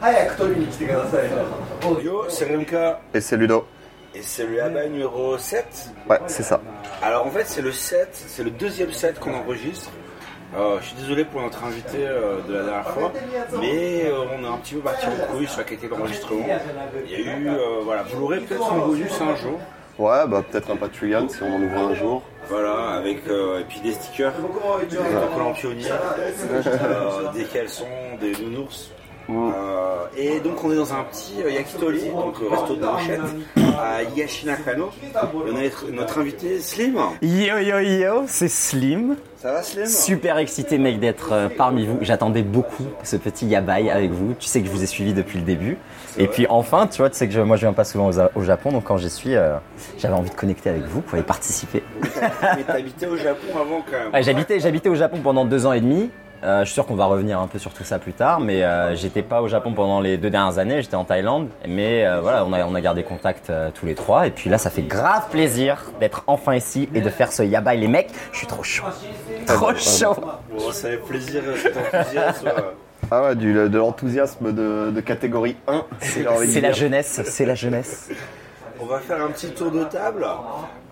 早く取りに来てください。 Yo, c'est Remka Et c'est Ludo. et c'est le ABA numéro 7. Ouais, c'est ça. Alors en fait, c'est le 7, c'est le deuxième set qu'on enregistre. Euh, je suis désolé pour notre invité euh, de la dernière fois, mais euh, on est un petit peu parti en couille sur la qualité d'enregistrement. Il y a eu, euh, voilà, vous l'aurez peut-être en bonus un jour, Ouais, bah peut-être un Patreon si on en ouvre un jour. voilà, avec euh, et puis des stickers, des autocollants pionniers, euh, des caleçons, des nounours. Euh, et donc on est dans un petit euh, yakitori, donc euh, resto de brochette, à Yashinakano. Et On a notre- notre invité Slim. Yo yo yo, c'est Slim. Ça va Slim Super excité mec d'être euh, parmi vous. J'attendais beaucoup ce petit yabai avec vous. Tu sais que je vous ai suivi depuis le début. Et puis enfin, tu vois, tu sais que je- moi je viens pas souvent aux- au Japon, donc quand j'y suis, euh, j'avais envie de connecter avec vous pour y participer. Mais t'habitais au Japon avant quand même. Ouais, Ah, j'habitais, j'habitais au Japon pendant deux ans et demi. Euh, je suis sûr qu'on va revenir un peu sur tout ça plus tard, mais euh, j'étais pas au Japon pendant les deux dernières années, j'étais en Thaïlande. Mais euh, voilà, on a, on a gardé contact euh, tous les trois. Et puis là, ça fait grave plaisir d'être enfin ici et de faire ce yabai les mecs. Je suis trop chaud. Trop chaud. Bon, ça fait plaisir euh, cet enthousiasme. euh. Ah ouais, du, de l'enthousiasme de, de catégorie 1. j'ai envie de C'est la dire. jeunesse, c'est la jeunesse. On va faire un petit tour de table.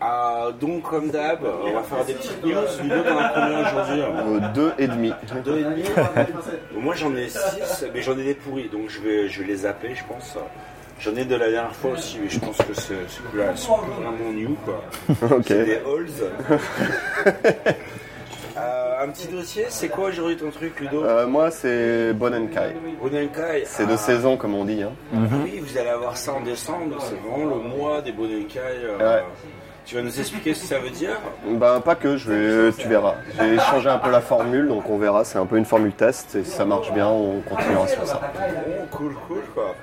Euh, donc comme d'hab, on va faire des petites news. Ludo, t'en as combien aujourd'hui Euh, Deux et demi. Deux et demi Moi j'en ai six, mais j'en ai des pourris, donc je vais, je vais les zapper, je pense. J'en ai de la dernière fois aussi, mais je pense que c'est c'est plus la- c'est plus vraiment new quoi. ok. Des halls. Euh, un petit dossier, c'est quoi aujourd'hui ton truc Ludo Euh, moi, c'est Bonenkai. Bonenkai. C'est de Ah, saison, comme on dit. Hein. Oui, vous allez avoir ça en décembre, c'est vraiment le mois des Bonenkai. Ouais. Tu vas nous expliquer ce que ça veut dire Bah, pas que, je vais, tu verras. J'ai changé un peu la formule, donc on verra. C'est un peu une formule test. Et si ça marche bien, on continuera sur ça. Bon, cool, cool quoi.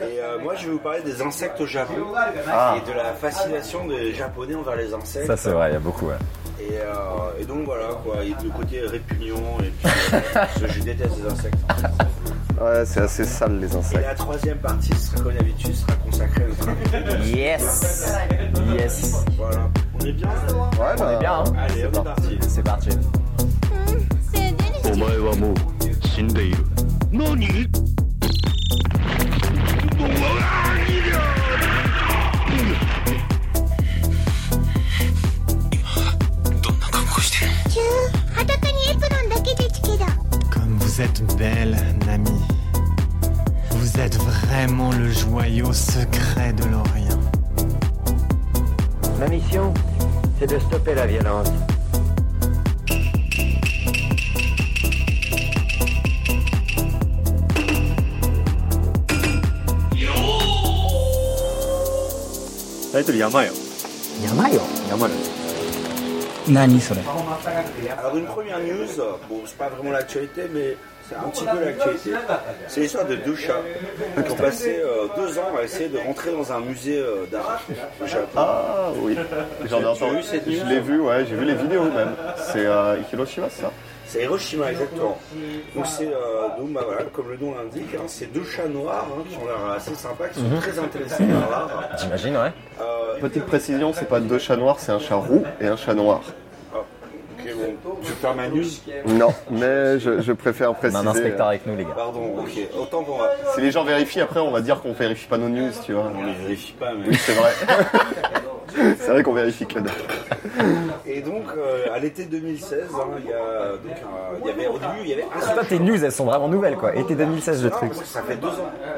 Et euh, moi je vais vous parler des insectes au Japon Ah. et de la fascination des Japonais envers les insectes. Ça c'est vrai, il y a beaucoup. ouais. Et, euh, et donc voilà quoi, il y a le côté répugnant et puis euh, parce que je déteste les insectes. en fait. Ouais, c'est assez sale, les Et insectes. la troisième partie sera comme d'habitude, sera consacrée à notre invité. Yes, yes. Voilà, on est bien là Ouais, bah, bien, hein. Allez, on est parti. C'est parti. せでにお前はもう死んでいる何キュー裸にエプロンだけでつけだ Comme vous êtes belle, Nami. Vous êtes vraiment le joyau secret de l'Orient. Ma mission, c'est de stopper la violence. Alors une première news, bon c'est pas vraiment l'actualité mais c'est un petit peu l'actualité. C'est l'histoire de deux chats qui ont passé euh, deux ans à essayer de rentrer dans un musée euh, d'art au Japon. Ah oui, j'en ai entendu. vu cette news Je l'ai vu, ouais, j'ai vu les vidéos même. C'est euh, Hiroshima, c'est ça C'est Hiroshima exactement. Donc c'est euh, donc, bah, voilà, comme le nom l'indique, hein, c'est deux chats noirs hein, qui ont l'air assez sympas, qui sont très intéressés par l'art. J'imagine, ouais. Euh, Petite précision, c'est pas deux chats noirs, c'est un chat roux et un chat noir. ah, ok bon, je ferme ma news. Non, mais je, je préfère On préciser. euh, a un inspecteur avec nous, les gars. Pardon, ok, autant pour moi. Si les gens vérifient, après on va dire qu'on vérifie pas nos news, tu vois. On les vérifie pas mais. Oui, c'est vrai. c'est vrai qu'on vérifie que dalle. Et donc euh, à l'été 2016, hein, il y a donc, euh, il y avait au début il y avait un seul Toi, tes news, elles sont vraiment nouvelles, quoi. Été 2016, le Non, truc. ça fait deux ans.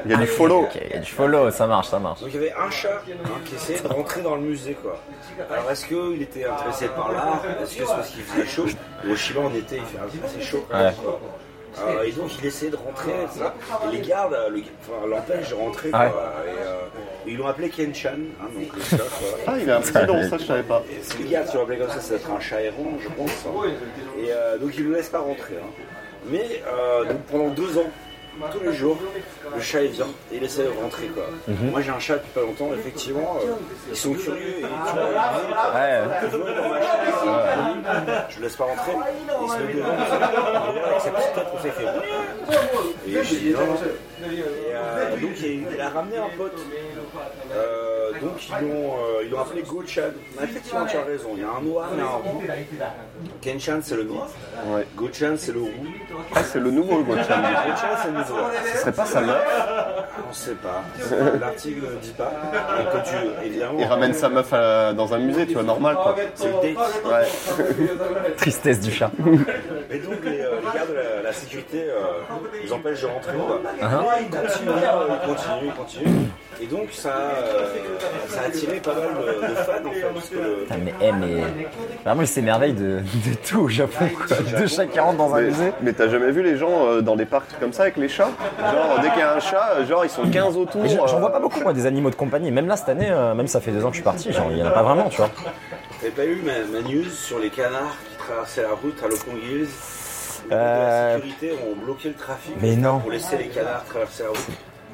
Il y a du follow. Ok, il y a du follow, ça marche, ça marche. Donc il y avait un chat hein, qui essayait de rentrer dans le musée quoi. Alors est-ce qu'il était intéressé par l'art Est-ce que c'est parce qu'il faisait chaud Au Chili en été il fait assez chaud quand même, quoi. Euh, et donc il essayait de rentrer, etc. Et les gardes euh, le- enfin, l'empêchent de rentrer quoi. Ouais. Et, euh, ils l'ont appelé Ken Chan, hein, donc le chat quoi. Ah, il a un petit don, ça je savais pas. Et C'est le gars, tu l'appelles comme ça, ça doit être un chat errant, je pense. hein. Et euh, donc, il ne nous laisse pas rentrer. hein. Mais euh, donc, pendant deux ans, tous les jours, le chat il vient et il essaie de rentrer. Quoi. Moi, j'ai un chat depuis pas longtemps, effectivement, euh, ils sont curieux et tu vois, Ouais. ils viennent dans ma chambre, je ne laisse pas rentrer. Et ils se mettent devant, ils se regardent avec sa petite tête comme ça, il fait. Et j'ai dit non. Et, euh, donc il, il a ramené un pote. Euh, donc ils l'ont euh, ils l'ont appelé Go-chan. Mais Effectivement, tu as raison, il y a un noir et un roux. Ken-chan, c'est le noir. Ouais. Go-chan, c'est le roux. Ah, c'est le nouveau Guachan. Ken-chan, c'est le noir. Ce serait pas sa meuf On sait pas. L'article ne dit pas. Donc, quand tu, évidemment, euh, Il ramène sa meuf à- dans un musée, tu vois, normal quoi. c'est le date. Ouais. Tristesse du chat. Et donc les, euh, les gars de la, la sécurité euh, nous empêchent de rentrer. Quoi. Ah, Et ils continuent, euh, ils continuent, ils continuent. Et donc ça, euh, ça a attiré pas mal de, de fans en fait. Parce que euh, le- Putain, mais, eh, mais vraiment, il s'émerveille de, de tout au Japon, quoi. De chat qui rentre dans un Mais, musée. mais t'as jamais vu les gens euh, dans des parcs comme ça avec les chats Genre, dès qu'il y a un chat, euh, genre ils sont 15 autour. Mais j'en j'en vois euh, pas beaucoup, moi, des animaux de compagnie. Même là, cette année, euh, même ça fait deux ans que je suis parti, genre, il y en a pas vraiment, tu vois. T'avais pas eu ma, ma news sur les canards qui traversaient la route à Loponguise où Euh. La sécurité ont bloqué le trafic Mais non. pour laisser les canards traverser la route.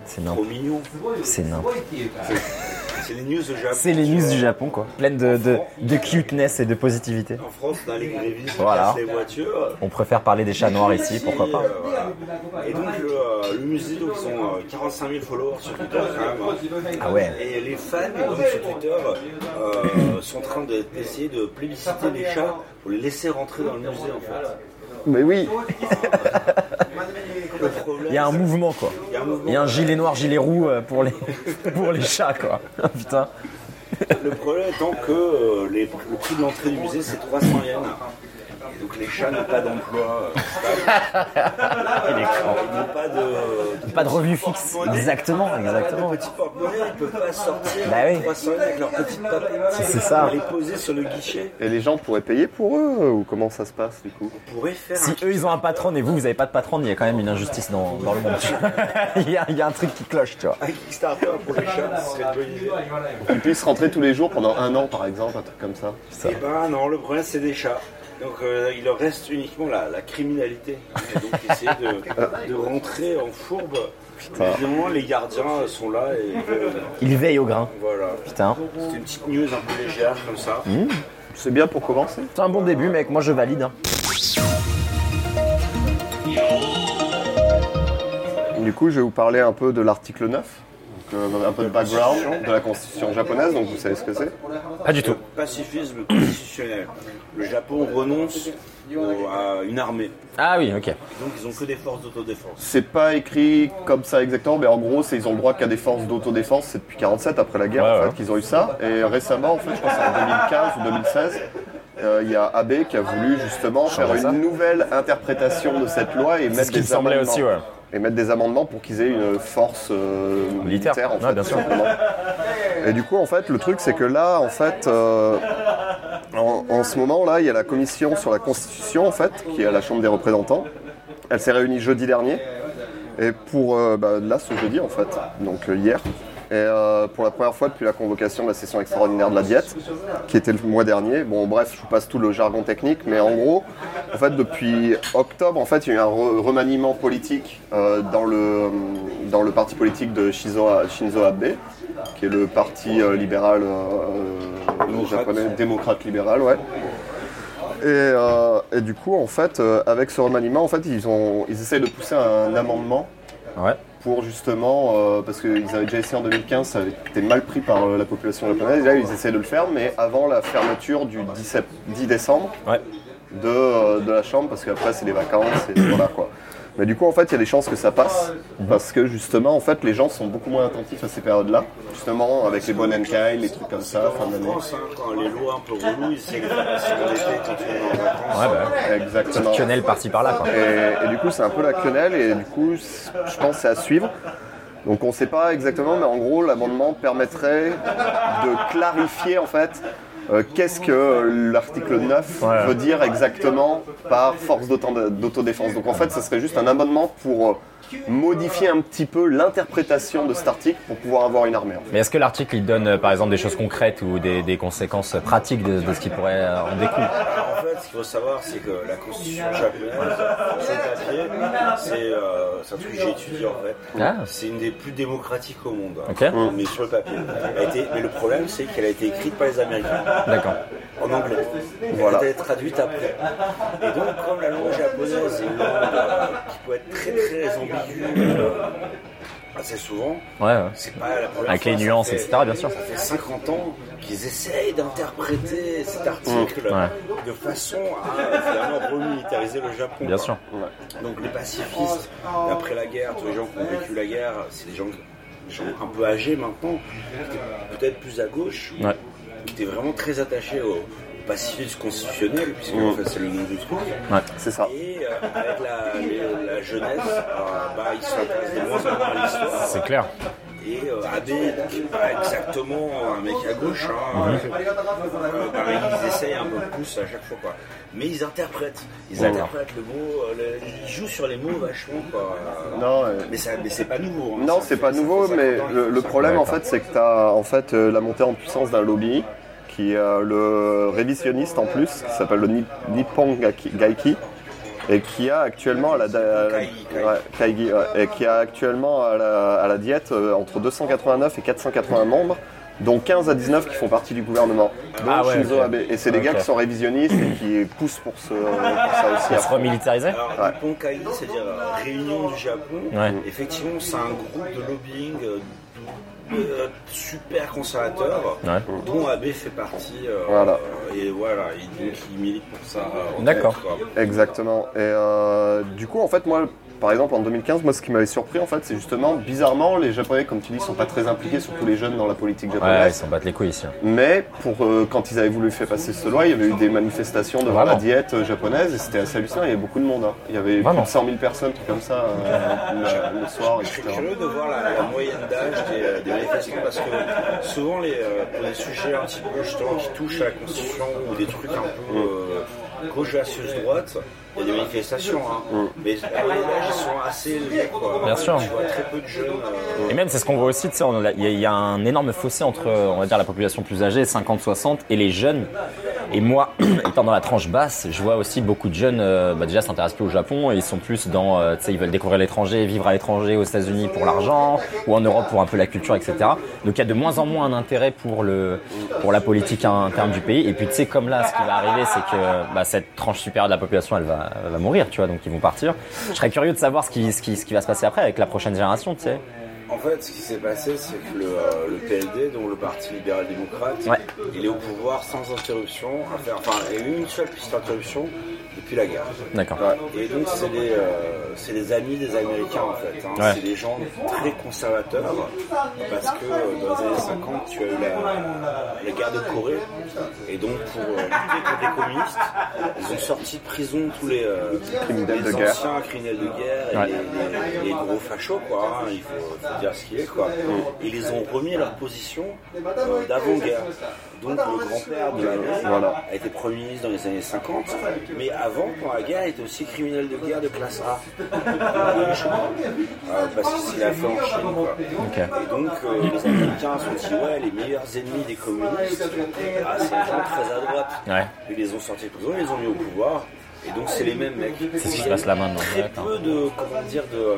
C'est Trop n'importe mignon. C'est n'importe C'est les news du Japon. Euh, C'est les news du Japon, quoi. Pleine de, de, de cuteness et de positivité. En France, on a les grévistes qui Voilà. cassent les voitures. On préfère parler des chats noirs ici, pourquoi pas. Et, euh, voilà. Et donc le, euh, le musée, donc, ils ont euh, 45 000 followers sur Twitter quand même. hein. Ah ouais. Et les fans donc, sur Twitter euh, sont en train de- d'essayer de plébisciter les chats pour les laisser rentrer dans le musée en fait. Mais oui, Le problème, Il y a un mouvement, quoi. il y a un mouvement. Il y a un gilet noir, gilet roux euh, pour les, pour les chats, quoi. Putain. Le problème étant que euh, les- le prix de l'entrée du musée c'est 300 yens. Et donc les chats n'ont pas d'emploi. euh, stable. Ils n'ont pas de, Pas de revue fixe. Exactement, exactement. Petit porte-monnaie, ils peuvent pas sortir Bah oui. 300 yens avec leur petite papette. C'est ça. Les poser sur le guichet. et les gens pourraient payer pour eux euh, ou comment ça se passe du coup On pourrait faire Si eux, ils ont un patron et vous, vous avez pas de patron, il y a quand même une injustice dans, dans le monde. il, y a, il y a un truc qui cloche, tu vois. un Kickstarter pour les chats, ce serait une bonne idée. Qu'ils puissent rentrer tous les jours pendant un an par exemple, un truc comme ça. Eh ben non, le problème c'est des chats. Donc euh, il leur reste uniquement la, la criminalité. Et donc essayer de, de rentrer en fourbe. Évidemment, les gardiens sont là et euh, Ils veillent au grain. voilà. Putain. C'était une petite news un peu légère comme ça. C'est bien pour commencer. C'est un bon début, mec. Moi, je valide. hein. Du coup, je vais vous parler un peu de l'article 9. donc, euh, un peu de background de la constitution japonaise, donc vous savez ce que c'est. Pas du tout. Pacifisme constitutionnel. Le Japon renonce au- à une armée. Ah oui, ok. Donc ils ont que des forces d'autodéfense. C'est pas écrit comme ça exactement, mais en gros, c'est ils ont le droit qu'à des forces d'autodéfense. C'est depuis 47 après la guerre Ouais, en fait, ouais. qu'ils ont eu ça. Et récemment, en fait, je crois que c'est en 2015 ou 2016, euh, il y a Abe qui a voulu justement faire ça. une nouvelle interprétation de cette loi et mettre ce qui me des semblait amendements. aussi, ouais. Et mettre des amendements pour qu'ils aient une force euh, Militaire. militaire, en Ouais, fait, bien sûr. simplement. Et du coup, en fait, le truc, c'est que là, en fait, euh, en, en ce moment, là, il y a la commission sur la Constitution, en fait, qui est à la Chambre des représentants. Elle s'est réunie jeudi dernier, et pour euh, bah, là, ce jeudi, en fait, donc euh, hier. Et euh, pour la première fois depuis la convocation de la session extraordinaire de la diète, qui était le mois dernier. Bon, bref, je vous passe tout le jargon technique, mais en gros, en fait, depuis octobre, en fait, il y a eu un re- remaniement politique euh, dans, le, dans le parti politique de Shinzo, Shinzo Abe, qui est le parti euh, libéral euh, japonais, démocrate libéral, ouais. Et, euh, et du coup, en fait, euh, avec ce remaniement, en fait, ils, ont, ils essayent de pousser un amendement Ouais. pour justement, euh, parce qu'ils avaient déjà essayé en 2015, ça avait été mal pris par euh, la population japonaise, et là ils essaient de le faire, mais avant la fermeture du 10, sept- 10 décembre Ouais. de, euh, de la chambre, parce qu'après c'est les vacances, et voilà quoi. Mais du coup, en fait, il y a des chances que ça passe, parce que justement, en fait, les gens sont beaucoup moins attentifs à ces périodes-là, justement, avec les Bonenkai, les trucs comme ça, fin En d'année. France, hein, quand les lois un peu reloues, ils s'y s'arrêtaient quand ils étaient en vacances. Ouais, bah. Exactement. Pionel parti par là, quoi. Et, et du coup, c'est un peu la quenelle, et du coup, c- je pense que c'est à suivre. Donc on ne sait pas exactement, mais en gros, l'amendement permettrait de clarifier en fait euh, qu'est-ce que euh, l'article 9 veut dire exactement par force d'auto- d'autodéfense. Donc en fait, ça serait juste un amendement pour euh, modifier un petit peu l'interprétation de cet article pour pouvoir avoir une armée. en fait. Mais est-ce que l'article, il donne, euh, par exemple, des choses concrètes ou des, des conséquences pratiques de, de ce qui pourrait euh, en découler En fait, ce qu'il faut savoir, c'est que la constitution japonaise, sur le papier, c'est euh, c'est un truc que j'ai étudié en fait. Ah. C'est une des plus démocratiques au monde. hein. Ok. Mm. Mais sur le papier. Elle a été- mais le problème, c'est qu'elle a été écrite par les Américains D'accord. en anglais. Voilà. Elle a été traduite après. Et donc, comme la langue japonaise est une langue euh, qui peut être très très ambiguë, euh, assez souvent. Ouais, ouais. C'est pas la première Avec fois, les ça nuances, fait- etc., bien sûr. Ça fait 50 ans qu'ils essayent d'interpréter cet article Mmh. Ouais. de façon à finalement remilitariser le Japon. Bien quoi. sûr. Donc les pacifistes, après la guerre, tous les gens qui ont vécu la guerre, c'est des gens, des gens un peu âgés maintenant, qui étaient peut-être plus à gauche, Ouais. qui étaient vraiment très attachés au pacifisme constitutionnel, puisque en Mmh. fait c'est le nom du truc. Ouais. C'est ça. Et euh, avec la, les- la jeunesse, euh, bah, ils s'intéressent de moins en moins à l'histoire. C'est clair. Et euh, Abe, qui n'est pas exactement un mec à gauche, hein, euh, pareil, ils essayent un peu plus à chaque fois. Quoi. Mais ils interprètent. Ils Ouais. interprètent le mot, euh, le- ils jouent sur les mots vachement. Quoi. Non, euh, Mais, ça- mais c'est pas nouveau. hein. Non, Ça c'est fait- pas ça nouveau, fait mais 50 ans, le, le ça. hein. problème en d'accord. fait, c'est que tu as en fait, euh, la montée en puissance d'un lobby qui est euh, le révisionniste en plus, qui s'appelle le Ni- Nippon Gaki- Gaiki, et qui a actuellement à la, da- Kaigi, Kaigi. ouais, Kaigi, ouais, et qui a actuellement à la, à la diète euh, entre 289 et 480 membres, dont 15 à 19 qui font partie du gouvernement, dont Ah ouais, Shinzo ok. Abe. Et c'est des Ok. gars qui sont révisionnistes et qui poussent pour, ce, pour ça aussi. Ça se après. remilitarisait Alors, Ouais. Nippon Kaigi, c'est-à-dire euh, Réunion du Japon, Ouais. effectivement, c'est un groupe de lobbying euh, euh, super conservateur, Ouais. dont Abe fait partie. euh, Voilà. Et voilà, et donc il milite pour ça. euh, en D'accord. tête, quoi. Exactement. Et euh, du coup, en fait, moi, par exemple, en 2015, moi, ce qui m'avait surpris, en fait, c'est justement, bizarrement, les Japonais, comme tu dis, sont pas très impliqués, surtout les jeunes, dans la politique Ouais, ils japonaise. s'en battent les couilles hein. ici. Mais pour, euh, quand ils avaient voulu faire passer cette loi, il y avait eu des manifestations devant Vraiment la diète euh, japonaise et c'était assez hallucinant. Il y avait beaucoup de monde. hein. Il y avait plus Vraiment de 100 000 personnes, tout comme ça, euh, le, le soir, Je suis etc. curieux de voir la, la moyenne d'âge des, euh, des manifestants parce que souvent les, euh, pour des sujets un petit peu justement qui touchent à la constitution ou des trucs un Mm. peu euh, gauche versus droite, il y a des manifestations, hein. mais la moyenne d'âge ils sont assez élevés. Quoi. Mm. Bien sûr. Tu vois très peu de jeunes. euh, Et même, c'est ce qu'on voit aussi, tu sais, on a- il y, a- il y a un énorme fossé entre, euh, on va dire, la population plus âgée, 50-60, et les jeunes. Et moi, étant dans la tranche basse, je vois aussi beaucoup de jeunes, euh, bah, déjà, s'intéressent plus au Japon, et ils sont plus dans, euh, tu sais, ils veulent découvrir l'étranger, vivre à l'étranger, aux États-Unis pour l'argent, ou en Europe pour un peu la culture, etc. Donc, il y a de moins en moins un intérêt pour, le, pour la politique interne du pays. Et puis, tu sais, comme là, ce qui va arriver, c'est que bah, cette tranche supérieure de la population, elle va, elle va mourir, tu vois, donc ils vont partir. Je serais curieux de savoir ce qui, ce qui, ce qui va se passer après avec la prochaine génération, tu sais. En fait, ce qui s'est passé, c'est que le, euh, le PLD, donc le Parti libéral démocrate, Ouais. il est au pouvoir sans interruption, enfin, enfin, il y a eu une seule petite interruption depuis la guerre. D'accord. Ouais. Et donc, c'est les, euh, c'est les amis des Américains, en fait. hein. Ouais. C'est des gens très conservateurs, parce que euh, dans les années 50, tu as eu la, la guerre de Corée, et donc, pour euh, lutter contre les communistes, ils ont sorti de prison tous les, euh, Criminels les de guerre. anciens criminels de guerre, et Ouais. les, les- les gros fachos, quoi, hein, il faut, faut dire ce qu'il est, quoi. Mm. Ils les ont remis à leur position euh, d'avant-guerre. Donc, le grand-père de la Voilà. a été Premier ministre dans les années 50, mais avant, pendant la guerre, il était aussi criminel de guerre de classe A. Euh, je crois. Euh, parce que c'est ce qu'il a fait en Chine. quoi. Et donc, euh, les Américains se sont dit, ouais, les meilleurs ennemis des communistes, ah, c'est les gens très à droite. Ouais. Ils les ont sortis de prison, ils les ont mis au pouvoir, et donc c'est les mêmes mecs. C'est ce qui se passe là maintenant, Très d'accord. peu de, comment dire, de... euh,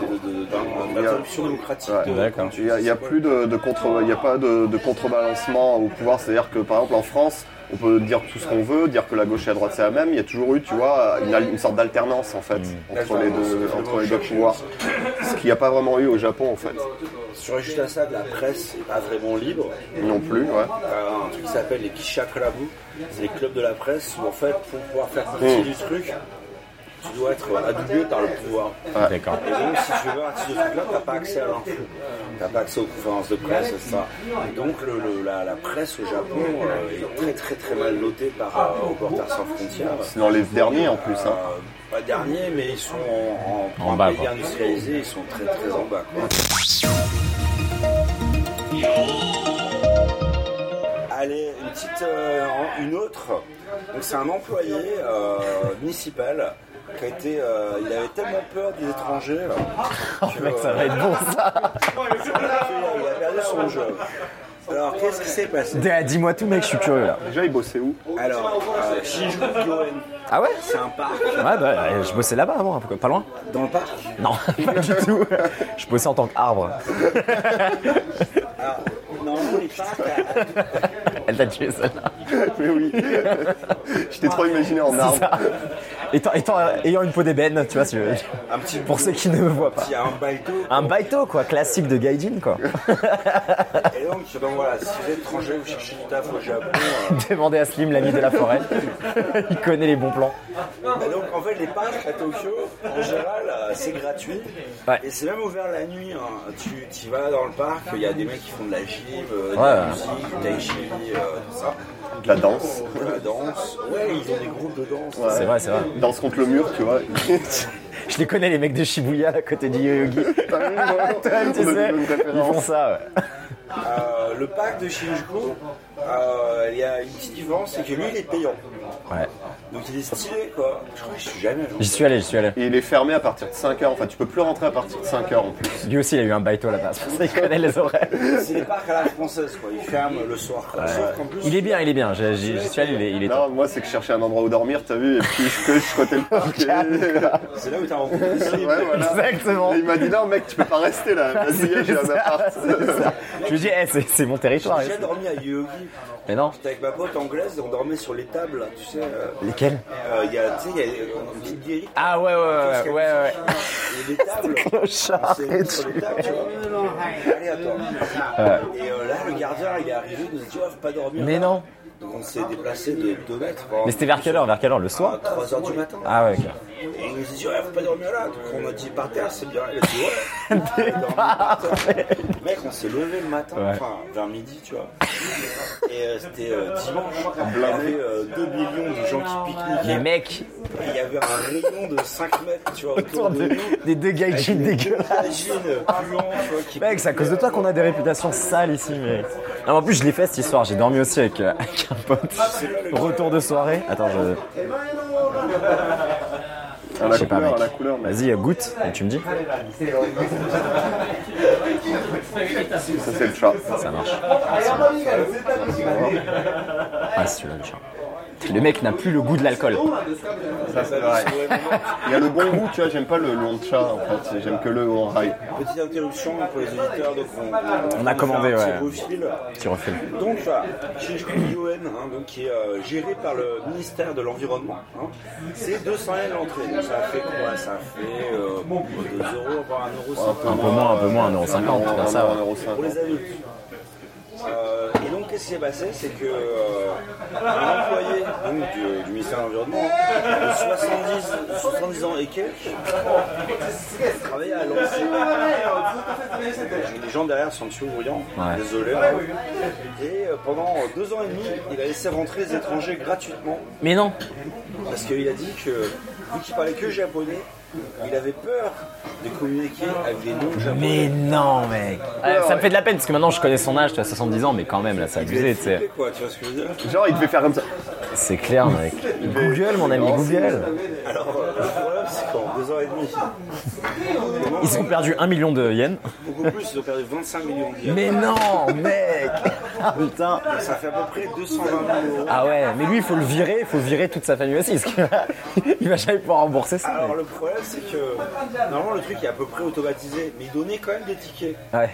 de- de- de- d'in- d'interruption démocratique. euh, Ouais. de- D'accord. Il n'y a, il y a plus de, de contre, il y a pas de, de contrebalancement au pouvoir. C'est-à-dire que par exemple en France, on peut dire tout ce qu'on veut, dire que la gauche et la droite c'est la même. Il y a toujours eu, tu vois, une, al- une sorte d'alternance en fait entre les deux, entre les deux pouvoirs. Ce qu'il n'y a pas vraiment eu au Japon en fait, Sur juste à ça, de la presse n'est pas vraiment libre. non plus. Ouais. un truc qui s'appelle les Kishakrabu, c'est les clubs de la presse où en fait pour pouvoir faire partie Mm. du truc, tu dois être adoubé par le pouvoir. D'accord. Et donc si tu veux partie de ce truc-là, t'as pas accès à l'info, t'as pas accès aux conférences de presse, etc. Et donc le- le- la, la presse au Japon euh, est très très très mal notée par euh, Reporters sans frontières. C'est dans les derniers en plus. Euh, hein. pas dernier, mais ils sont en, en, En un bas, pays quoi. industrialisé, ils sont très très en bas. quoi. Allez, une petite, euh, en- une autre. Donc c'est un employé euh, municipal qui a été, euh, il avait tellement peur des étrangers. euh, que, Mec, ça va être bon ça. euh, Il a perdu son job. Alors qu'est-ce qui s'est passé Dis-moi tout, mec, je suis curieux là. Déjà, ils bossaient où Alors, euh, Shinjuku-en, Ah ouais c'est un parc. Ouais, bah, euh, je bossais là-bas avant, un peu, pas loin Dans le parc, Non, pas du tout. Je bossais en tant qu'arbre. alors, normalement les parcs, à- à Elle t'a tué celle-là. Mais oui, je t'ai trop imaginé en arbre. Étant, étant- euh, ayant une peau d'ébène, tu vois, si je- Un petit pour ceux qui ne me voient pas. Il y a un baïto. Un baito, quoi, classique de gaijin, quoi. Et donc, donc voilà, si vous êtes étranger, vous cherchez du taf au Japon. euh, Demandez à Slim, l'ami de la forêt. Il connaît les bons plans. bah donc en fait, les parcs à Tokyo, en général, euh, c'est gratuit. Ouais. Et c'est même ouvert la nuit. hein. Tu tu vas dans le parc, il y a des mecs qui font de la gym, euh, de Ouais. la musique, du tai chi, euh, tout ça. De la danse. De la danse. Ouais, ils ont des groupes de danse. C'est vrai, c'est vrai. Danse contre le mur, tu vois. Je les connais, les mecs de Shibuya, à côté du Yoyogi. Toi-même, On tu a les sais, mêmes ils préférences. font ça, ouais. Euh, le parc de Shinjuku, euh, il y a une petite différence, c'est que lui, il est payant. ouais. Donc il est stylé, quoi. Je crois que je suis jamais allé. J'y suis allé, j'y suis allé. Et il est fermé à partir de 5h, enfin tu peux plus rentrer à partir de 5h en plus. Lui aussi, il a eu un baito là-bas. C'est pour ça qu'il connaît les horaires. C'est les parcs à la française, quoi. Ils ferment le soir. quoi. Sauf qu'en plus, Il est bien, il est bien. J'ai- J'y j'y suis allé, il est, il est top. Là, moi c'est que je cherchais un endroit où dormir, t'as vu, et puis je, que je squattais le parc. c'est là où t'as rencontré Slim. Ouais, voilà. Exactement. Et il m'a dit non mec tu peux pas rester là, vas-y j'ai un appart. Je lui dis, eh, c'est c'est mon territoire. J'ai déjà dormi à Yogi. Mais non. J'étais avec ma pote anglaise, on dormait sur les tables, là, tu sais. euh, Lesquels euh, Il y a, tu sais, il y a une petite guérite. Ah ouais, ouais, ouais, ouais, ouais. Il y a des tables. Clochard C'est et sur tout. les tables, tu vois. Allez, attends. Et euh, là, le gardien, il est arrivé, il nous a dit, oh, faut pas dormir. Mais là. non. Donc on s'est déplacé de 2 mètres. pendant- Mais c'était vers quelle heure Vers quelle heure Le soir À 3h du matin. Ah ouais, ok. Et il nous a dit, ouais, faut pas dormir là. Donc on a dit, par terre, c'est bien. Il a dit, ouais. Des On a dormi par terre. Mec, on s'est levé le matin, Ouais. enfin, vers midi, tu vois. Et euh, c'était euh, dimanche. Il y avait 2 millions de gens qui Les pique-niquaient. mecs, Et il y avait un rayon de 5 mètres, tu vois, autour autour de de- nous. des deux gaijins dégueulasses. Imagine, puant, tu vois, qui- Mec, c'est à cause de toi qu'on a des réputations sales ici, mec. Non, mais en plus, je l'ai fait cette histoire. J'ai dormi aussi avec, euh, avec un pote. Retour de soirée. Attends, je. À la sais pas, couleur, mec. à la couleur. mais Vas-y, euh, goûte et tu me dis. Ça c'est le chat. Ça marche. Ah, si tu veux, le chat. Le mec n'a plus le goût de l'alcool. Ça c'est vrai. Il y a le bon goût, tu vois, j'aime pas le long de chat en fait, j'aime que le en rail. Petite interruption pour les auditeurs, donc on, On a va commandé, faire un ouais. petit refil. Tu refumes. Donc euh, voilà, Shinjuku Ryoen, hein, donc, qui est euh, géré par le ministère de l'Environnement. hein. C'est 200 yens l'entrée, donc ça fait quoi Ça fait euh, 2 euros, voire 1,50 euro. Un peu moins, un peu moins, 1,50€, Un comme ça. ouais. euro pour les adultes. Euh, et donc, qu'est-ce qui s'est passé C'est que euh, un employé donc, du, du ministère de l'Environnement, de 70, 70 ans et quelques, travaillait à lancer. Les gens derrière sont dessus bruyants, Ouais. désolé. Et euh, pendant deux ans et demi, il a laissé rentrer les étrangers gratuitement Mais non. parce qu'il a dit que, vu qu'il parlait que japonais, il avait peur de communiquer avec les Mais non-japonais. non, mec. Euh, ça me fait de la peine parce que maintenant je connais son âge, tu as 70 ans, mais quand même, là, c'est abusé, tu sais. quoi, tu vois ce que je veux dire Genre il devait faire comme ça. C'est clair, mec. Google, mon ami, Google. Alors, euh, le problème, c'est qu'en deux ans et demi, Ils ont perdu 1 million de yens. beaucoup plus, ils ont perdu 25 millions de livres. Mais non, mec. Ah, putain. Ça fait à peu près 220 000 euros. Ah ouais, mais lui, il faut le virer, il faut virer toute sa famille aussi, parce qu'il va, il va jamais pouvoir rembourser ça. Alors, mec. le problème, c'est que normalement, le truc est à peu près automatisé, mais ils donnaient quand même des tickets. Ouais.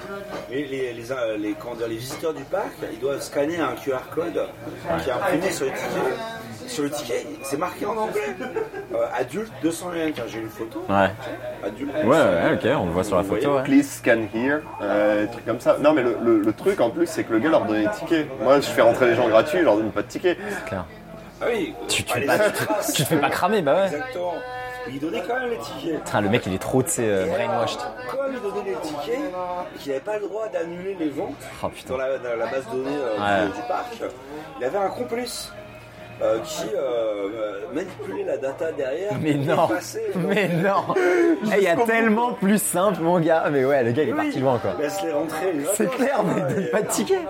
Et les, les, euh, les- comment dire, les visiteurs du parc, ils doivent scanner un QR code qui est imprimé sur le ticket. Sur le ticket, c'est marqué en anglais. Euh, adulte 200 yens. Tiens, J'ai une photo. hein. Ouais. Adulte. Ouais, ouais, ok, on le voit sur la photo, ouais. Please scan here, euh, des trucs comme ça. Non mais le, le- le truc en plus c'est que le gars leur donnait des tickets. Moi je fais rentrer les gens gratuits, je leur donne pas de tickets. Clair. Ah oui. Tu, tu, Ah, les bah, tu- traces. tu te fais pas cramer, bah ouais. Exactement. Mais Ils donnaient quand même les tickets. Putain, le mec, il est trop, tu sais, euh, brainwashed. Comme il donnait les tickets, et qu'il n'avait pas le droit d'annuler les ventes Oh, putain. dans la, dans la base de données euh, Ouais. du, du parc, il avait un complice. euh, qui euh, euh, manipulait la data derrière Mais et non. passait, euh, donc, Mais non. Eh, Il y a tellement plus simple, mon gars. Mais ouais, le gars, il est parti loin, quoi. laisse-les rentrer les C'est autres, clair, mais et, donne euh, pas de ticket.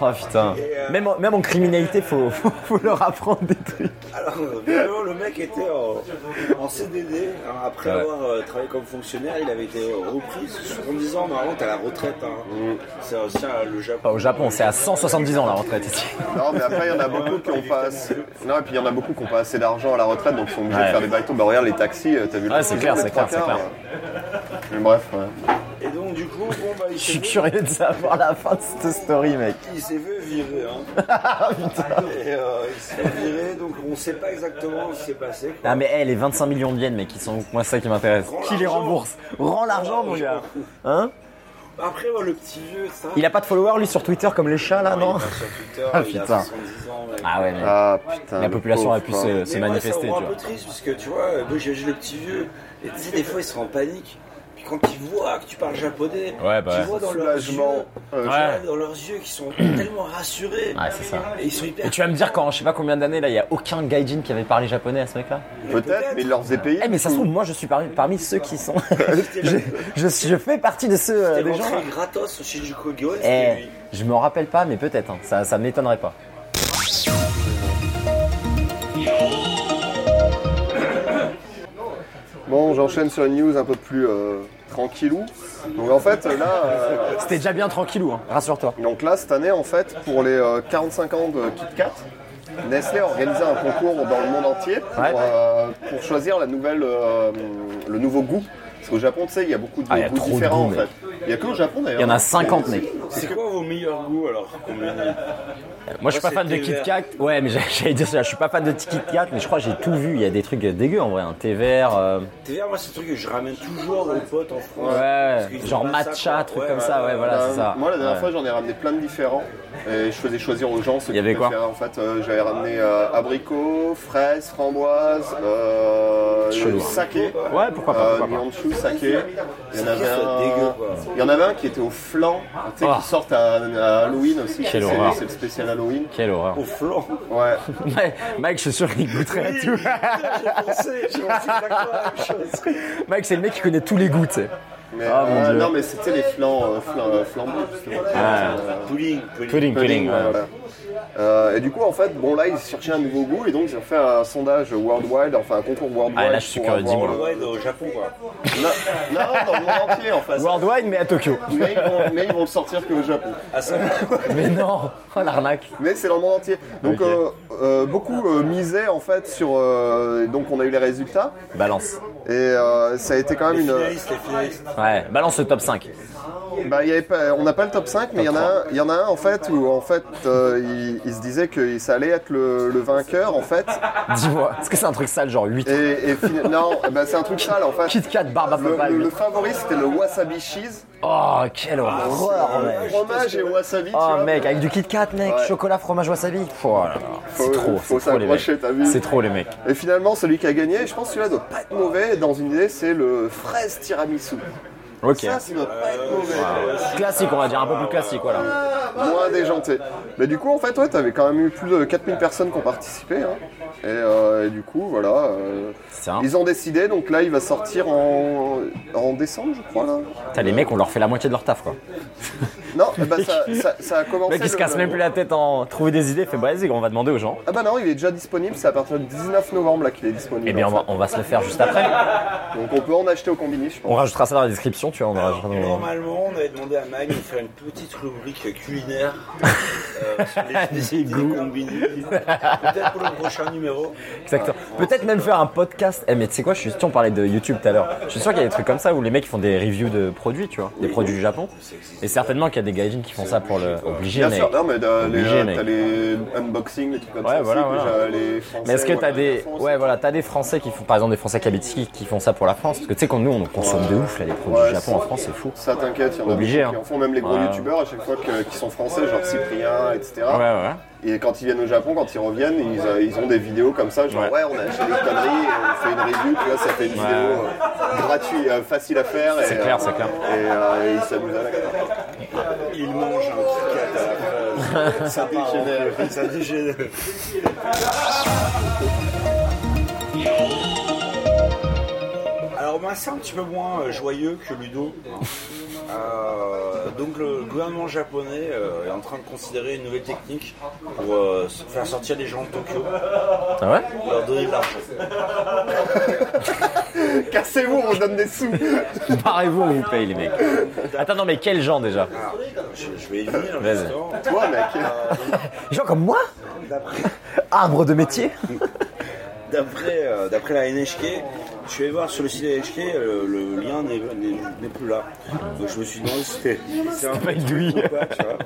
Oh putain. Même en, même en criminalité, faut, faut, faut leur apprendre des trucs. Alors, euh, vraiment, le mec était en, en CDD. hein, après Ouais. avoir euh, travaillé comme fonctionnaire, il avait été euh, repris. En disant, normalement, t'as la retraite. hein. Mm. C'est aussi euh, le Japon. Pas au Japon, c'est à 170 ans la retraite ici. Non, mais après, il y en a beaucoup qui ont pas assez... Non, et puis il y en a beaucoup qui ont pas assez d'argent à la retraite, donc ils sont obligés Ouais. de faire des baïtons. Bah regarde les taxis, euh, t'as vu le Ouais, c'est prix, clair, les c'est trois clair, c'est quarts, euh. Mais bref, ouais. Et donc, donc du coup, bon bah il Ah. Je s'est suis fait- curieux de savoir la fin de cette story, mec. Il s'est fait virer. Hein. Ah, Et, euh, il s'est fait virer, donc on sait pas exactement ce qui s'est passé. quoi. Ah mais hey, les 25 millions de yens, mec, ils sont moi c'est ça qui m'intéresse. Rends Qui les l'argent. rembourse Rends l'argent, mon gars. Hein Après, ouais, le petit vieux, ça. Il a pas de followers lui sur Twitter comme les chats là, Ouais, non il est pas sur Twitter, il Ah, a putain. 70 ans. mec. Ah hein. ouais, mec. Ah putain. la le population a pauvre, hein. pu quoi. se, se Mais moi, manifester, Ça me rend tu un peu vois. triste parce que tu vois, euh, moi j'ai j'ai le petit vieux, et tu sais, des fois il sera en panique. Puis quand ils voient que tu parles japonais, Ouais, bah tu ouais. vois dans leurs yeux, Soulagement. euh, Ouais. tu vois dans leurs yeux qui sont tellement rassurés. Ouais, c'est ça. Et ils sont hyper. Et tu vas me dire qu'en je sais pas combien d'années là, il y a aucun gaijin qui avait parlé japonais à ce mec là Peut-être, mais il leur faisait payer. Eh mais ça se trouve, moi je suis parmi, parmi ceux qui sont. je, je, suis- je fais partie de ceux euh, T'es des gens. rentré gratos chez Juko Gyo, Eh, c'était lui. je me rappelle pas, mais peut-être. hein. Ça, ça m'étonnerait pas. Bon, j'enchaîne sur une news un peu plus euh, tranquillou. Donc en fait, là, euh, C'était déjà bien tranquillou, hein. rassure-toi. donc là, cette année, en fait, pour les euh, 45 ans de Kit Kat, Nestlé a organisé un concours dans le monde entier pour, Ouais. euh, pour choisir la nouvelle, euh, le nouveau goût. Parce qu'au Japon, tu sais, il y a beaucoup de Ah, il y a goûts trop de différents, goûts, en mec. fait. Il y a que au Japon, d'ailleurs. Euh, Il y en a 50, mec. C'est quoi vos meilleurs goûts alors qu'on me dit Moi, euh, je suis pas Moi, fan de c'est Kit thé Kat. Ouais, mais j'allais- j'allais dire ça. Je suis pas fan de Kit Kat, mais je crois que j'ai tout vu. Il y a des trucs dégueux en vrai. Un thé vert. euh, T'es bien, moi c'est le truc que je ramène toujours aux potes en France. Parce Ouais, qu'ils genre font pas ça, matcha, quoi. truc Ouais, bah, comme ouais, ça. ouais, Ouais, voilà, Euh, c'est ça. Moi, la dernière Ouais. fois, j'en ai ramené plein de différents. Et je faisais choisir aux gens ce y avait qu'ils quoi préféraient. En fait, Euh, j'avais ramené euh, abricot, fraise, framboise, euh, Chelou, hein. saké. Ouais, pourquoi pas, pourquoi pas. Mianchu, Euh, saké. Il y en avait ça doit être dégueu, un. quoi. Il y en avait un qui était au flanc, tu sais, Ah. qui sort à, à Halloween aussi. Quelle C'est- horreur. C'est le spécial Halloween. Quelle horreur. Au flanc. Ouais. Ouais, Mike, je suis sûr qu'il goûterait à Oui, tout. putain, Ah, J'ai pensé, j'ai pensé exactement la même chose. Mike, c'est le mec qui connaît tous les goûts, tu sais. Mais, Ah, mon euh, Dieu. non, mais c'était les flancs, euh, flan- euh, flambés, justement. Euh, Pudding, Pudding, pudding. Pudding, ouais, Ah, ouais. voilà. Euh, et du coup, en fait, bon, là, ils cherchaient un nouveau goût et donc ils ont fait un sondage worldwide, enfin un concours worldwide. Ah, là, je suis pour curieux, avoir dis-moi. le- Ouais, au Japon quoi. Non, non, dans le monde entier, en fait. Worldwide, mais à Tokyo. Mais ils, vont, mais ils vont le sortir que au Japon. Ah, ça Mais non, oh l'arnaque. Mais c'est dans le monde entier. Donc, Ok. euh, euh, beaucoup euh, misaient, en fait, sur. euh, donc, on a eu les résultats Balance. et euh, ça a été quand même les une. finalistes, les finalistes. Ouais, balance le top 5. Bah, il y avait pas- on n'a pas le top 5, mais il y, en a un- il y en a un en fait où en fait euh, il, il se disait que ça allait être le, le vainqueur en fait. Dis-moi, est-ce que c'est un truc sale, genre 8 Et, et fina- non, bah, c'est un truc sale en fait. Kit Kat, barbe à Le, Popeye, le- mec. le favori c'était le wasabi cheese. Oh, quelle horreur, mec. Fromage et wasabi. tu Oh vois. mec, avec du Kit Kat, mec, Ah, Ouais. chocolat, fromage, wasabi. Oh là là, c'est Faut- trop, faut c'est trop les mecs. s'accrocher, t'as vu C'est trop les mecs. Et finalement, celui qui a gagné, je pense que celui-là doit pas être mauvais. Dans une idée, c'est le fraise tiramisu. Ok. Ça, ça doit pas être mauvais. Classique, on va dire, un peu plus classique, voilà. Moins déjanté. Mais du coup, en fait, ouais, t'avais quand même eu plus de 4000 personnes qui ont participé. hein. Et, euh, et du coup, voilà. euh, Tiens, ils ont décidé, donc là, il va sortir en, en décembre, je crois. Là. Putain, les mecs, on leur fait la moitié de leur taf, quoi. Non, bah, ça, ça- ça a commencé. Le mec, il se le- casse même plus la tête en trouver des idées, fait bah vas-y, on va demander aux gens. Ah bah non, il est déjà disponible, c'est à partir du 19 novembre là qu'il est disponible. Eh bien, en on va, on va se le faire juste après. fait. Donc on peut en acheter au combini, je pense. On rajoutera ça dans la description, tu vois. On rajoutera dans- Normalement, on avait demandé à Mag de faire une petite rubrique culinaire euh, sur les spécialités Des goûts. combinées. Peut-être pour le prochain numéro. Exactement. Peut-être même faire un podcast. Eh, mais tu sais quoi, je suis sûr, on parlait de YouTube tout à l'heure. Je suis sûr qu'il y a des trucs comme ça où les mecs font des reviews de produits, tu vois, des produits du Japon. Et certainement qu'il y a des gaijins qui font ça pour le obliger, Bien mec. sûr, non mais t'as les, Obligé, euh, mec. t'as les unboxings, les trucs comme Ouais, ça. voilà, aussi, voilà. déjà, les Français, Mais est-ce que t'as voilà, les des, Français aussi. ouais, voilà, t'as des Français qui font, par exemple, des Français qui habitent ici, qui font ça pour la France, parce que tu sais qu'on nous, on consomme de ouf là les produits Ouais, du Japon en c'est- France, c'est fou. Ça t'inquiète, il y en a Obligé, beaucoup qui hein. en font même les gros Ouais. youtubeurs à chaque fois que- qui sont français, genre Cyprien, etc. Ouais, ouais. Et quand ils viennent au Japon, quand ils reviennent, ils, euh, ils ont des vidéos comme ça, genre Ouais. ouais, on a acheté des conneries, et on fait une review, tu vois, ça fait une vidéo euh, gratuite, euh, facile à faire. C'est et, clair, euh, c'est clair. Et euh, ils s'amusent à la carte. Il mange un Kit Kat à la fraise. Ça part en Dégénère. couille, Ça dégénère. Alors, moi, c'est un petit peu moins euh, joyeux que Ludo. Euh, donc, le gouvernement japonais euh, est en train de considérer une nouvelle technique pour euh, s- faire sortir les gens de Tokyo, Ah ouais? pour leur donner de l'argent. Cassez-vous, on donne des sous Parez-vous, on vous paye les mecs. Attends, non, mais quels gens déjà? Alors, je, je vais y venir, Vas-y. justement. Toi, mec Des gens comme moi? D'après- Arbre de métier? d'après euh, d'après la NHK, je suis allé voir sur le site de la NHK, euh, le lien n'est- n'est n'est plus là. Donc je me suis demandé si c'était c'est un pas une douille. ou pas, tu vois.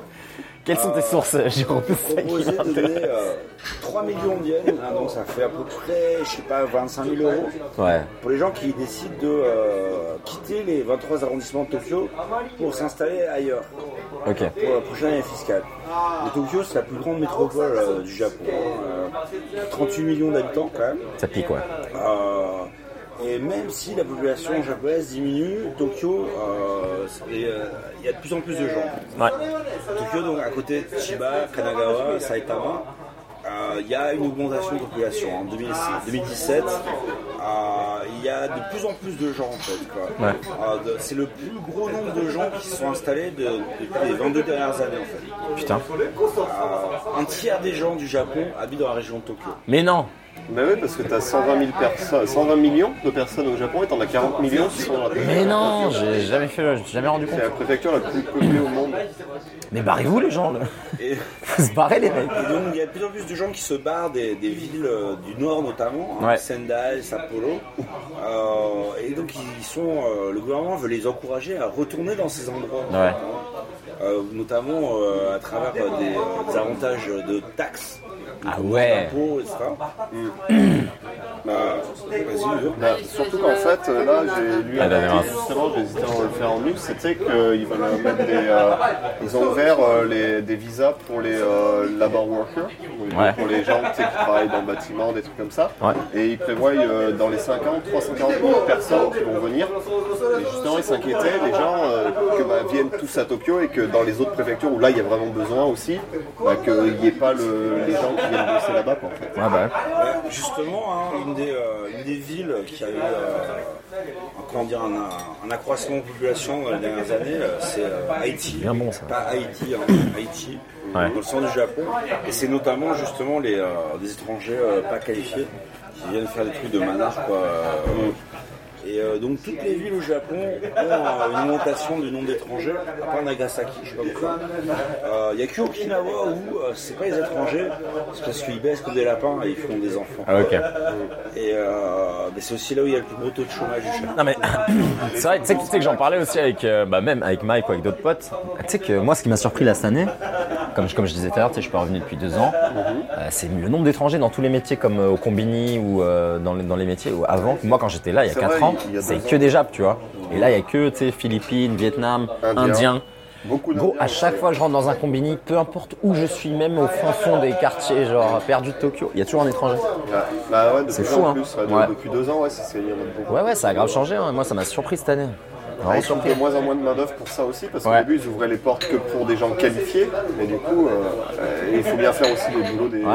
Quelles sont tes sources, Jérôme C'est ça qui Proposé de m'intéresse. donner euh, 3 millions de yens, hein, donc ça fait à peu près, je sais pas, 25 000 euros Ouais. pour les gens qui décident de euh, quitter les 23 arrondissements de Tokyo pour s'installer ailleurs Ok. pour la prochaine année fiscale. Le Tokyo, c'est la plus grande métropole euh, du Japon, hein, euh, 38 millions d'habitants quand même. Ça pique, ouais. Euh, et même si la population japonaise diminue, Tokyo, euh, c'est- euh, il y a de plus en plus de gens. Ouais. Tokyo, donc à côté de Chiba, Kanagawa, Saitama, euh, il y a une augmentation de population. En 2006, 2017, euh, il y a de plus en plus de gens en fait. quoi. Ouais. Euh, de- c'est le plus gros nombre de gens qui se sont installés de- depuis les 22 dernières années en fait. Putain. Euh, un tiers des gens du Japon habitent dans la région de Tokyo. Mais non Bah oui, parce que t'as 120, 000 personnes- 120 millions de personnes au Japon et t'en as 40 millions qui sont dans la Mais préfecture. non J'ai jamais fait, j'ai jamais rendu compte. C'est la préfecture la plus peuplée au monde. Mais barrez-vous, les gens, là. Et- Faut se barrer, les mecs. Et donc il y a de plus en plus de gens qui se barrent des, des villes euh, du nord notamment, hein, Ouais. Sendai, Sapporo. Euh, et donc ils sont, euh, le gouvernement veut les encourager à retourner dans ces endroits. Ouais. Euh, notamment euh, à travers euh, des, euh, des avantages de taxes. Ah donc, ouais. d'impôts, etc. bah, vas-y, Hugo. Bah, surtout qu'en fait, euh, là, j'ai lu Ah, un bah, article, mince. justement, j'hésitais à le faire en news, c'était qu'ils veulent euh, mettre des... euh, ils ont ouvert euh, les, des visas pour les euh, labor workers, donc Ouais. pour les gens tu sais, qui travaillent dans le bâtiment, des trucs comme ça. Ouais. Et ils prévoient euh, dans les 5 ans 340 000 personnes qui vont venir. Et justement, ils s'inquiétaient, les gens, euh, que bah, viennent tous à Tokyo et que dans les autres préfectures où là, il y a vraiment besoin aussi, bah, qu'il n'y ait pas le- les gens qui viennent bosser là-bas, quoi, en fait. Ouais, bah ouais. Euh, Justement, hein, une, des, euh, une des villes qui a eu euh, comment dire, un, un accroissement de population dans les dernières années, euh, c'est euh, Haïti. Bien bon, ça. Pas Haïti, hein, Haïti, Ouais. dans le centre du Japon. Et c'est notamment justement les, euh, des étrangers euh, pas qualifiés qui viennent faire des trucs de manard. Quoi. Euh, Et euh, donc toutes les villes au Japon ont euh, une augmentation du nombre d'étrangers, à part Nagasaki, je sais pas pourquoi. Euh, Il n'y a que Okinawa où euh, c'est pas les étrangers, c'est parce qu'ils baissent comme des lapins et ils font des enfants. Ah, ok. Et euh, mais c'est aussi là où il y a le plus gros taux de chômage du Japon. Non mais c'est vrai, tu sais que- tu sais que j'en parlais aussi avec, euh, bah, même avec Mike ou avec d'autres potes. Tu sais que moi, ce qui m'a surpris là cette année, comme je, comme je disais tout à l'heure, tu sais, je suis pas revenu depuis deux ans, Mhm. euh, c'est le nombre d'étrangers dans tous les métiers comme euh, au combini ou euh, dans, les, dans les métiers où avant. Moi, quand j'étais là il y a C'est quatre vrai, ans, il y a deux c'est ans. que des Japs, tu vois. Et là, il y a que tu sais, Philippines, Vietnam, Indiens. Indiens. Beaucoup Gros, d'Indiens, à chaque fois que je rentre dans un combini, peu importe où je suis, même au fin fond des quartiers, genre perdu de Tokyo, il y a toujours un étranger. Ouais. Bah ouais, de C'est plus fou, en hein. plus, ouais, de- Ouais. depuis deux ans, ouais, c'est c'est- il y en a beaucoup. Ouais, ouais, ça a grave changé. hein. Moi, ça m'a surpris cette année. Ah, Vraiment ils trouvent surpris. de moins en moins de main-d'œuvre pour ça aussi, parce qu'au Ouais. début, ils ouvraient les portes que pour des gens qualifiés, mais du coup, euh, euh, il faut bien faire aussi les boulots des. Ouais.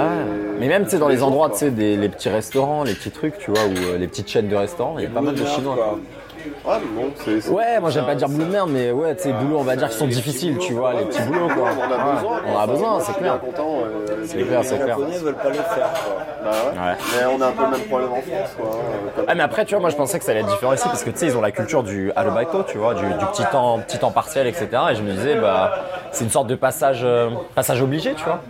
Mais même, tu sais, dans les endroits, tu quoi. sais, des- les petits restaurants, les petits trucs, tu vois, ou euh, les petites chaînes de restaurants, il y a pas mal de Chinois. Quoi. Ah, mais bon, c'est. c'est- Ouais, moi j'aime pas dire c'est- boulot de merde, mais ouais, tu sais, boulot, on va dire qu'ils sont difficiles, tu vois, les petits boulots, quoi. On en a besoin. On en a quoi. besoin, Je c'est suis clair. bien content. euh, C'est clair, c'est Les clair. Japonais veulent pas le faire. Quoi. Bah ouais. Ouais. Mais on a un peu le même problème en France, quoi. euh, comme- Ah mais après tu vois moi je pensais que ça allait être différent ici parce que tu sais ils ont la culture du arobaito tu vois du, du petit temps petit temps partiel etc et je me disais bah c'est une sorte de passage euh, passage obligé tu vois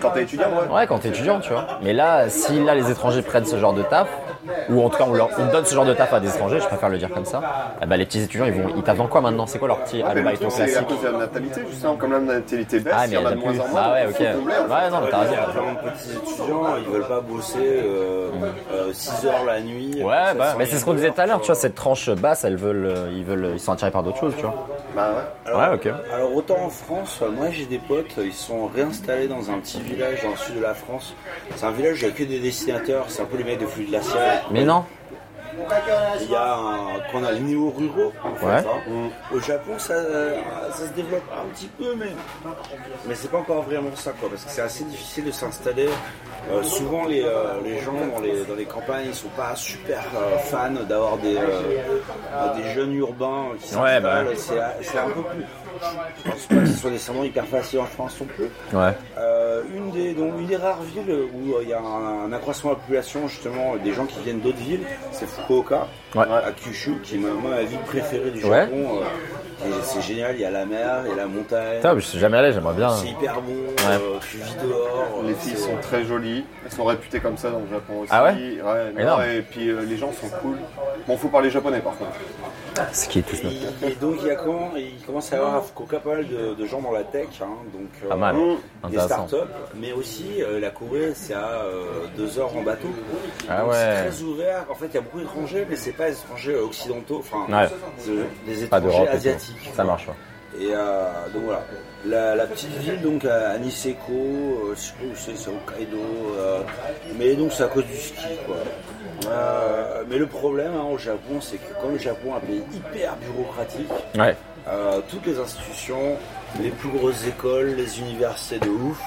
Quand t'es étudiant, ouais. ouais quand t'es étudiant tu vois mais là si là les étrangers prennent ce genre de taf ou en tout cas on, leur, on donne ce genre de taf à des étrangers je préfère le dire comme ça eh ben, les petits étudiants ils vont ils tapent dans quoi maintenant c'est quoi leur petit Mais le arobaito truc, c'est à bah, classique cause de la natalité, justement. Comme la natalité baisse, Ah, il mais y en a de il y en a moins en plus. moins. Ah, ouais, donc ok. il faut combler, en fait. Ouais, non, mais t'as raison. Il y a plein de petits étudiants, ils veulent pas bosser 6 heures la nuit. Ouais, bah, 700 mais c'est ce qu'on 000 disait tout à l'heure, tu vois, heures. cette tranche basse, elles veulent, euh, ils veulent, ils sont attirés par d'autres choses, tu vois. Bah ouais. Ouais, ok. Alors autant en France, euh, moi j'ai des potes, euh, ils sont réinstallés dans un petit village dans le sud de la France. C'est un village où il n'y a que des dessinateurs, c'est un peu les mecs de flux glacial. Mais non. Il y a un, qu'on a les néo ruraux en fait. Ouais. hein. Au Japon, ça, euh, ça se développe un petit peu, mais mais c'est pas encore vraiment ça, quoi, parce que c'est assez difficile de s'installer. Euh, souvent, les, euh, les gens dans les, dans les campagnes, ils sont pas super euh, fans d'avoir des euh, des jeunes urbains qui Ouais, s'installent. bah. c'est, euh, c'est un peu plus. Je pense pas qu'ils soient nécessairement hyper faciles en France non plus. Ouais. Euh, une, des, donc, une des rares villes où euh, il y a un, un accroissement de la population, justement, des gens qui viennent d'autres villes, c'est Fukuoka, Ouais. à Kyushu, qui est ma, moi, ma ville préférée du Ouais. Japon. euh, qui est- c'est génial, il y a la mer, il y a la montagne. Putain, mais je suis jamais allé, j'aimerais bien. hein. C'est hyper bon, euh, tu vis dehors. Les euh, filles c'est- sont très jolies, elles sont réputées comme ça dans le Japon aussi. Ah ouais non, Énorme. Et puis euh, les gens sont cool. Bon, faut parler japonais par contre. Ce qui est tous notre Et, et donc, il y a quand Il commence à y avoir à Fukuoka pas mal de, de gens dans la tech. hein, donc, euh, Pas mal. hein. Mmh. Des Intéressant. startups, mais aussi euh, la Corée, c'est à euh, deux heures en bateau. Ah Donc, ouais. C'est très ouvert. En fait, il y a beaucoup d'étrangers, mais c'est pas des étrangers occidentaux, enfin, Ouais. c'est des Pas étrangers d'Europe. et tout. asiatiques. Ça marche, ouais. Et euh, donc voilà, la, la petite ville donc à Niseko, euh, je sais pas où c'est, c'est Hokkaido, euh, mais donc c'est à cause du ski quoi. Euh, mais le problème hein, au Japon, c'est que comme le Japon est un pays hyper bureaucratique, Ouais. euh, toutes les institutions, les plus grosses écoles, les universités de ouf,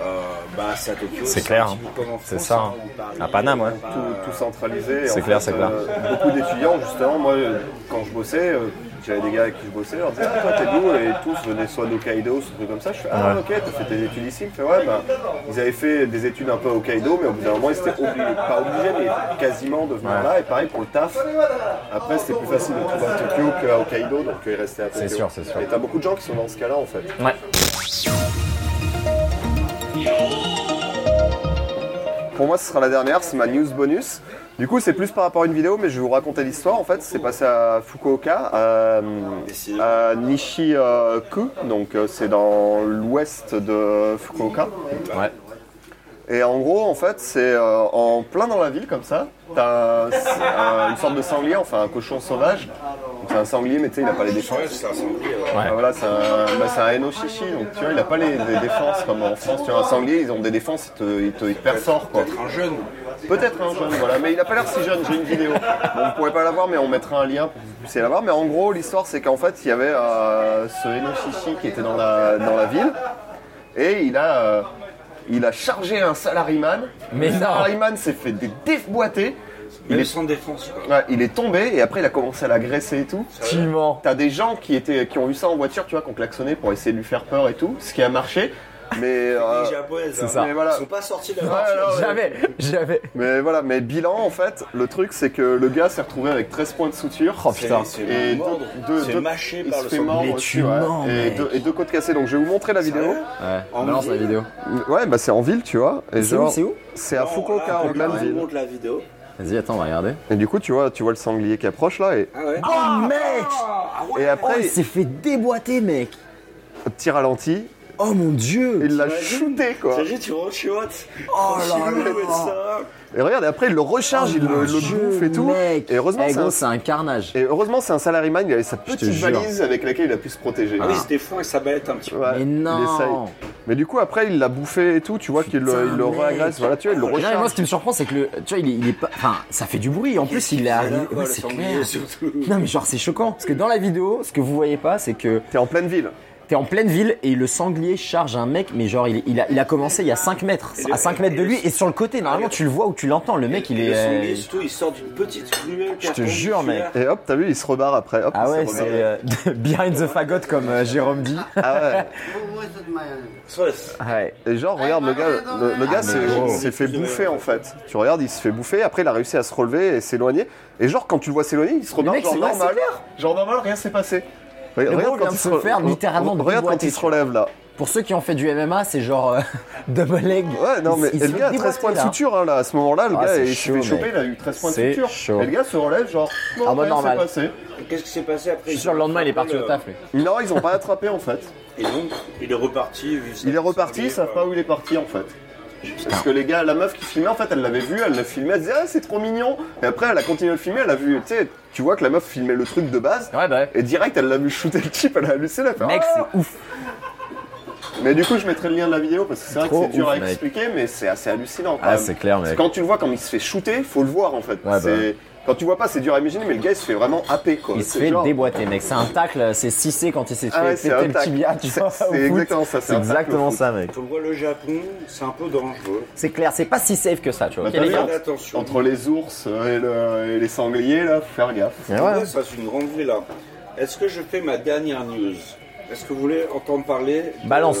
euh, bah c'est à Tokyo. C'est un clair, petit hein. peu comme en C'est France, ça, hein, hein. ou Paris, À Paname, ouais. bah, tout, tout centralisé. Et C'est en clair, fait, c'est clair. euh, beaucoup d'étudiants, justement, moi, euh, quand je bossais, euh, j'avais des gars avec qui je bossais, leur disais, ah, toi, t'es d'où Et tous venaient soit d'Hokkaido, soit des trucs comme ça. Je fais, ah, Ouais. ok, t'as fait tes études ici. Il me fait, ouais, bah, ils avaient fait des études un peu à Hokkaido, mais au bout d'un moment, ils étaient obligés, pas obligés, mais quasiment de venir là. Et pareil pour le taf. Après, c'était plus facile de trouver à Tokyo qu'à Hokkaido, donc euh, ils restaient à Tokyo. C'est sûr, c'est sûr. Et t'as beaucoup de gens qui sont dans ce cas-là, en fait. Ouais. Pour moi, ce sera la dernière, c'est ma news bonus. Du coup, c'est plus par rapport à une vidéo, mais je vais vous raconter l'histoire. En fait, c'est passé à Fukuoka, euh, à, Nishi-ku, donc euh, c'est dans l'ouest de Fukuoka. Ouais. Et en gros, en fait, c'est euh, en plein dans la ville, comme ça. T'as un- un- une sorte de sanglier, enfin un cochon sauvage. Donc, C'est un sanglier, mais tu sais, il n'a pas les défenses. ouais, c'est un sanglier, ouais. Ah, voilà, c'est un, bah, c'est un Enoshishi, donc tu vois, il n'a pas les, les défenses comme en France. Tu vois, un sanglier, ils ont des défenses, ils te, ils te, ils te percent fort, quoi. Un jeune, Peut-être un jeune, voilà, mais il n'a pas l'air si jeune, j'ai une vidéo. Bon, vous ne pourrez pas la voir, mais on mettra un lien pour que vous puissiez la voir. Mais en gros, l'histoire, c'est qu'en fait, il y avait euh, ce Enoshishi qui était dans la, dans la ville, et il a, euh, il a chargé un salaryman. Mais le non. salaryman s'est fait dé- déboîter. il Il est est, sans défense quoi. ouais, il est tombé, et après, il a commencé à l'agresser et tout. Tu mens. T'as des gens qui, étaient, qui ont vu ça en voiture, tu vois, qui ont klaxonné pour essayer de lui faire peur et tout, ce qui a marché. Mais, euh, Les japonaises, c'est hein, ça. mais voilà. Ils sont pas sortis de la Ouais, voiture. alors, euh, Jamais, jamais. Mais voilà, mais bilan en fait, le truc c'est que le gars s'est retrouvé avec 13 points de suture. Oh putain. C'est- Et c'est mordre. deux, C'est deux- mâché il par se le fait sanglier. mordre Mais aussi, tu ouais. mens, et, mec. deux, et deux côtes cassées. Donc je vais vous montrer la vidéo. Ouais. En Balance la ville vidéo. Ouais, bah c'est en ville, tu vois. Et C'est où, genre, c'est où C'est à Non, Fukuoka, là, en pleine on ville. monte la vidéo. Vas-y, attends, on va regarder. Et du coup, tu vois, tu vois le sanglier qui approche là et, Ah ouais. Oh, mec et après, s'est fait déboîter, mec. petit ralenti, Oh mon dieu. il l'a T'imagines shooté quoi. T'imagines, tu rentres chez moi, t- Oh chez nous, et ça. Et regarde, et après il le recharge, il le, le bouffe et tout. Oh, Mec. Et heureusement, Eh, c'est gros, un- c'est un carnage. et heureusement, c'est un salaryman, il avait sa te petite jure. valise avec laquelle il a pu se protéger. Ah oui, c'était fou et ça bête un petit peu. Ouais, Mais il non. essaye. Mais du coup, après, il l'a bouffé et tout. Tu vois qu'il le, il le mec. réagresse. Voilà, tu vois, il le Mais non, mais moi, recharge. ce qui me surprend, c'est que le, tu vois, il est, il est pas. Enfin, ça fait du bruit. En plus, il est Là, arrivé. quoi, Ouais, le c'est sanglier, clair. surtout. Non, mais genre, c'est choquant. Parce que dans la vidéo, ce que vous voyez pas, c'est que T'es en pleine ville. t'es en pleine ville et le sanglier charge un mec, mais genre, il, il a, il a commencé il y a 5 mètres. À 5 mètres de lui et sur le côté. Normalement, tu le vois ou tu l'entends. Le mec, il Et le sanglier, est. euh, surtout, il sort d'une petite ruelle. Je te jure, mec. Et hop, t'as vu, il se rebarre après. Hop, Ah il ouais, se c'est rebarre. euh, behind the fagot comme euh, Jérôme dit. Ah ouais. Ouais. Et genre, regarde, le gars, le, le gars s'est wow. s'est fait bouffer en fait. Tu regardes, il se fait bouffer. Après, il a réussi à se relever et s'éloigner. Et genre, quand tu le vois s'éloigner, il se rebarre mec, genre c'est- ouais, c'est normal. Genre normal, rien s'est passé. Regarde, gros vient de se faire littéralement regarde quand déboîter, il se tu vois. relève là. Pour ceux qui ont fait du MMA, c'est genre euh, double leg. Ouais, non, Ils- mais ils et se le gars a font 13 points de déboîter, là. suture hein, là, à ce moment-là. Le Ah, gars, c'est il s'est fait chaud, choper, mec. il a eu 13 points de C'est suture. chaud. Et le gars se relève, genre, non, Ah, bah, rien s'est normal. passé. Qu'est-ce qui s'est passé après Je suis sûr, le lendemain, il est parti au taf, lui. Non, ils ont pas attrapé en fait. Et donc, il est reparti. vu ça, Il est reparti, sanglier, ils savent quoi. pas où il est parti en fait. Parce que les gars, la meuf qui filmait, en fait, elle l'avait vu, elle l'a filmé, elle disait ah c'est trop mignon. Et après, elle a continué à le filmer, elle a vu, tu sais, tu vois que la meuf filmait le truc de base. Ouais, bah ouais. Et direct, elle l'a vu shooter le chip, elle a halluciné, elle a fait, Mec, Ah c'est ouf. Mais du coup, je mettrai le lien de la vidéo parce que c'est vrai que Trop c'est dur ouf, à mec. expliquer, mais c'est assez hallucinant. Quand Ah, même. c'est clair, Parce mec. que quand tu le vois, comme il se fait shooter, faut le voir en fait. bah C'est- ouais. Quand tu vois pas, c'est dur à imaginer, mais le gars, il se fait vraiment happer quoi. Il se C'est fait genre- déboîter, mec. C'est un tacle, c'est 6C quand il s'est fait Ah ouais, c'est un péter le tacle. tibia, tu C'est- vois. au c'est foot. exactement ça, c'est C'est un tacle au exactement foot. ça, mec. On voit le Japon, c'est un peu dangereux. C'est clair, c'est pas si safe que ça, tu vois. Bah, Ok, t'as les vu, gars Faites attention. Entre les ours euh, et, le- et les sangliers, là, faut faire gaffe. Ah Ouais, Ouais, ouais. Ça, c'est une grande ville. hein. Est-ce que je fais ma dernière news Est-ce que vous voulez entendre parler de- euh, Balance.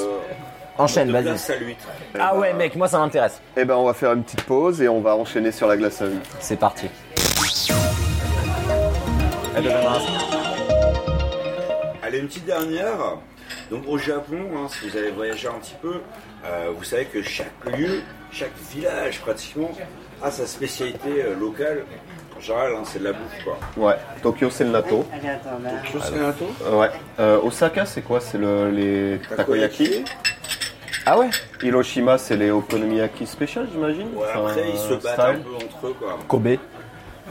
Enchaîne, de vas-y. glace à l'huître. Ah ouais, mec, moi ça m'intéresse. Eh ben, on va faire une petite pause et on va enchaîner sur la glace à vue. C'est parti. Allez, avait une petite dernière. Donc au Japon, hein, si vous avez voyagé un petit peu, euh, vous savez que chaque lieu, chaque village pratiquement, a sa spécialité euh, locale. En général, hein, c'est de la bouffe quoi. Ouais, Tokyo c'est le natto. Euh, ouais. Euh, Osaka c'est quoi C'est le, les takoyaki. Ah ouais Hiroshima c'est les okonomiyaki spécial j'imagine. Ouais, Enfin, après, ils se battent un style. peu entre eux quoi. Kobe.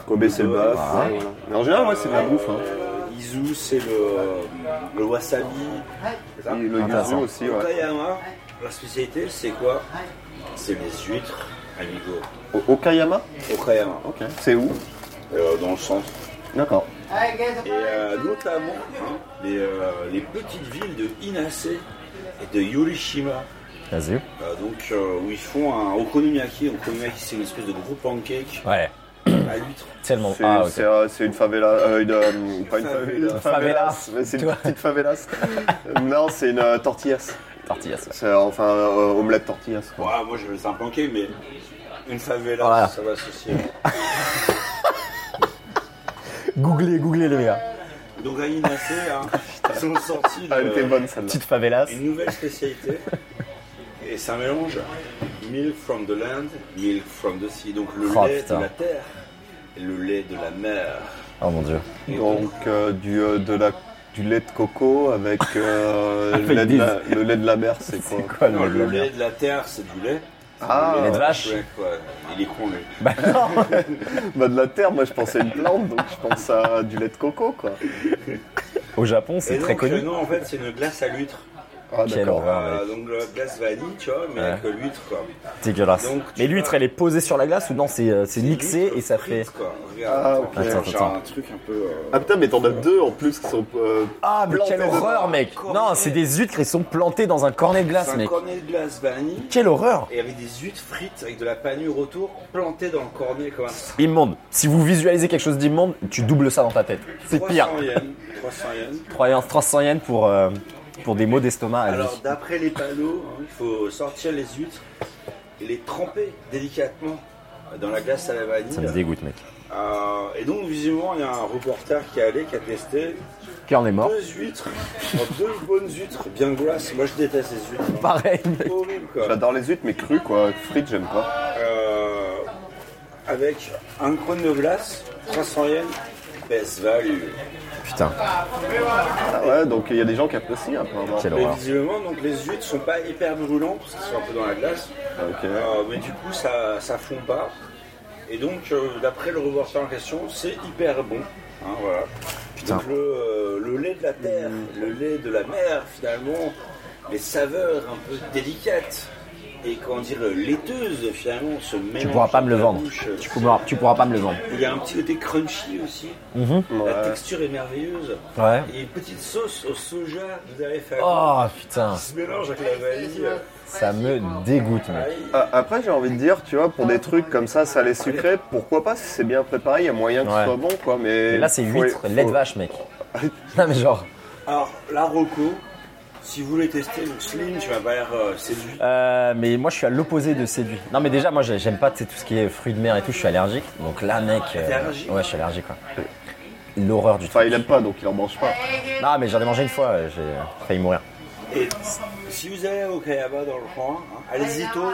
Kobe c'est le baf. Ah. ouais, voilà. Mais en général ouais c'est de la bouffe. hein. Euh, Izu, c'est le, euh, le wasabi. c'est ça Et Ah, le yuzu Intéressant. aussi Au ouais. Kayama, la spécialité, c'est quoi C'est les huîtres, amigo. O- Okayama Au Kayama, Ok. C'est où euh, dans le centre. D'accord. Et euh, notamment hein, les, euh, les petites villes de Inase et de Yorishima. Vas-y. Euh, donc, euh, où ils font un okonomiyaki. Okonomiyaki, c'est une espèce de gros pancake Ouais. à l'huître. Tellement. C'est Ah, c'est, ok. euh, c'est une favela, euh, une, euh, pas une favela, Une favelas. favelas, mais c'est Tu une vois. petite favelas. non, c'est une euh, tortillas. Tortillas. ouais. C'est euh, enfin euh, omelette tortillas. quoi. Ouais, moi j'avais ça un pancake, mais une favela, Voilà. ça va associer. Googlez, googlez les gars. Donc, à Inase, hein, ils ont sorti Ah, elle le- était bonne celle-là. Petite favelas. une nouvelle spécialité. Et c'est un mélange milk from the land, milk from the sea. Donc le Oh, lait putain. de la terre et le lait de la mer. Oh mon dieu. Donc euh, du, euh, de la, du lait de coco avec, euh, Avec le, lait de des- la, le lait de la mer, c'est quoi, Quoi Non, le Ah, le le- le- lait de la terre, c'est du lait. Ah, Le lait de la vache. ouais, quoi. Il est con, lui. Bah non bah, De la terre, moi je pensais une plante, donc je pense à du lait de coco quoi. Au Japon, Et c'est très donc, euh, connu. Non, en fait, c'est une glace à l'huître. Ah, Quelle d'accord. horreur, Euh, mec. donc, la glace vanille, tu vois, mais Ouais. avec l'huître, quoi. Dégueulasse. donc, tu Mais l'huître, vois- elle est posée sur la glace ou non C'est euh, c'est mixé L'huître et ça frite, fait. Quoi. Regarde, Ah, attends, ok. regarde, Attends, j'ai attends. un truc un peu. euh, Ah putain, mais t'en as deux en plus qui sont. euh, Ah, mais plantés quelle dedans. horreur, mec Non, c'est des huîtres qui sont plantées dans un cornet de c'est glace, un mec. cornet de glace vanille Quelle horreur et avec des huîtres frites avec de la panure autour plantées dans le cornet, comme ça. Immonde. Si vous visualisez quelque chose d'immonde, tu doubles ça dans ta tête. C'est pire. 300 yens. 300 yens. 300 yens pour, euh, pour des maux d'estomac à Alors vie. d'après les panneaux, hein, il faut sortir les huîtres et les tremper délicatement dans la glace à la Ça me vanille. dégoûte, mec. Euh, et donc visiblement il y a un reporter qui est allé, qui a testé Qui en est mort deux huîtres, euh, deux bonnes huîtres bien grasses. Moi je déteste les huîtres. hein. Pareil, mec. Horrible quoi. J'adore les huîtres, mais crues quoi. Frites, j'aime pas. Euh, avec un cône de glace, 300 yens, best value. Putain, Ah ouais, donc il y a des gens qui apprécient hein. apparemment. quelle Mais horreur. visiblement donc les huîtres sont pas hyper brûlantes parce qu'ils sont un peu dans la glace. Ah, ok. Euh, mais du coup, ça, ça fond pas. Et donc, euh, d'après le reporter en question, c'est hyper bon. Hein, voilà. Donc, le, euh, le lait de la terre, Mm. le lait de la mer, finalement, les saveurs un peu délicates et comment dire laiteuses, finalement, se mélangent. Tu pourras pas me le dans la vendre. bouche. euh, Tu pourras, tu pourras pas me le vendre. Il y a un petit côté crunchy aussi. La Ouais. texture est merveilleuse. Mm-hmm. Ouais. Il y a une petite sauce au soja que vous avez fait. Oh putain, Qui se mélange avec la vanille. ça me dégoûte, mec. Aïe. Ah, Après, j'ai envie de dire, tu vois, pour des trucs comme ça, salé sucré, pourquoi pas Si c'est bien préparé, il y a moyen que ce Ouais. soit bon, quoi. Mais, Et là, c'est faut- huîtres, lait de faut- vache, mec. Non, mais genre. Alors, la Rocco, si vous voulez tester, donc Slim, tu vas pas l'air euh, séduit. Euh, mais moi, je suis à l'opposé de séduit. Non, mais déjà, moi, j'ai- j'aime pas tu sais, tout ce qui est fruits de mer et tout. Je suis allergique. Donc là, mec. euh, T'es allergique ouais, je suis allergique, quoi. L'horreur du Enfin, truc. il aime pas, donc il en mange pas. Non, mais j'en ai mangé une fois. euh, J'ai euh, failli mourir. Et si vous allez au Kayaba dans le coin, hein, allez-y tôt,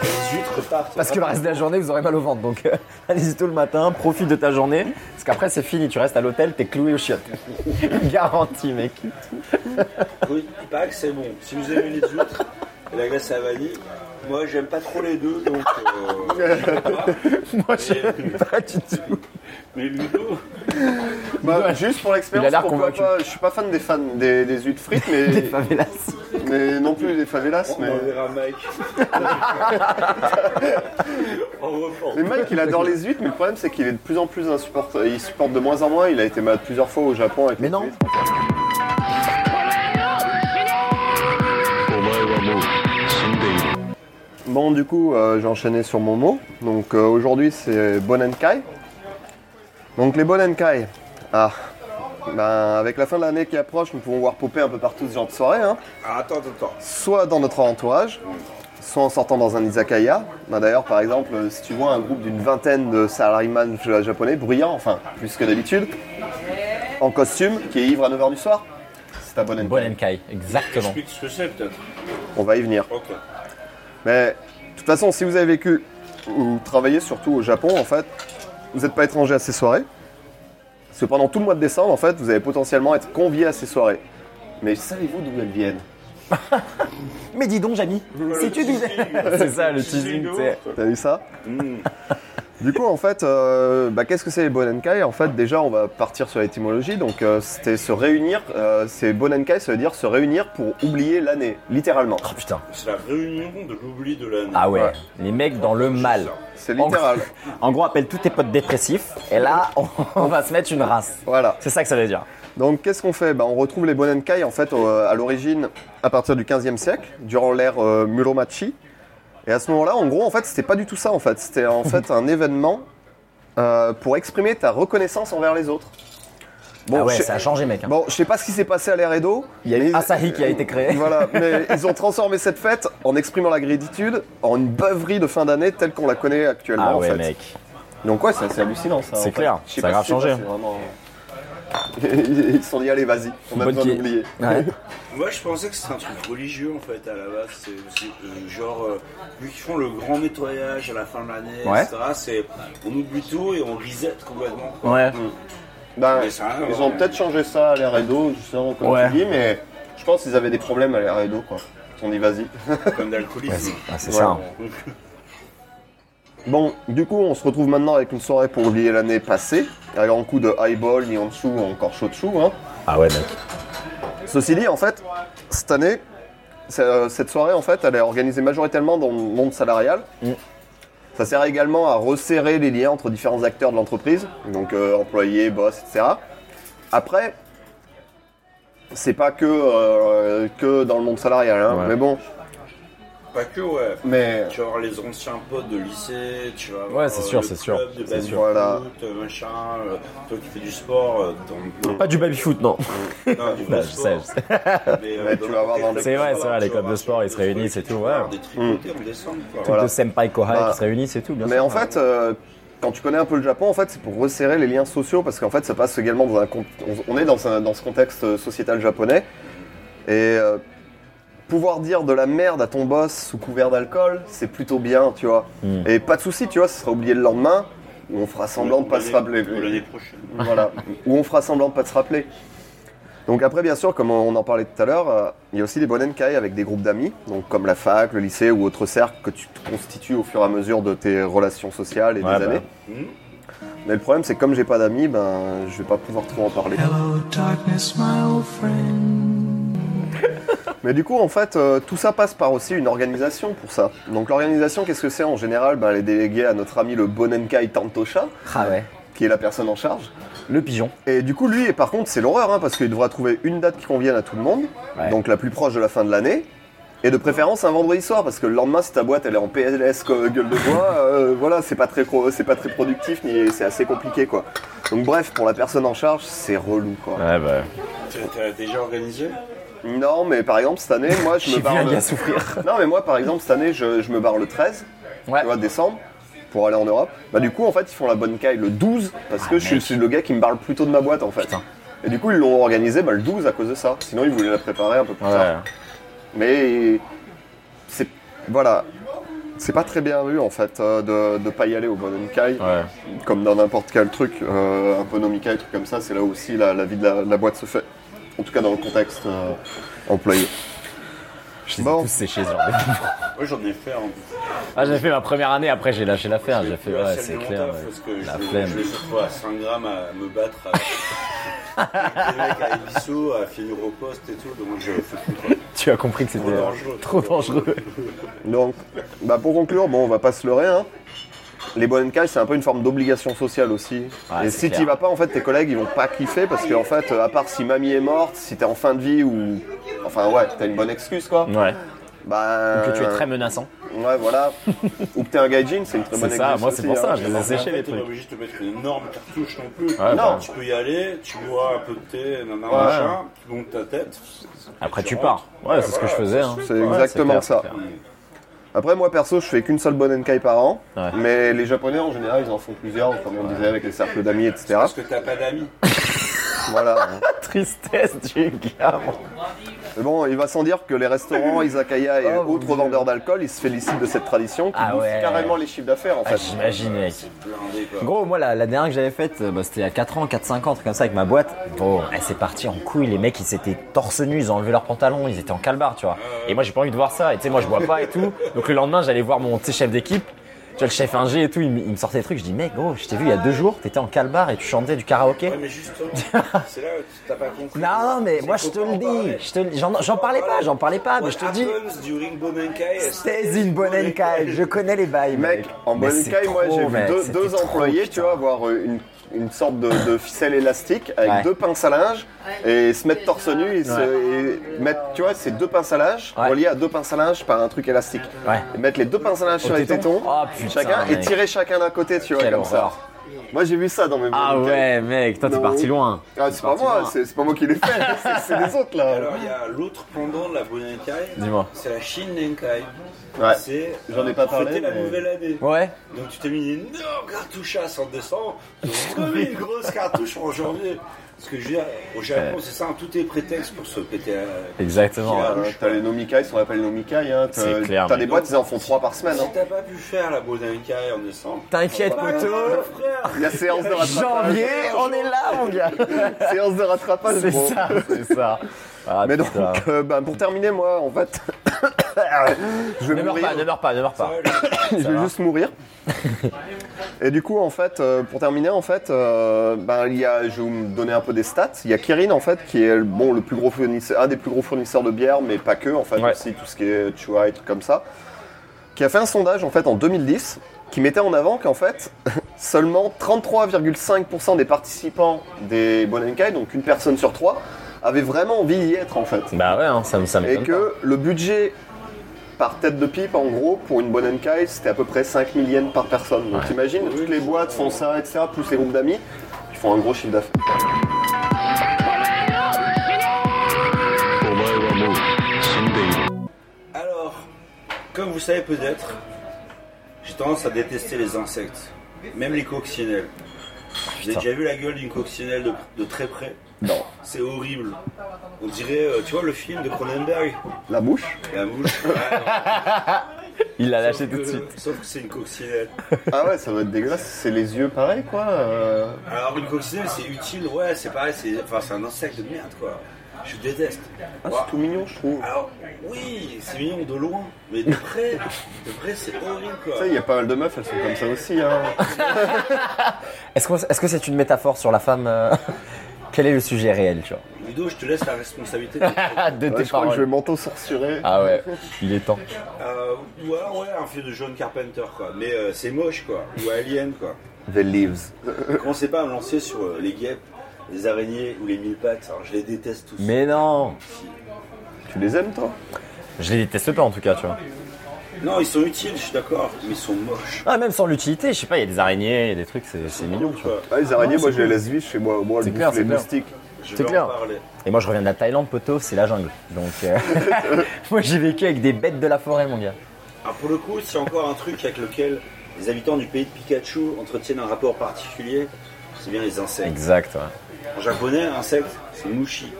les huîtres partent. Parce que le reste de la journée, vous aurez mal au ventre. Donc, euh, allez-y tôt le matin, profite de ta journée. Parce qu'après, c'est fini. Tu restes à l'hôtel, t'es cloué aux chiottes. Garanti, mec. Oui, il paraît que c'est bon. Si vous aimez les huîtres et la glace à vanille, moi j'aime pas trop les deux, donc. euh, Moi, j'aime pas du tout. Mais Ludo, Bah, Ouais. juste pour l'expérience, Il a l'air pourquoi convaincu. pas- Je suis pas fan des fans des, des huîtres frites, Des mais, favelas. mais non plus des favelas. on Mais, enverra Mike. On reprend. mais Mike, il adore les huîtres, mais le problème, c'est qu'il est de plus en plus insupportable. Il supporte de moins en moins. Il a été malade plusieurs fois au Japon avec Mais les non. huîtres. お前はもう死んでいる Bon, du coup, euh, j'ai enchaîné sur mon mot. Donc euh, aujourd'hui, c'est Bonenkai. Donc les Bonenkai. Ah, ben, avec la fin de l'année qui approche, nous pouvons voir popper un peu partout ce genre de soirée. hein. Ah, attends, attends, attends. Soit dans notre entourage, soit en sortant dans un izakaya. Ben, D'ailleurs, par exemple, euh, si tu vois un groupe d'une vingtaine de salaryman japonais bruyants, enfin, plus que d'habitude, en costume, qui est ivre à 9h du soir, c'est C'est un bon MK. Bonenkai, exactement. Explique ce que c'est peut-être. On va y venir. Ok. Mais de toute façon, si vous avez vécu ou travaillé surtout au Japon, en fait, vous n'êtes pas étranger à ces soirées. Parce que pendant tout le mois de décembre, en fait, vous allez potentiellement être convié à ces soirées. Mais savez-vous d'où elles viennent Mais dis donc, Jamy, sais-tu d'où C'est ça, le teasing, tu sais. T'as vu ça Du coup, en fait, euh, bah, qu'est-ce que c'est les Bonenkai En fait, déjà, on va partir sur l'étymologie. Donc, euh, c'était se réunir. euh, c'est Bonenkai, ça veut dire se réunir pour oublier l'année, littéralement. Oh putain. C'est la réunion de l'oubli de l'année. Ah ouais, Ouais. les mecs dans le mal. C'est littéral. En gros, appelle tous tes potes dépressifs et là, on, on va se mettre une race. voilà. C'est ça que ça veut dire. Donc qu'est-ce qu'on fait Bah, On retrouve les Bonenkai en fait au- euh, à l'origine à partir du 15e siècle, durant l'ère euh, Muromachi. Et à ce moment-là, en gros, en fait, c'était pas du tout ça. En fait, c'était en fait un événement euh, pour exprimer ta reconnaissance envers les autres. Bon, ah ouais, je- ça a changé, mec. hein. Bon, je sais pas ce qui s'est passé à l'ère Edo. Il y a eu mais- Asahi qui a été créé. Voilà, mais ils ont transformé cette fête en exprimant la gratitude en une beuverie de fin d'année telle qu'on la connaît actuellement. ah en ouais, fait. mec. Donc ouais, c'est assez hallucinant ça. en C'est fait. clair, Je sais ça a pas grave ce qui s'est changé. passé, vraiment. Ils se sont dit allez vas-y, on a Bonne besoin qui- d'oublier. Ouais. Moi, je pensais que c'était un truc religieux en fait à la base. C'est c'est, euh, genre, euh, vu qu'ils font le grand nettoyage à la fin de l'année, Ouais. etc., c'est on oublie tout et on reset complètement. quoi. Ouais. Ben, Mais ça, ils ouais. ont peut-être changé ça à l'air Edo, justement comme Ouais. tu dis, mais je pense qu'ils avaient des problèmes à l'air Edo quoi. Ils se sont dit vas-y. Comme d'alcoolisme. Ah, c'est Ouais. ça. hein. Bon, du coup, on se retrouve maintenant avec une soirée pour oublier l'année passée, avec un coup de highball, ni en dessous, encore chaud de chou, hein. Ah ouais, mec. Ceci dit, en fait, cette année, c'est, euh, cette soirée, en fait, elle est organisée majoritairement dans le monde salarial. Ça sert également à resserrer les liens entre différents acteurs de l'entreprise, donc euh, employés, boss, etc. Après, c'est pas que, euh, que dans le monde salarial, hein, Ouais. mais bon, Pas que, ouais. mais Tu vas voir les anciens potes de lycée, tu vas Ouais, voir c'est euh, sûr, le c'est sûr, club de c'est basket, sûr. Voilà. foot, machin, euh, toi qui fais du sport, euh, dans- Pas du baby-foot, non. non, du Bah, vrai je sport. sais, je sais. Mais, euh, Mais tu dans vas voir les- dans les- Mm. C'est vrai, c'est vrai, tu les vas clubs de voir sport, sur ils se réunissent et tu tout, vas ouais. voir Des tricotés en décembre, quoi. Voilà. De Senpai Kohai Bah, qui se réunissent et tout, bien Mais sûr. en fait, euh, quand tu connais un peu le Japon, en fait, c'est pour resserrer les liens sociaux parce qu'en fait, ça passe également dans un con- on- on est dans, un- dans ce contexte euh, sociétal japonais et euh, pouvoir dire de la merde à ton boss sous couvert d'alcool, c'est plutôt bien, tu vois. Mm. Et pas de souci, tu vois, ça sera oublié le lendemain où on fera semblant de pas se rappeler. Pour l'année prochaine. Voilà, où on fera semblant de pas se rappeler. Donc après, bien sûr, comme on en parlait tout à l'heure, euh, il y a aussi les bonenkai avec des groupes d'amis, donc comme la fac, le lycée ou autres cercles que tu te constitues au fur et à mesure de tes relations sociales et Ouais, des bah. années. Mhm. Mais le problème, c'est que comme j'ai pas d'amis, ben je vais pas pouvoir trop en parler. Hello darkness, my old friend. Mais du coup, en fait, euh, tout ça passe par aussi une organisation pour ça. Donc l'organisation, qu'est-ce que c'est en général Ben, Elle est déléguée à notre ami le bonenkai Tantosha, Ah ouais. E qui est la personne en charge. Le pigeon. Et du coup, lui, et par contre, c'est l'horreur, hein, parce qu'il devra trouver une date qui convienne à tout le monde, Ouais. donc la plus proche de la fin de l'année, et de préférence un vendredi soir, parce que le lendemain, si ta boîte elle est en PLS co- gueule de bois, euh, voilà, c'est pas très pro- c'est pas très productif, ni c'est assez compliqué quoi. Donc bref, pour la personne en charge, c'est relou quoi. Ouais, bah. T'as- T'as déjà organisé Non, mais par exemple cette année, moi je J'ai me vu barre. un le- gars souffrir. Non, mais moi par exemple cette année, je, je me barre le 13, Ouais. tu vois, décembre. Pour aller en Europe, bah du coup en fait ils font la bonne caille le 12 parce que je suis- je suis le gars qui me parle plutôt de ma boîte en fait. Ah, Putain. Et du coup, ils l'ont organisé bah, le 12 à cause de ça. Sinon, ils voulaient la préparer un peu plus tard. Mais c'est voilà, c'est pas très bien vu en fait euh, de ne pas y aller au Bonenkai, Ouais. comme dans n'importe quel truc, euh, un peu nomikai, truc comme ça. C'est là aussi la, la vie de la, de la boîte se fait. En tout cas, dans le contexte euh, employé. Je les ai Bon. tous séchés, ce genre de- Moi j'en ai fait hein. un. Ah, j'ai fait ma première année, après j'ai lâché l'affaire. Ah, J'ai fait, Plus la ouais, salle c'est de clair. montage, ouais. Parce que La je, flemme. je vais surtout à 5 grammes à me battre avec avec des mecs à Ebisso, à finir au poste et tout. Donc je Tu as compris que c'était Trop euh, dangereux. trop dangereux. Donc, bah, pour conclure, bon, on va pas se leurrer. Hein. Les Bonenkai, c'est un peu une forme d'obligation sociale aussi. Ouais, et c'est si clair. t'y vas pas, en fait, tes collègues, ils vont pas kiffer parce qu'en fait, euh, à part si mamie est morte, si t'es en fin de vie ou. Enfin, ouais, t'as une bonne excuse, quoi. Ouais. Bah. Que tu es très menaçant. Ouais, voilà. ou que t'es un gaijin, c'est une très C'est bonne ça, excuse. moi, c'est aussi, pour ça, hein. je les ai séchés, les T'es pas trucs. obligé de te mettre une énorme cartouche non plus. Ouais, non, bah. tu peux y aller, tu bois un peu de thé, nanana, Ouais. machin, tu montes ta tête. Après, tu rentres. pars. Ouais, c'est ce que je faisais. hein. C'est Ouais, exactement clair, ça. c'est clair. Après, moi, perso, je fais qu'une seule Bonenkai par an. Ouais. Mais les Japonais, en général, ils en font plusieurs, comme on disait, avec les cercles d'amis, etc. Parce que t'as pas d'amis. hein. voilà. tristesse du gars. Mais bon, il va sans dire que les restaurants, izakaya et Oh, mon autres vendeurs d'alcool, ils se félicitent de cette tradition qui Ah bouffe ouais. carrément les chiffres d'affaires en Ah, fait. J'imagine, mec. blindé, quoi. Gros, moi, la, la dernière que j'avais faite, euh, bah, c'était à 4 ans, 4-5 ans, truc comme ça, avec ma boîte. Bon, elle s'est partie en couille. Les mecs, ils s'étaient torse nus, ils ont enlevé leurs pantalons, ils étaient en calbar, tu vois. Et moi, j'ai pas envie de voir ça. Et tu sais, moi, je bois pas et tout. Donc, le lendemain, j'allais voir mon tu sais, chef d'équipe. Tu vois, le chef ingé et tout, il, me- il me sortait des trucs. Je dis, mec, gros, je t'ai vu il y a deux jours, t'étais en calbar et tu chantais du karaoké. Ouais, mais justement, c'est là que t'as pas compris. bah, Non, non, mais Les moi, je te copains le parlaient. dis. je te le- J'en j'en parlais pas, j'en parlais pas, mais What je te le dis. happens during Bonenkai C'est une bonne encaille, je connais les bails, Mec, en Mais bonne c'est caille, moi trop, j'ai vu mec, deux, c'était deux trop, employés, putain. tu vois, avoir euh, une, une sorte de, de ficelle élastique avec Ouais. deux pinces à linge et se mettre torse nu et, se, et mettre, tu vois, ces deux pinces à linge Ouais. reliées à deux pinces à linge par un truc élastique. Ouais. Et mettre les deux pinces à linge sur les téton tétons, Oh, putain, chacun, et mec. tirer chacun d'un côté, tu vois, Quelle comme ça. horreur. Moi j'ai vu ça dans mes Ah bonnes cailles. ouais, mec, toi t'es Non. parti loin. Ah, c'est pas parti moi, loin. c'est c'est pas moi qui l'ai fait, c'est- c'est les autres là. Alors, il y a l'autre pendant de la Bonenkai. Dis-moi. C'est la Shin Nenkai. Ouais. C'est. J'en ai pas pour fêter parlé, la mais- nouvelle année. Ouais. Donc, tu t'es mis une énorme cartouchasse en décembre. Tu t'es remis une grosse cartouche en janvier. Parce que je veux dire, au Japon, c'est ça, tout est prétexte pour se péter la. Exactement. Qui a- Euh, T'as les nomikai, ce qu'on appelle les nomikai, hein. C'est clair, t'as t'as mais- des boîtes, ils en font trois par semaine. Si Hein. t'as pas pu faire la Bonenkai en décembre. T'inquiète, Bah, poteau. frère, La séance de rattrapage. Janvier, on est là, mon gars. Séance de rattrapage, C'est bon. ça, c'est ça. Ah, Mais donc, putain. euh, bah, pour terminer, moi, en fait, je vais Ne meurs mourir. pas, ne meurs pas, ne meurs pas. je vais va. juste mourir. Et du coup, en fait, euh, pour terminer, en fait, euh, ben, il y a, je vais vous me donner un peu des stats. Il y a Kirin, en fait, qui est le- bon, le plus gros fournisseur, un des plus gros fournisseurs de bière, mais pas que, en fait, Ouais. aussi tout ce qui est tu vois, et trucs comme ça, qui a fait un sondage, en fait, en 2010, qui mettait en avant qu'en fait, seulement 33,5% des participants des Bonenkai, donc une personne sur trois, avait vraiment envie d'y être, en fait. Bah ouais, hein, ça me ça Et m'étonne que le budget par tête de pipe, en gros, pour une bonne Enkai, c'était à peu près 5 000 yens par personne. Donc t'imagines, toutes les boîtes font ça, etc., plus les groupes d'amis, ils font un gros chiffre d'affaires. お前はもう死んでいる Alors, comme vous savez peut-être, j'ai tendance à détester les insectes, même les coccinelles. J'ai déjà vu la gueule d'une coccinelle de, de très près. Ah, Non. C'est horrible. On dirait, euh, tu vois, le film de Cronenberg, La bouche la bouche. Ah, pas. Il l'a Sauf lâché tout que- de suite. Euh, Sauf que c'est une coccinelle. Ah ouais, ça doit être dégueulasse, c'est les yeux pareil, quoi. euh. Alors une coccinelle, c'est utile, ouais, c'est pareil, c'est enfin, c'est un insecte de merde, quoi. Je déteste. Ah, Ouah. c'est tout mignon, je trouve. Alors, oui, c'est mignon de loin, mais de près, de près, c'est horrible, quoi. Tu sais, il y a pas mal de meufs, elles sont comme ça aussi. Hein. Est-ce qu'on- est-ce que c'est une métaphore sur la femme euh, Quel est le sujet réel, tu vois Ludo, je te laisse la responsabilité. De Ouais, je crois que je tes vais paroles. m'auto-censurer. Ah ouais, il est temps. Euh, ou alors, ouais, un film de John Carpenter, quoi. Mais euh, c'est moche, quoi. Ou Alien, quoi. The Leaves. Euh. Commencez pas à me lancer sur euh, les guêpes, les araignées ou les mille pattes. Alors, je les déteste tous. Mais non Tu les aimes, toi Je les déteste pas en tout cas, tu vois. Non, ils sont utiles, je suis d'accord. Mais ils sont moches. Ah, même sans l'utilité, je sais pas, il y a des araignées, il y a des trucs, c'est c'est mignon, tu vois. Quoi. ah, Les araignées, moi, je les laisse vivre chez moi. Moi, C'est le clair, bouffe c'est les clair. moustiques. Je C'est vais clair. en parler. Et moi, je reviens de la Thaïlande, poteau, c'est la jungle. Donc, euh, moi, j'ai vécu avec des bêtes de la forêt, mon gars. Alors, pour le coup, c'est encore un truc avec lequel les habitants du pays de Pikachu entretiennent un rapport particulier. C'est bien les insectes. Exact, ouais. En japonais, insecte, c'est mushi.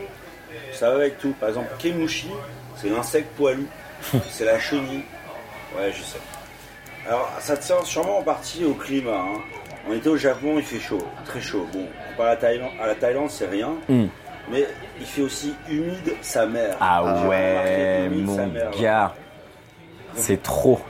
Ça va avec tout. Par exemple, kemushi, c'est l'insecte poilu. c'est la chenille. Ouais, je sais. Alors, ça tient sûrement en partie au climat. hein. On était au Japon, il fait chaud, très chaud. Bon, comparé à la Thaïlande, à la Thaïlande c'est rien. Mm. Mais il fait aussi humide sa mère. Ah J'ai remarqué, ouais, humide sa mon mère, ouais. gars. C'est trop.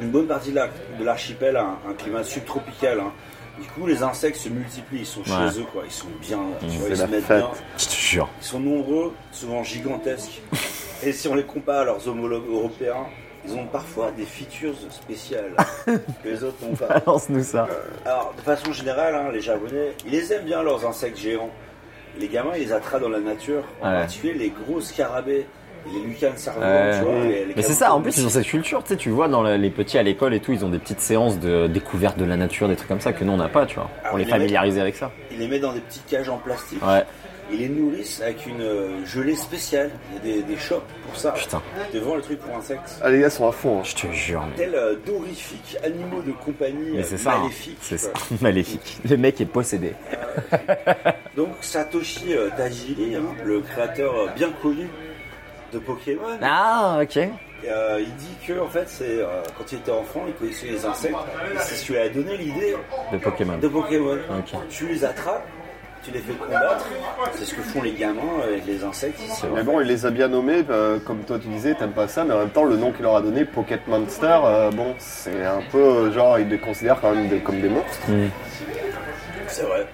Une bonne partie de la- de l'archipel a un, un climat subtropical. hein. Du coup, les insectes se multiplient, ils sont Ouais. Hmm. chez eux, quoi. Ils sont bien, tu vois, c'est ils se la mettent fête. bien. Je te jure. Ils sont nombreux, souvent gigantesques. Et si on les compare à leurs homologues européens, ils ont parfois des features spéciales que les autres n'ont pas. Lance-nous ça. Alors, de façon générale, hein, les Japonais, ils les aiment bien leurs insectes géants. Les gamins, ils les attrapent dans la nature, en Ouais. particulier les gros scarabées, les lucanes servantes, Ouais. tu vois. les- les Mais c'est ça, en cabotons. plus, ils ont cette culture, tu sais, tu vois, dans le- les petits à l'école et tout, ils ont des petites séances de découverte de la nature, des trucs comme ça que nous, on n'a pas, tu vois. Ah, Pour mais les les mecs- familiariser avec ça. Ils les mettent dans des petites cages en plastique. Ouais. Ils les nourrissent avec une euh, gelée spéciale. Il y a des, des shops pour ça. Putain. Devant le truc pour insectes. Ah, les gars sont à fond. hein. Je te jure, mais, Tel euh, d'horrifiques animaux de compagnie mais euh, c'est ça. hein. maléfiques. euh. C'est ça. quoi. Maléfique. Le mec est possédé. Donc Satoshi euh, Tajiri, hein, le créateur euh, bien connu de Pokémon, Ah, ok. euh, il dit que en fait c'est euh, quand il était enfant, il connaissait les insectes et c'est ce qui lui a donné l'idée De Pokémon. de Pokémon. Ok. Tu les attrapes, tu les fais combattre, c'est ce que font les gamins avec les insectes. C'est Mais bon, il les a bien nommés, euh, comme toi tu disais, t'aimes pas ça, mais en même temps, le nom qu'il leur a donné, Pocket Monster, euh, bon, c'est un peu euh, genre, ils les considèrent quand même des- comme des monstres. Mm, C'est vrai.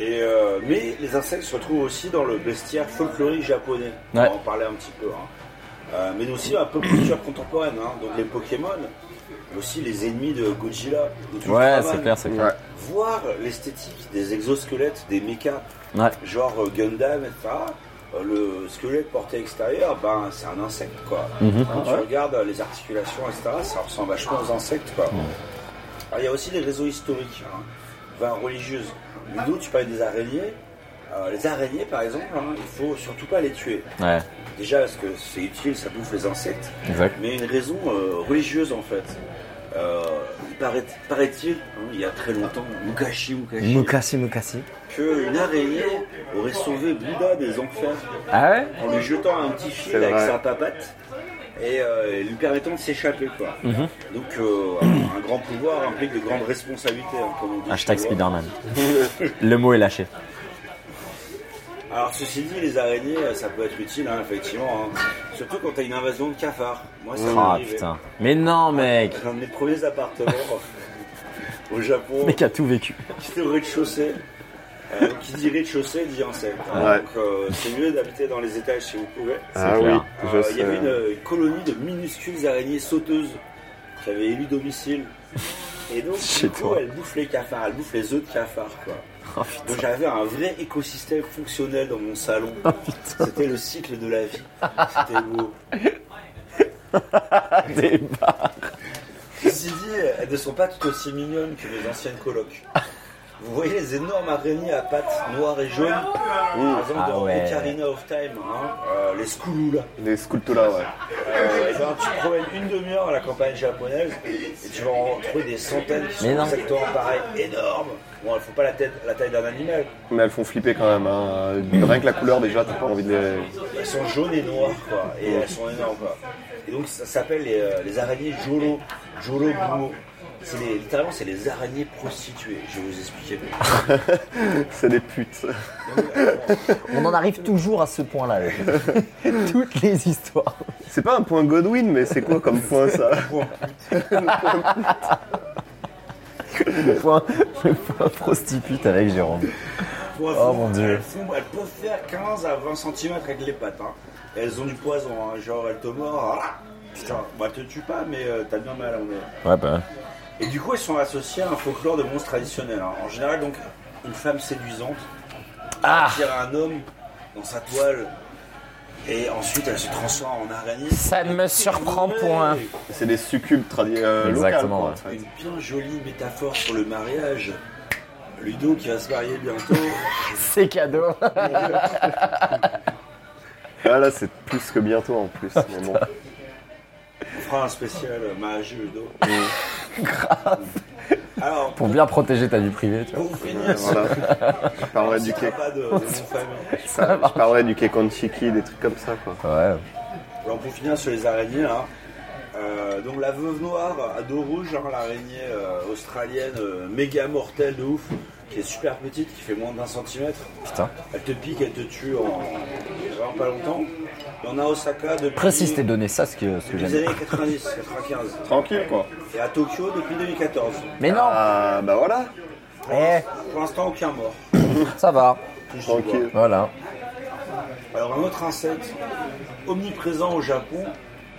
Et euh, mais les insectes se retrouvent aussi dans le bestiaire folklorique japonais. On Ouais. va en parler un petit peu. hein. Euh, mais aussi un peu culture contemporaine. hein. Donc les Pokémon, mais aussi les ennemis de Godzilla. de Ouais, Ultraman. c'est clair, c'est clair. Ouais. Voir l'esthétique des exosquelettes, des mechas, Ouais. genre euh, Gundam, etc. euh, Le squelette porté extérieur, ben c'est un insecte quoi. Quand tu regardes euh, les articulations, etc., ça ressemble vachement aux insectes quoi. Alors, il y a aussi les réseaux historiques, hein. enfin religieuses. Ludo, tu parlais des araignées. Euh, les araignées, par exemple, hein, il faut surtout pas les tuer. Ouais, Déjà parce que c'est utile, ça bouffe les insectes, exact. mais une raison euh, religieuse en fait. Euh, il paraît- paraît-il, hein, il y a très longtemps, Mukashi, Mukashi, Mukasi Mukasi. qu'une araignée aurait sauvé Bouddha des enfers Ah ouais en lui jetant un petit fil avec vrai. sa papate et euh, lui permettant de s'échapper. quoi. Mhm. Donc euh, un grand pouvoir implique de grandes responsabilités. hein, comme on dit Hashtag chez nous. Spider-Man. Le mot est lâché. Alors ceci dit, les araignées, euh, ça peut être utile, hein, effectivement. hein. Surtout quand t'as une invasion de cafards. Moi, ça m'est Ah arrivé. putain. Mais non, mec. Dans mes premiers appartements au Japon, Le mec a tout vécu. qui était au rez-de-chaussée. Euh, qui dit rez-de-chaussée dit insecte. hein. Ouais. Donc euh, c'est mieux d'habiter dans les étages si vous pouvez. Ah clair. oui, Euh, je Il y avait sais. une euh, colonie de minuscules araignées sauteuses qui avaient élu domicile. Et donc, Chez du coup, toi. elles bouffent les cafards, elles bouffent les œufs de cafards. Quoi. Oh putain. Donc j'avais un vrai écosystème fonctionnel dans mon salon. C'était le cycle de la vie. C'était beau. Ceci dit, elles ne sont pas tout aussi mignonnes que mes anciennes colocs. Vous voyez les énormes araignées à pattes noires et jaunes Par exemple, Ah dans ouais. Ocarina of Time, hein, euh, les Skouloulas. Les Sculptola, ouais. Euh, eh ben, tu te promènes une demi-heure à la campagne japonaise et tu vas en trouver des centaines qui sont Mais non. exactement pareils, énormes. Bon, elles font pas la, tête, la taille d'un animal. Mais elles font flipper quand même. hein. Rien que la couleur, déjà, t'as pas envie de les. Elles sont jaunes et noires, quoi. Et elles sont énormes, quoi. Et donc, ça s'appelle les, euh, les araignées Jolo. Jolo Bumo. C'est les- littéralement, c'est les araignées prostituées. Je vais vous expliquer. C'est des putes. On en arrive toujours à ce point-là. les gars. Toutes les histoires. C'est pas un point Godwin, mais c'est quoi comme point ça Le point, le point prostitute avec Jérôme. Pour Oh, info, mon Dieu. Elles, font- elles peuvent faire 15 à 20 cm avec les pattes. hein. Et Elles ont du poison, hein. genre elles te mordent. ah, Putain, bah, elles te tuent pas, mais euh, t'as bien mal à l'envers. Ouais, bah. Et du coup, elles sont associées à un folklore de monstres traditionnels. hein. En général, donc, une femme séduisante Ah attire un homme dans sa toile et ensuite elle se transforme en araignée. Ça ne me surprend point. C'est des succubes tradis euh, locales, Exactement, quoi, ouais. en fait. Une bien jolie métaphore sur le mariage. Ludo qui va se marier bientôt. C'est cadeau. Ah là, c'est plus que bientôt en plus. mais bon. On fera un spécial euh, mariage Ludo. Alors, Pour bien protéger ta vie privée, tu vois. pour finir, Voilà. Je parlerai on du ne ke- citera pas de, de mon famille. je parlerai du Kekonchiki, des trucs comme ça, quoi. Ouais. Alors pour finir sur les araignées, hein, euh, donc la veuve noire à dos rouge, hein, l'araignée euh, australienne euh, méga mortelle de ouf, qui est super petite, qui fait moins d'un centimètre. Putain. Elle te pique, elle te tue en vraiment pas longtemps. Il y en a à Osaka depuis, Précise tes données, ça, ce que, ce que depuis les j'aime. années 90, 95. Tranquille, quoi. Et à Tokyo depuis 2014. Mais non Ah, bah voilà. Eh, Pour l'instant, aucun mort. ça va. Touche du Tranquille. Voilà. bois. Alors un autre insecte omniprésent au Japon,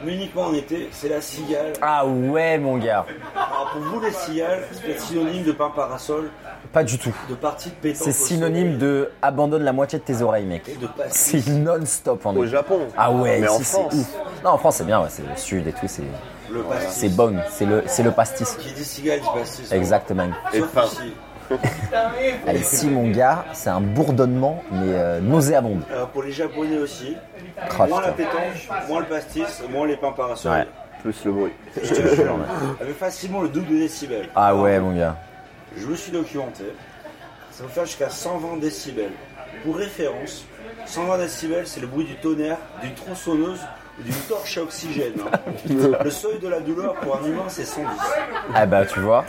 mais uniquement en été, c'est la cigale. Ah ouais, mon gars. Alors pour vous, les cigales, c'est synonyme de pain parasol. Pas du tout. de partie de pétanque. C'est synonyme de abandonne la moitié de tes oreilles, mec. Et de passer. C'est non-stop en Au effet. Japon. Ah ouais, Mais en ici, c'est France. ouf. Non, en France, c'est bien, ouais, c'est le sud et tout, c'est Le pastis. c'est bon, c'est le, c'est le pastis. Qui dit cigale dit pastis. Exactement. Et Et pain. Ici, Ah, ici, mon gars, c'est un bourdonnement, mais euh, nauséabond. Euh, pour les Japonais aussi, Oh, moins la putain. pétanque, moins le pastis, moins les pains parasols. Ouais. Plus le bruit. Je te jure, avec facilement le double de décibels. Ah ouais, mon gars. Je me suis documenté. Ça peut faire jusqu'à 120 décibels. Pour référence, 120 décibels, c'est le bruit du tonnerre, d'une tronçonneuse ou d'une torche à oxygène. hein. le seuil de la douleur pour un humain, c'est 110. Ah bah, tu vois.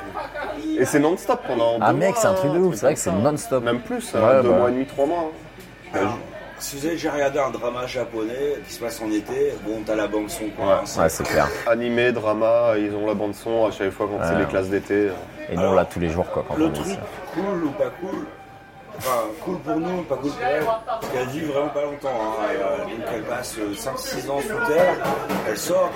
Et c'est non-stop pendant Ah, deux mec, mois, c'est un truc de ouf. C'est vrai comme que c'est ça. non-stop. Même plus, hein, Ouais, deux bah. Ah. mois et demi, trois mois. hein. Alors, si vous avez déjà regardé un drama japonais qui se passe en été, bon, t'as la bande son. quoi, Ouais, hein, c'est- Ouais, c'est clair. Animé, drama, ils ont la bande son à chaque fois quand c'est les classes d'été. hein. Et nous, on l'a tous les jours, quoi, quand Le on est truc, ici. cool ou pas cool, enfin, cool pour nous, pas cool pour elle, parce qu'elle vit vraiment pas longtemps. hein. Et, euh, donc elle passe 5-6 ans sous terre, elle sort,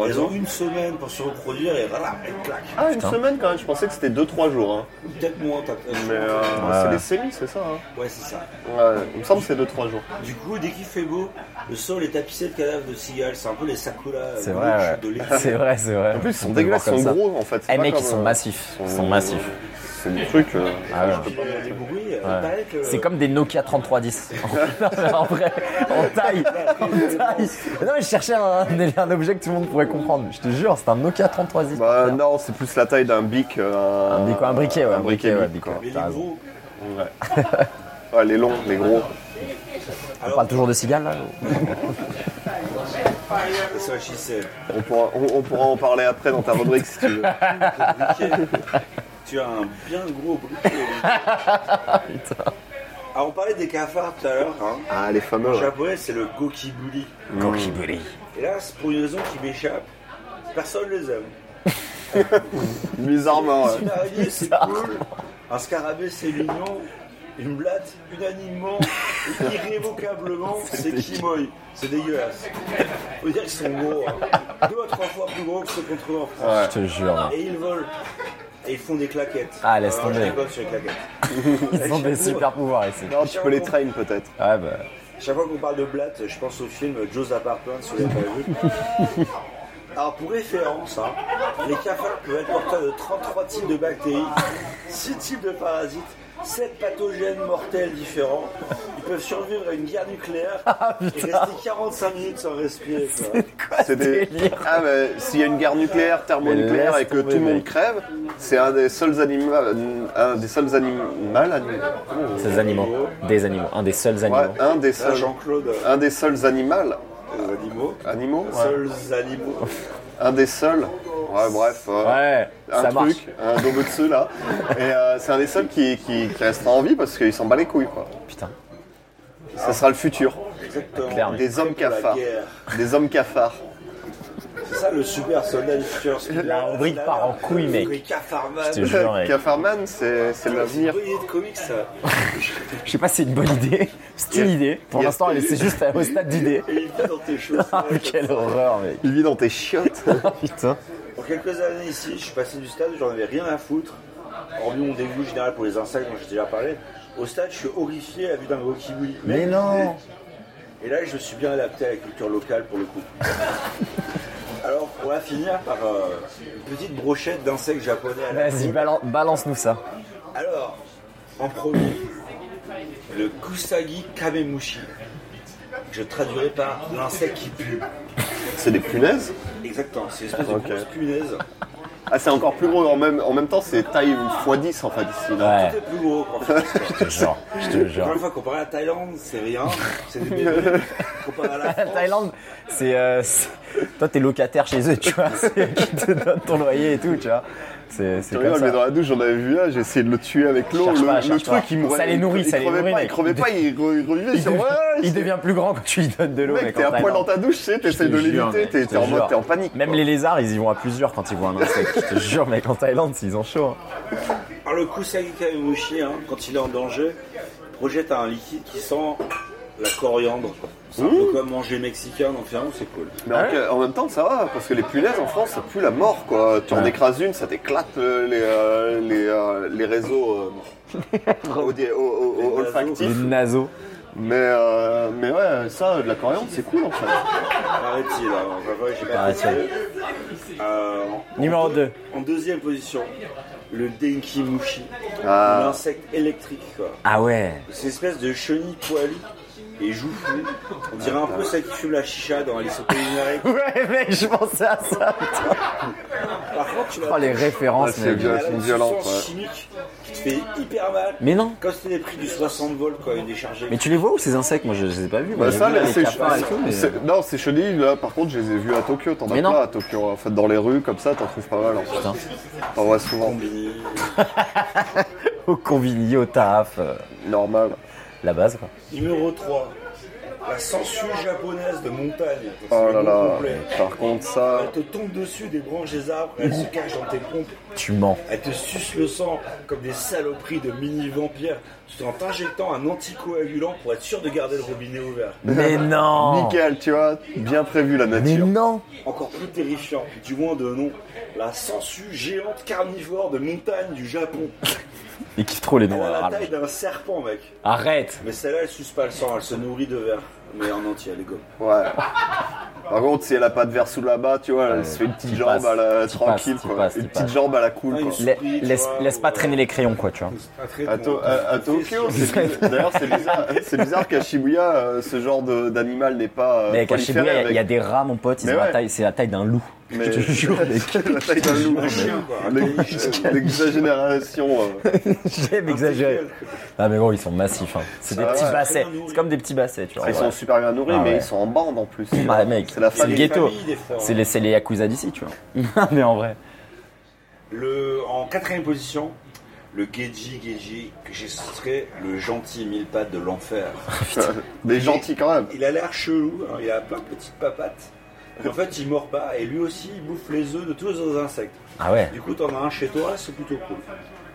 elles ont une semaine pour se reproduire et voilà, elle claque. Ah, une semaine quand même, je pensais que c'était deux, trois jours. hein. Peut-être moins, t'as peut-être- Mais euh, c'est des sémis, c'est ça hein Ouais, c'est ça. Ouais, il me semble que c'est deux, trois jours. Du coup, dès qu'il fait beau, le sol est tapissé de cadavres de cigales, c'est un peu les sakura C'est euh, vrai, moches de ouais. l'été. C'est vrai, c'est vrai. En plus, ils sont On peut le voir dégueulasses, ils sont comme ça. gros en fait. c'est Eh pas mec, ils comme, sont euh, massifs. Ils sont massifs. C'est des trucs. euh, Ah ouais. je peux Puis, euh, les bruits, euh, il paraît que- C'est comme des Nokia 3310. en vrai, en taille. En taille. Non, mais je cherchais un, un objet que tout le monde pourrait comprendre. Je te jure, c'est un Nokia 3310. Bah non, c'est plus la taille d'un bic. euh, un, bic- un briquet, ouais. Un briquet, ouais, bic, bic, quoi. ouais, Mais les t'as raison. gros, Ouais, les longs, les gros. On parle toujours de cigales, là ça va chisser. On pourra, on, on pourra en parler après dans ta rubrique si tu veux. briquet. tu as un bien gros briquet. Alors, on parlait des cafards tout à l'heure. Hein. Ah, les fameux. En ouais. japonais, c'est le gokibuli. Mmh. Kokiburi. Et là, c'est pour une raison qui m'échappe. Personne ne les aime. Bizarrement, ouais. Une araignée, c'est cool. Un scarabée, c'est mignon. Une blatte, unanimement, irrévocablement, c'est kimoy. C'est dégueulasse. Faut dire qu'ils sont gros. hein. Deux à trois fois plus gros que ceux qu'on trouve en France. Je te jure. Et ils volent. Et ils font des claquettes. Ah, laisse Alors, je tomber. déconne sur les claquettes. Ils ont des super pouvoirs ici. Ouais, Non, tu peux les train peut-être. bah. Chaque fois qu'on parle de Blatt, je pense au film Joe's Apartment sur les pas vu. Alors pour référence, hein, les cafards peuvent être porteurs de 33 types de bactéries, 6 types de parasites, 7 pathogènes mortels différents. Ils peuvent survivre à une guerre nucléaire Ah, et rester 45 minutes sans respirer. quoi. C'est des... Ah, mais s'il y a une guerre nucléaire, thermonucléaire Mais et laisse que tout tomber, le monde mec. crève, c'est un des seuls animaux. Un des seuls animaux. animaux. Ces animaux. Des animaux. Un des seuls Ouais, animaux. un des Ça, seuls. Jean-Claude, euh, Un des seuls animaux. les animaux. Animaux ouais. Seuls animaux. Un des seuls. Ouais, bref. euh, Ouais, un ça marche. truc, un dobutsu là. Et euh, c'est un des seuls qui, qui, qui restera en vie parce qu'il s'en bat les couilles quoi. Putain. Ah. Ça sera le futur. Exactement. Clair, mais- Des hommes Pour la cafards. guerre. Des hommes cafards. C'est ça le super soldat du futur. La rubrique part en couille, mec. Les cafards man. Je te jure, mec. Cafarman, c'est c'est C'est une l'avenir. bonne idée de comics, ça. Je sais pas si c'est une bonne idée. C'est une Yes. idée. Pour Yes. l'instant, elle- c'est juste au stade d'idée. Et il fait dans tes choses. Ah, Quelle horreur, mec. Il vit dans tes chiottes. Putain. Pour quelques années ici, je suis passé du stade où j'en avais rien à foutre, hormis mon dégoût général pour les insectes dont j'ai déjà parlé. Au stade, je suis horrifié à la vue d'un kiwi. Mais non. Et là, je me suis bien adapté à la culture locale pour le coup. Alors, on va finir par euh, une petite brochette d'insectes japonais à la Vas-y, cool. balan- balance-nous ça. Alors, en premier, le Kusagi Kamemushi. Je traduirai par l'insecte qui pue. C'est des punaises. Exactement, c'est une espèce Ok. de grosse punaise. Ah, c'est encore plus gros. En même, en même temps, c'est taille x 10 en fait ici. là. Ouais, C'est plus gros, quoi. je te jure. Je te Encore jure. une fois, comparé à la Thaïlande, c'est rien. C'est des bébés. comparé à la La France, Thaïlande, c'est. euh, c'est- Toi, t'es locataire chez eux, tu vois. C'est qui te donne ton loyer et tout, tu vois. C'est c'est Tu comme rigoles, mais dans ça. la douche, j'en avais vu un, j'ai essayé de le tuer avec l'eau. Cherche Le, pas, le cherche truc, pas. il mourait. Ça les il- nourrit, il ça les crevait nourrit, pas, mec. Il crevait pas, il, re- il revivait. Il, sur- devient- Ouais, il devient plus grand quand tu lui donnes de l'eau. Mec, mec, t'es en à poil dans Thaïlande. ta douche, tu sais, Je te t'essayes de jure, l'éviter, mec, t'es je te t'es en mode, jure. t'es en panique. Même quoi. les lézards, ils y vont à plusieurs quand ils voient un insecte. Je te jure, mec, en Thaïlande, ils ont chaud. hein. Alors, le Kusagi Kamemushi, hein, quand il est en danger, projette un liquide qui sent la coriandre. C'est un peu comme manger mexicain, donc finalement, c'est cool. Mais Hein en- en même temps, ça va, parce que les punaises en France, ça pue la mort, quoi. Tu en écrases une, ça t'éclate euh, les, euh, les, euh, les réseaux euh, audi- au- au- au- Les olfactifs. naseaux. Mais, euh, mais ouais, ça, de la coriandre, c'est cool en fait. Paraît-il, hein, encore une fois, j'ai pas Paraît-il. précisé. Euh, en- Numéro en- deux. En deuxième position, le Denkimushi. Ah. L'insecte électrique, quoi. Ah ouais. Cette espèce de chenille poilue et joufflue. On dirait un peu celle qui fume la chicha dans Alice au Pays des Merveilles. Ouais, mec, je pensais à ça. Par contre, tu Oh, l'as les Ah, références, c'est mec. bien. elle a c'est une violent, substance ouais. chimique qui te fait hyper mal. Mais non. Comme c'était des prix du 60 volts, quoi, une déchargée. Mais tu les vois où ces insectes Moi, je, je les ai pas vus. Moi, Bah j'ai ça, vu, là, les- les c'est- cafards et tout, mais- euh. c'est- Non, ces chenilles, là, par contre, je les ai vues à Tokyo. T'en as Mais non. pas à Tokyo. En fait, dans les rues, comme ça, t'en trouves pas mal. hein. En fait. Putain. T'en vois souvent. Au convini, au taf, euh, Normal. la base, quoi. Numéro 3. La censure japonaise de montagne. C'est Oh le là nom là. complet. Par contre, ça. Elle te tombe dessus des branches des arbres, elle se cache dans tes pompes, Tu mens. elle te suce le sang comme des saloperies de mini-vampires tout en t'injectant un anticoagulant pour être sûr de garder le robinet ouvert. Mais non Nickel, tu vois. Bien prévu, la Mais nature. non Encore plus terrifiant, du moins de nom, la sangsue géante carnivore de montagne du Japon. Il kiffe trop les Elle noms. a la Arnaud. taille d'un serpent, mec. Arrête Mais celle-là, elle suce pas le sang, elle se nourrit de verre. Mais en entier, elle est gomme. Ouais. Par contre, si elle a pas de verre sous là-bas, tu vois, elle se fait une petite t'y jambe passes, à la t'y tranquille, passes, t'y quoi. passes, une t'y petite passes. jamla jambe à la cool, Ah, quoi. une La- souris, tu laisse, vois, laisse pas ou- traîner les crayons, quoi, tu vois. À, To- à- à Tokyo, c'est bizarre- d'ailleurs c'est bizarre, c'est bizarre qu'à Shibuya, euh, ce genre de- d'animal n'est pas euh, Mec, à proliféré Shibuya, il y a- il avec- y a des rats, mon pote, ils Mais ont la ouais. taille, c'est la taille d'un loup. Mais- Je te jure, mec. la taille d'un loup. Un chien, quoi. Un L'ex- caniche. euh, L'exagération. Oh, euh. J'aime exagérer. Ah, mais bon, ils sont massifs. hein. C'est des Ah petits ouais. bassets. C'est comme des petits bassets, tu vois. Ils sont super bien nourris, Ah mais ouais. ils sont en bande en plus. Ah, mec, c'est la c'est le famille. ghetto. familles, des fois, hein. C'est les, c'est les Yakuza d'ici, tu vois. mais en vrai. Le, en quatrième position, le Geji Geji, que j'ai soustrait le gentil mille pattes de l'enfer. Mais gentil quand même. Il a l'air chelou, hein, il a plein de petites papates. En fait, il mord pas et lui aussi, il bouffe les œufs de tous les autres insectes. Ah ouais, Du coup, t'en as un chez toi, c'est plutôt cool.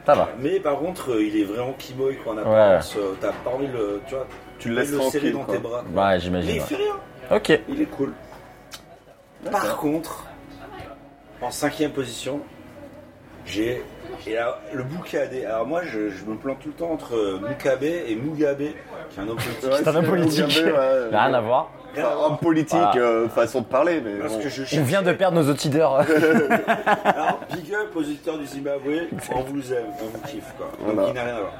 ça va. Mais par contre, euh, il est vraiment kimoy quoi, en apparence. Euh, T'as pas envie de le, tu vois, Tu le laisses de serrer tranquille. dans quoi. tes bras. quoi. Ouais, Mais il j'imagine. fait ouais. rien, Ok. il est cool. Par contre, en cinquième position, j'ai et là, le Bukade. Alors moi, je, je me plante tout le temps entre euh, Mukabe et Mugabe, qui est un homme politique. Ouais, C'est un homme politique. Mugabe, ouais. Rien à voir. Enfin, homme politique, Ah. euh, façon de parler, mais Parce bon. que je On vient de perdre nos auditeurs. Alors, big up aux auditeurs du Zimbabwe, on vous aime, on vous kiffe, quoi. Donc, Voilà. il n'a rien à voir.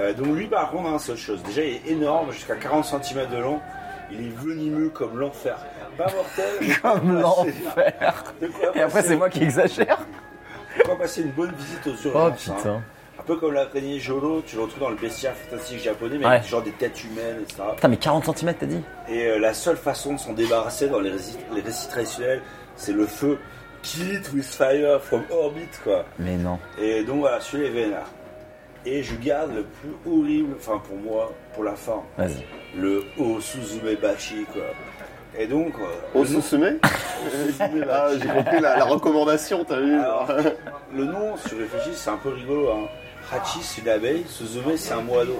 Euh, donc, lui, par contre, hein, c'est autre chose. Déjà, il est énorme, jusqu'à 40 cm de long. Il est venimeux comme l'enfer. Pas mortel, mais Ah, Comme de quoi l'enfer. passer- de quoi Et après, passer- c'est moi qui exagère. de quoi passer une bonne visite aux Oh urgences. hein. putain. Un peu comme l'araignée Jolo, tu le retrouves dans le bestiaire fantastique japonais, mais Ouais. avec genre des têtes humaines, etc. Putain, mais 40 cm, t'as dit Et euh, la seule façon de s'en débarrasser dans les récits, les récits traditionnels, c'est le feu. Kill it with fire from orbit, quoi. Mais non. Et donc voilà, celui-là est vénère. Et je garde le plus horrible, enfin pour moi, pour la fin, Vas-y. le Osuzumebashi quoi. Et donc, euh, Au sous-semé Ah, j'ai compris la, la recommandation, t'as vu Alors, le nom, si je réfléchis, c'est un peu rigolo. Hein. Hachi, c'est une abeille, Suzume, c'est un moineau.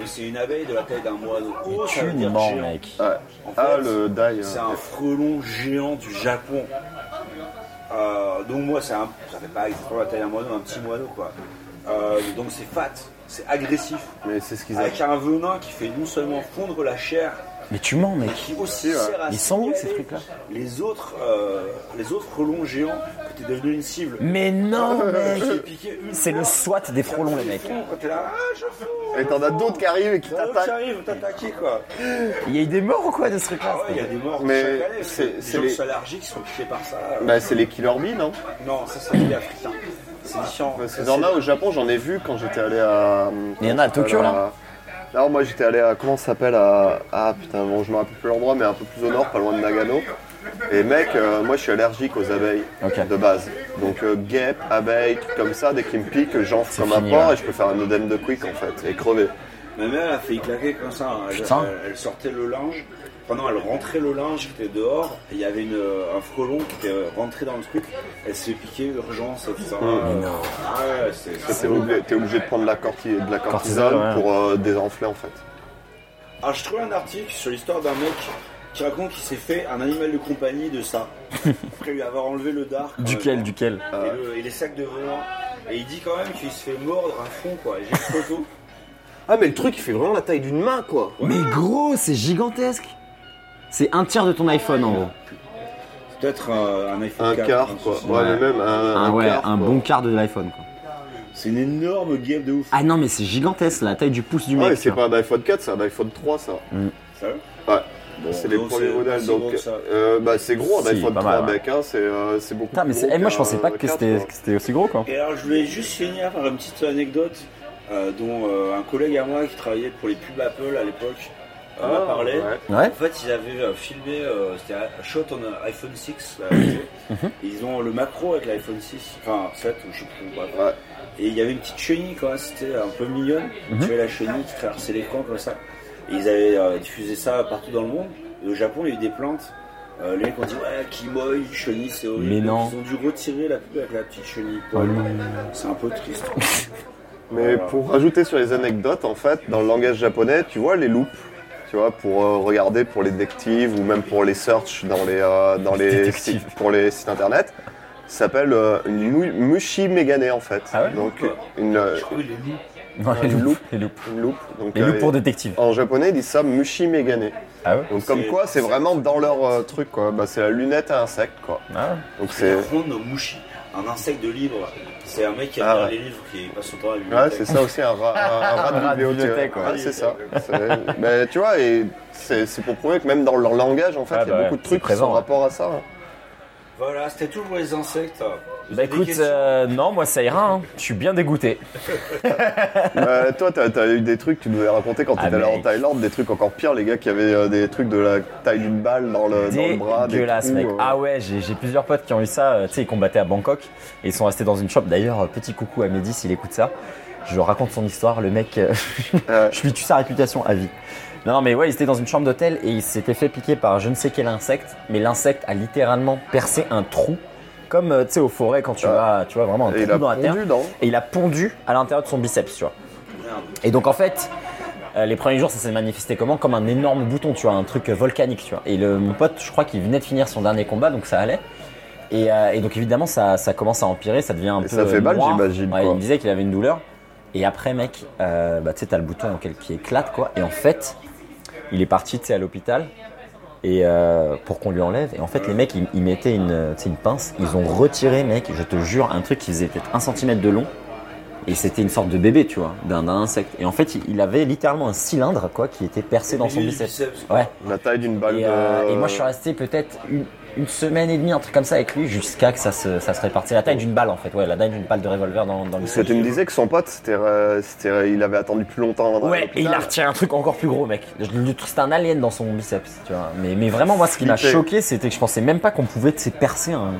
Et c'est une abeille de la taille d'un moineau. Oh, ça Tu veut dire mens, géant. mec. Ouais. En fait, Ah, le die. C'est euh, un frelon géant du Japon. Euh, donc moi, c'est un, ça fait pas exactement la taille d'un moineau, un petit moineau quoi. Euh, donc c'est fat, c'est agressif, Mais c'est ce qu'ils appellent. avec un venin qui fait non seulement fondre la chair, Mais tu mens, mais mec. qui aussi ouais. sert à Ils sont où, ces signaler trucs-là Les autres, euh, les autres frelons géants que t'es devenu une cible. Mais non, mec. Qui est piqué une C'est fois, le SWAT des ça te frelons, fait les mecs. fondre, quand t'es là, ah, je fonds Et t'en as d'autres qui arrivent et qui T'en as d'autres qui t'attaquent. arrivent, t'attaquer quoi. Il y a eu des morts ou quoi de ce truc-là Ah ouais, il y a des morts Mais chaque année. c'est- C'est des c'est gens les- qui sont allergiques qui sont piqués par ça. euh. Bah, c'est les Killer Bees, non Non, ça c'est les africain. C'est différent. Parce que là, au Japon, j'en ai vu quand j'étais allé à. Il y en a à Tokyo, là Non, moi j'étais allé à. Comment ça s'appelle à... Ah putain, bon, je me rappelle plus l'endroit, mais un peu plus au nord, pas loin de Nagano. Et mec, euh, moi je suis allergique aux abeilles Ok. de base. Donc euh, guêpes, abeilles, trucs comme ça, dès qu'ils me piquent, j'enfle comme fini, un porc ouais. et je peux faire un œdème de quick en fait, et crever. Ma mère a fait claquer comme ça. hein. Elle, Putain. elle- elle sortait le linge. Pendant elle rentrait le linge qui était dehors, et il y avait une, euh, un frelon qui était rentré dans le truc. Elle s'est piquée d'urgence et tout ça. Ah, Ouais, c'est- c'est- T'es obligé, t'es obligé de prendre la corti- de la cortisone Cortisone, ouais. pour euh, désenfler en fait. Alors Ah, je trouve un article sur l'histoire d'un mec qui raconte qu'il s'est fait un animal de compagnie de ça. Après lui avoir enlevé le dard. quand Duquel, même. duquel et, le- et les sacs de venin. Et il dit quand même qu'il se fait mordre à fond quoi. Et J'ai une photo. Ah, mais le truc, il fait vraiment la taille d'une main, quoi. Mais gros, c'est gigantesque. C'est un tiers de ton iPhone, en gros. Peut-être euh, un iPhone Un 4, quart hein, quoi. ceci. Ouais, mais même un, Ah ouais, quart, un quoi. bon quart de l'iPhone, quoi. C'est une énorme guêpe de ouf. Ah non, mais c'est gigantesque, la taille du pouce du Ah mec. ouais, c'est tu vois. pas un iPhone 4, c'est un iPhone 3 ça. Sérieux Ouais. Bon, c'est les donc, premiers modèles c'est donc. bon que ça. euh, bah, c'est gros un Si, iPhone pas 3 mal, ouais. mec, hein, c'est euh, c'est beaucoup. Putain, mais plus c'est- gros eh, moi je qu'un pensais pas que 4, c'était quoi. que c'était aussi gros quoi. Et alors, je voulais juste finir par une petite anecdote euh, dont euh, un collègue à moi qui travaillait pour les pubs Apple à l'époque euh, m'a Ah, parlé. ouais. Ouais. En fait, ils avaient euh, filmé, euh, c'était un shot on iPhone 6. là, Mhm. tu sais. ils ont le macro avec l'iPhone 6, enfin 7, ou je sais plus. bref. Ouais. Et il y avait une petite chenille, quoi, c'était un peu mignonne. Mhm. Tu vois la chenille qui traversait l'écran comme ça. Et ils avaient euh, diffusé ça partout dans le monde. Et au Japon, il y a eu des plantes. Euh, les mecs ont dit, ouais, Kimoy, chenille, c'est horrible. Mais non. Ah Ils ont dû retirer la pub avec la petite chenille. C'est un peu triste. Mais Voilà. pour rajouter sur les anecdotes, en fait, dans le langage japonais, tu vois les loupes, tu vois, pour euh, regarder pour les détectives ou même pour les search dans les, euh, dans les Détectives. sites, pour les sites internet, ça s'appelle euh, une mu- mushi megane en fait. Ah ouais Donc une, euh, Non, les une loups. loupe. Les loups. une loupe. Donc, Les loups euh, pour détective. En japonais, ils disent ça mushi megane. Ah ouais Donc comme C'est- quoi, c'est vraiment dans leur euh, truc quoi. Bah, c'est la lunette à insectes quoi. Ah ouais. Donc c'est C'est Ron Mushi, un insecte de livre. C'est un mec qui aime Ah lire ouais. les livres, qui passe son temps à la Ouais, bibliothèque. c'est ça aussi, un rat, un, un rat de rat de bibliothèque. bibliothèque, ouais. Ouais, c'est ça. C'est- Mais tu vois, et c'est c'est pour prouver que même dans leur langage, en fait, il Ah y a bah ouais, beaucoup de c'est trucs qui présent, sont en ouais. rapport à ça. hein. Voilà, c'était tout pour les insectes. Vous Bah avez des écoute, questions euh, non, moi ça ira. hein. Je suis bien dégoûté. Euh, toi, t'as as eu des trucs, tu nous avais raconté quand Ah, t'étais allé en mec. Thaïlande, des trucs encore pires, les gars qui avaient euh, des trucs de la taille d'une balle dans le, euh, dans le bras. Des Dégueulasse, trous, mec. euh. Ah ouais, j'ai j'ai plusieurs potes qui ont eu ça. euh, tu sais, ils combattaient à Bangkok et ils sont restés dans une shop. D'ailleurs, euh, petit coucou à Mehdi s'il écoute ça. Je raconte son histoire. Le mec, euh, Ouais. je lui tue sa réputation à vie. Non, non, mais ouais, ils étaient dans une chambre d'hôtel et il s'était fait piquer par je ne sais quel insecte. Mais l'insecte a littéralement percé un trou. Comme, euh, tu sais, aux forêts, quand tu, Ah. vas, tu vois vraiment un Et hein. il trou a dans la terre. pondu dans. Et il a pondu à l'intérieur de son biceps, tu vois. Et donc en fait, euh, les premiers jours, ça s'est manifesté comment Comme un énorme bouton, tu vois, un truc euh, volcanique, tu vois. Et le, mon pote, je crois qu'il venait de finir son dernier combat, donc ça allait. Et, euh, et donc évidemment, ça, ça commence à empirer, ça devient un Et peu. ça fait euh, mal, noir. j'imagine, Ouais, quoi. il me disait qu'il avait une douleur. Et après, mec, euh, bah, tu sais, t'as le bouton auquel qui éclate, quoi. Et en fait, il est parti, tu sais, à l'hôpital. Et euh, pour qu'on lui enlève. Et en fait, les mecs, ils, ils mettaient une, euh, tu sais, une pince. Ils ont retiré, mec, je te jure, un truc qui faisait peut-être un centimètre de long. Et c'était une sorte de bébé, tu vois, d'un d'un insecte. Et en fait, il- il avait littéralement un cylindre, quoi, qui était percé dans son Milieu du biceps. biceps, quoi. Ouais. La taille d'une balle Et, de. euh, et moi, je suis resté peut-être une, une semaine et demie, un truc comme ça, avec lui, jusqu'à que ça se, ça se répartisse. La taille d'une balle, en fait. Ouais, la taille d'une balle de revolver dans, dans le Parce que tu me disais que son pote, c'était, euh, c'était- il avait attendu plus longtemps avant d'aller à Ouais, et il a l'hôpital. retiré un truc encore plus gros, mec. C'était un alien dans son biceps, tu vois. Mais, mais vraiment, moi, ce qui m'a Flippé. choqué, c'était que je pensais même pas qu'on pouvait tu sais, percer un.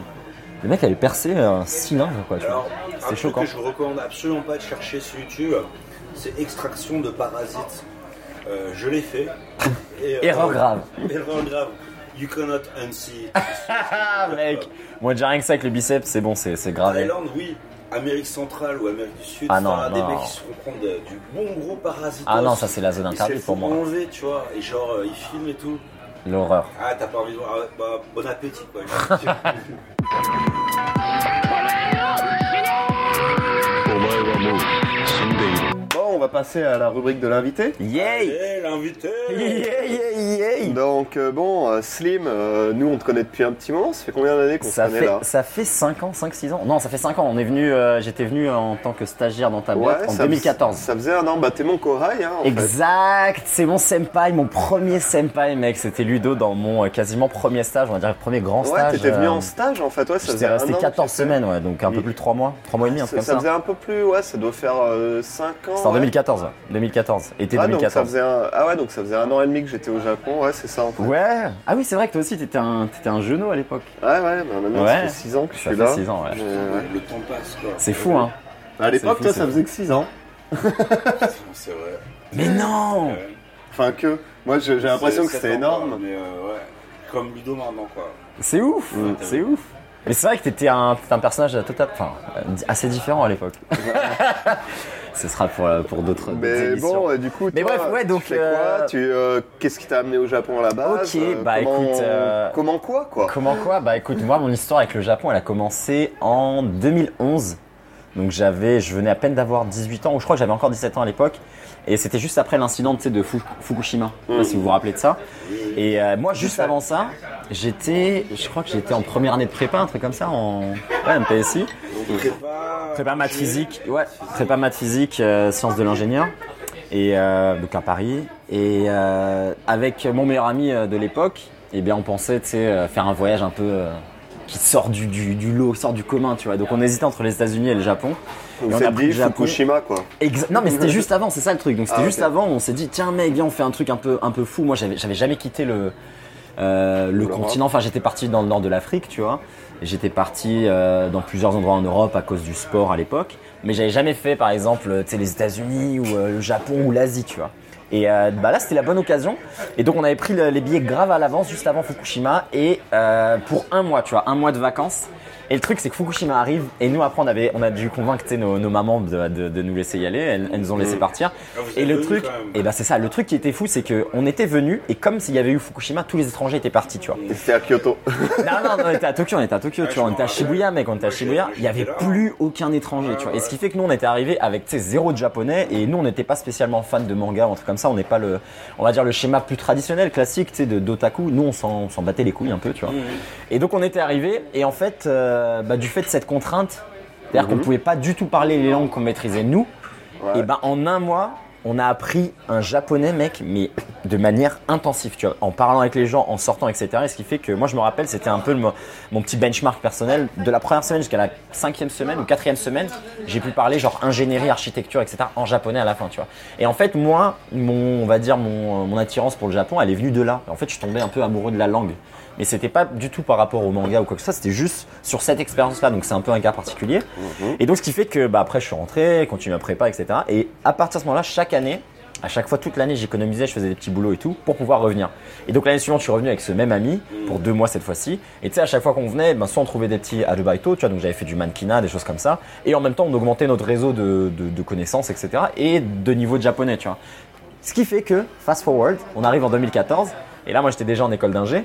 Le mec avait percé un cylindre, quoi. tu vois. Alors, un C'était truc choquant. que je vous recommande absolument pas de chercher sur YouTube, c'est extraction de parasites. Euh, je l'ai fait. Et, euh, Erreur grave. Erreur grave. You cannot unsee. it. Ah, mec Moi, déjà rien que ça avec le biceps, c'est bon, c'est c'est grave. Thaïlande, oui. Amérique centrale ou Amérique du Sud, Ah non, enfin, des non. mecs qui se font prendre de- du bon gros parasite. Ah non, ça, c'est la zone Ils se interdite pour font moi. enlever, tu vois, et genre, euh, ils filment et tout. L'horreur. Ah, t'as pas envie de voir. Ah, bah, bon appétit, quoi. お前はもう死んでいる Bon, on va passer à la rubrique de l'invité. Yay Eh, l'invité Yay, yay, yay Donc euh, bon, euh, Slim, euh, nous on te connaît depuis un petit moment, ça fait combien d'années qu'on se ça connaît fait, là ça fait 5 ans, 5-6 ans Non, ça fait 5 ans. On est venu, euh, J'étais venu en tant que stagiaire dans ta boîte en ça fais- 2014. Ça faisait un an, bah t'es mon kohai, hein, en fait. Exact, c'est mon senpai, mon premier senpai, mec. C'était Ludo dans mon euh, quasiment premier stage, on va dire premier grand Ouais, stage. t'étais venu euh, en stage en fait, ouais, ça faisait J'étais un resté an que 14 j'étais- semaines, ouais, donc un peu Oui. plus de 3 mois, 3 mois et demi, un Ça, truc ça comme faisait ça. un peu plus, ouais, ça doit faire 5 ans. C'était en ouais. 2014, ouais. 2014, été Ah, donc ça 2014. faisait un... ah ouais, donc ça faisait un an et demi que j'étais au Japon, ouais, c'est ça en fait. Ouais, ah oui, c'est vrai que toi aussi t'étais un, t'étais un genou à l'époque. ouais, ouais, bah, maintenant ça Ouais. fait 6 ans que je Ça suis fait là. 6 ans, ouais. Euh, ouais. Le temps passe, quoi. C'est fou, hein. À l'époque, fou, toi, c'est ça fou. faisait que 6 ans. C'est vrai. Mais non Ouais. Enfin que, moi je- j'ai l'impression que C'est- c'était sept ans, énorme. quoi, Mais euh, ouais. Comme Ludo maintenant, quoi. C'est ouf, c'est ouf. Mais c'est vrai que t'étais un, t'étais un personnage total, enfin, euh, assez différent à l'époque. Ce sera pour, euh, pour d'autres d'autres Mais émissions. bon, euh, du coup, Mais toi, bref, ouais, donc, tu fais euh, quoi Tu, euh, Qu'est-ce qui t'a amené au Japon à la base Ok, bah, comment, écoute, euh, comment quoi, quoi Comment quoi Bah écoute, moi mon histoire avec le Japon, elle a commencé en 2011. Donc j'avais, je venais à peine d'avoir 18 ans, ou je crois que j'avais encore 17 ans à l'époque. Et c'était juste après l'incident tu sais, de Fu- Fukushima, Je sais pas si vous vous rappelez de ça. Et euh, moi, juste avant ça, j'étais, je crois que j'étais en première année de prépa, un truc comme ça, en, ouais, en PSI. Prépa. Prépa maths physique, ouais, prépa maths physique, euh, sciences de l'ingénieur, et euh, donc à Paris. Et euh, avec mon meilleur ami euh, de l'époque, eh bien on pensait, tu sais, euh, faire un voyage un peu euh, qui sort du, du, du lot, sort du commun, tu vois. Donc on hésitait entre les États-Unis et le Japon. Et Vous on a faites pris le dit Japon. Fukushima, quoi. Exa- non mais c'était juste avant, c'est ça le truc. Donc c'était Ah, juste ok. avant, on s'est dit tiens mec, viens on fait un truc un peu un peu fou. Moi j'avais j'avais jamais quitté le euh, le continent. Enfin j'étais parti dans le nord de l'Afrique, tu vois. Et J'étais parti euh, dans plusieurs endroits en Europe à cause du sport à l'époque, mais j'avais jamais fait par exemple tu sais les États-Unis ou euh, le Japon ou l'Asie, tu vois. Et euh, bah là c'était la bonne occasion. Et donc on avait pris le- les billets grave à l'avance juste avant Fukushima et euh, pour un mois, tu vois, un mois de vacances. Et le truc, c'est que Fukushima arrive, et nous, après, on, avait, on a dû convaincre tu sais, nos, nos mamans de, de- de nous laisser y aller. Elles, elles nous ont laissé partir. Ah, vous Et avez le venu, truc, quand même. et ben c'est ça. Le truc qui était fou, c'est que on était venus, et comme s'il y avait eu Fukushima, tous les étrangers étaient partis, tu vois. Et C'était à Kyoto. non, non, non, on était à Tokyo, on était à Tokyo, tu vois. On était à Shibuya, mec, on était à Shibuya. Il y avait plus aucun étranger, tu vois. Et ce qui fait que nous, on était arrivés avec, tu sais, zéro de japonais, et nous, on n'était pas spécialement fans de manga, ou un truc comme ça. On n'est pas le, on va dire, le schéma plus traditionnel, classique, tu sais, de- d'otaku. Nous, on s'en on s'en battait les couilles un peu, tu vois. Et donc on était arrivé et en fait, euh, bah, du fait de cette contrainte, Mm-hmm. c'est-à-dire qu'on ne pouvait pas du tout parler les langues qu'on maîtrisait nous, et ben en un mois, on a appris un japonais, mec, mais de manière intensive, tu vois, en parlant avec les gens, en sortant, etc. Et ce qui fait que moi, je me rappelle, c'était un peu le- mon petit benchmark personnel. De la première semaine jusqu'à la cinquième semaine ou quatrième semaine, j'ai pu parler genre ingénierie, architecture, etc. en japonais à la fin, tu vois. Et en fait, moi, mon, on va dire, mon, mon attirance pour le Japon, elle est venue de là. En fait, je suis tombé un peu amoureux de la langue. Mais c'était pas du tout par rapport au manga ou quoi que ce soit, c'était juste sur cette expérience-là, donc c'est un peu un cas particulier. Et donc ce qui fait que bah, après je suis rentré, continué ma prépa, etc. Et à partir de ce moment-là, chaque année, à chaque fois toute l'année, j'économisais, je faisais des petits boulots et tout pour pouvoir revenir. Et donc l'année suivante, je suis revenu avec ce même ami pour deux mois cette fois-ci. Et tu sais, à chaque fois qu'on venait, ben, soit on trouvait des petits arubaito, tu vois, donc j'avais fait du mannequinat, des choses comme ça. Et en même temps, on augmentait notre réseau de, de- de connaissances, etc. Et de niveau de japonais, tu vois. Ce qui fait que, fast forward, on arrive en 2014. Et là, moi, j'étais déjà en école d'ingé,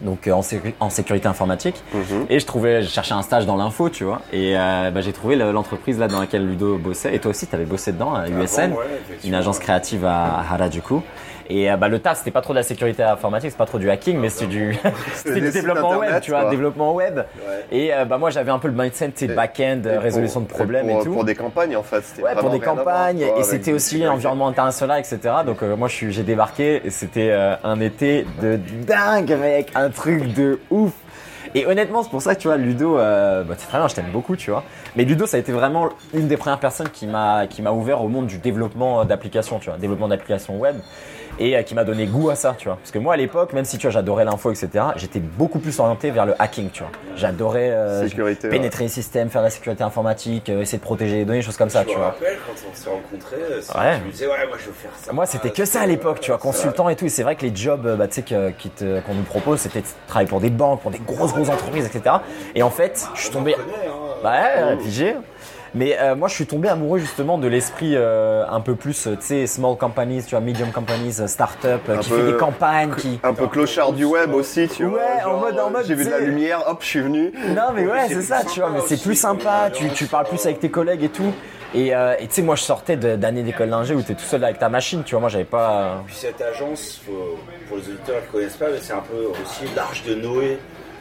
donc euh, en, sécu- en sécurité informatique. Mhm. Et je trouvais, je cherchais un stage dans l'info, tu vois. Et euh, bah, j'ai trouvé le- l'entreprise là dans laquelle Ludo bossait. Et toi aussi, tu avais bossé dedans, Ah à USN, ouais, effectivement, une agence créative à Harajuku. Et euh, bah, le taf, c'était pas trop de la sécurité informatique, c'est pas trop du hacking, mais c'était du, c'était des du sites développement web, internet, tu vois, quoi. développement web. Et euh, bah, moi, j'avais un peu le mindset, tu sais, back-end, Et résolution pour- de problèmes et pour- tout. Pour des campagnes, en fait. c'était Ouais, pour vraiment des rien à voir, campagnes, quoi, et avec c'était des aussi sécurités. environnement international, etc. Donc euh, moi, je suis, j'ai débarqué, et c'était euh, un été de dingue, mec, un truc de ouf. Et honnêtement, c'est pour ça que tu vois, Ludo, euh, bah, c'est très bien, je t'aime beaucoup, tu vois. Mais Ludo, ça a été vraiment une des premières personnes qui m'a qui m'a ouvert au monde du développement euh, d'applications, tu vois, développement d'applications web, et euh, qui m'a donné goût à ça, tu vois. Parce que moi, à l'époque, même si tu vois, j'adorais l'info, etc. J'étais beaucoup plus orienté vers le hacking, tu vois. J'adorais euh, Sécurité, ouais. pénétrer les systèmes, faire de la sécurité informatique, euh, essayer de protéger les données, choses comme ça, Je tu me vois. rappelle quand on s'est rencontrés, euh, c'est- Ouais. tu me disais, ouais, moi je veux faire ça. Moi, c'était que ça à l'époque, tu vois, consultant et tout. Et c'est vrai que les jobs, euh, bah, tu sais, que- qui te- qu'on nous propose, c'était de travailler pour des banques, pour des grosses, grosses entreprises, etc. Et en fait, je suis tombé. hein. Bah ouais, ouais, pigé. Mais euh, moi, je suis tombé amoureux justement de l'esprit euh, un peu plus, euh, tu sais, small companies, tu vois, medium companies, euh, start-up, euh, Un qui peu- fait des campagnes, qui. Un peu clochard du web aussi, tu Ouais, vois. en mode- en euh, mode, J'ai vu de la tu sais. lumière, hop, je suis venu. Non mais ouais c'est c'est plus ça sympa tu vois mais c'est aussi, plus sympa comme tu, ambiance. tu parles plus avec tes collègues et tout et euh, et tu sais moi je sortais de- d'années d'école d'ingé où t'es tout seul avec ta machine tu vois moi j'avais pas Puis cette agence, faut- pour les auditeurs qui ne connaissent pas, mais c'est un peu aussi l'arche de Noé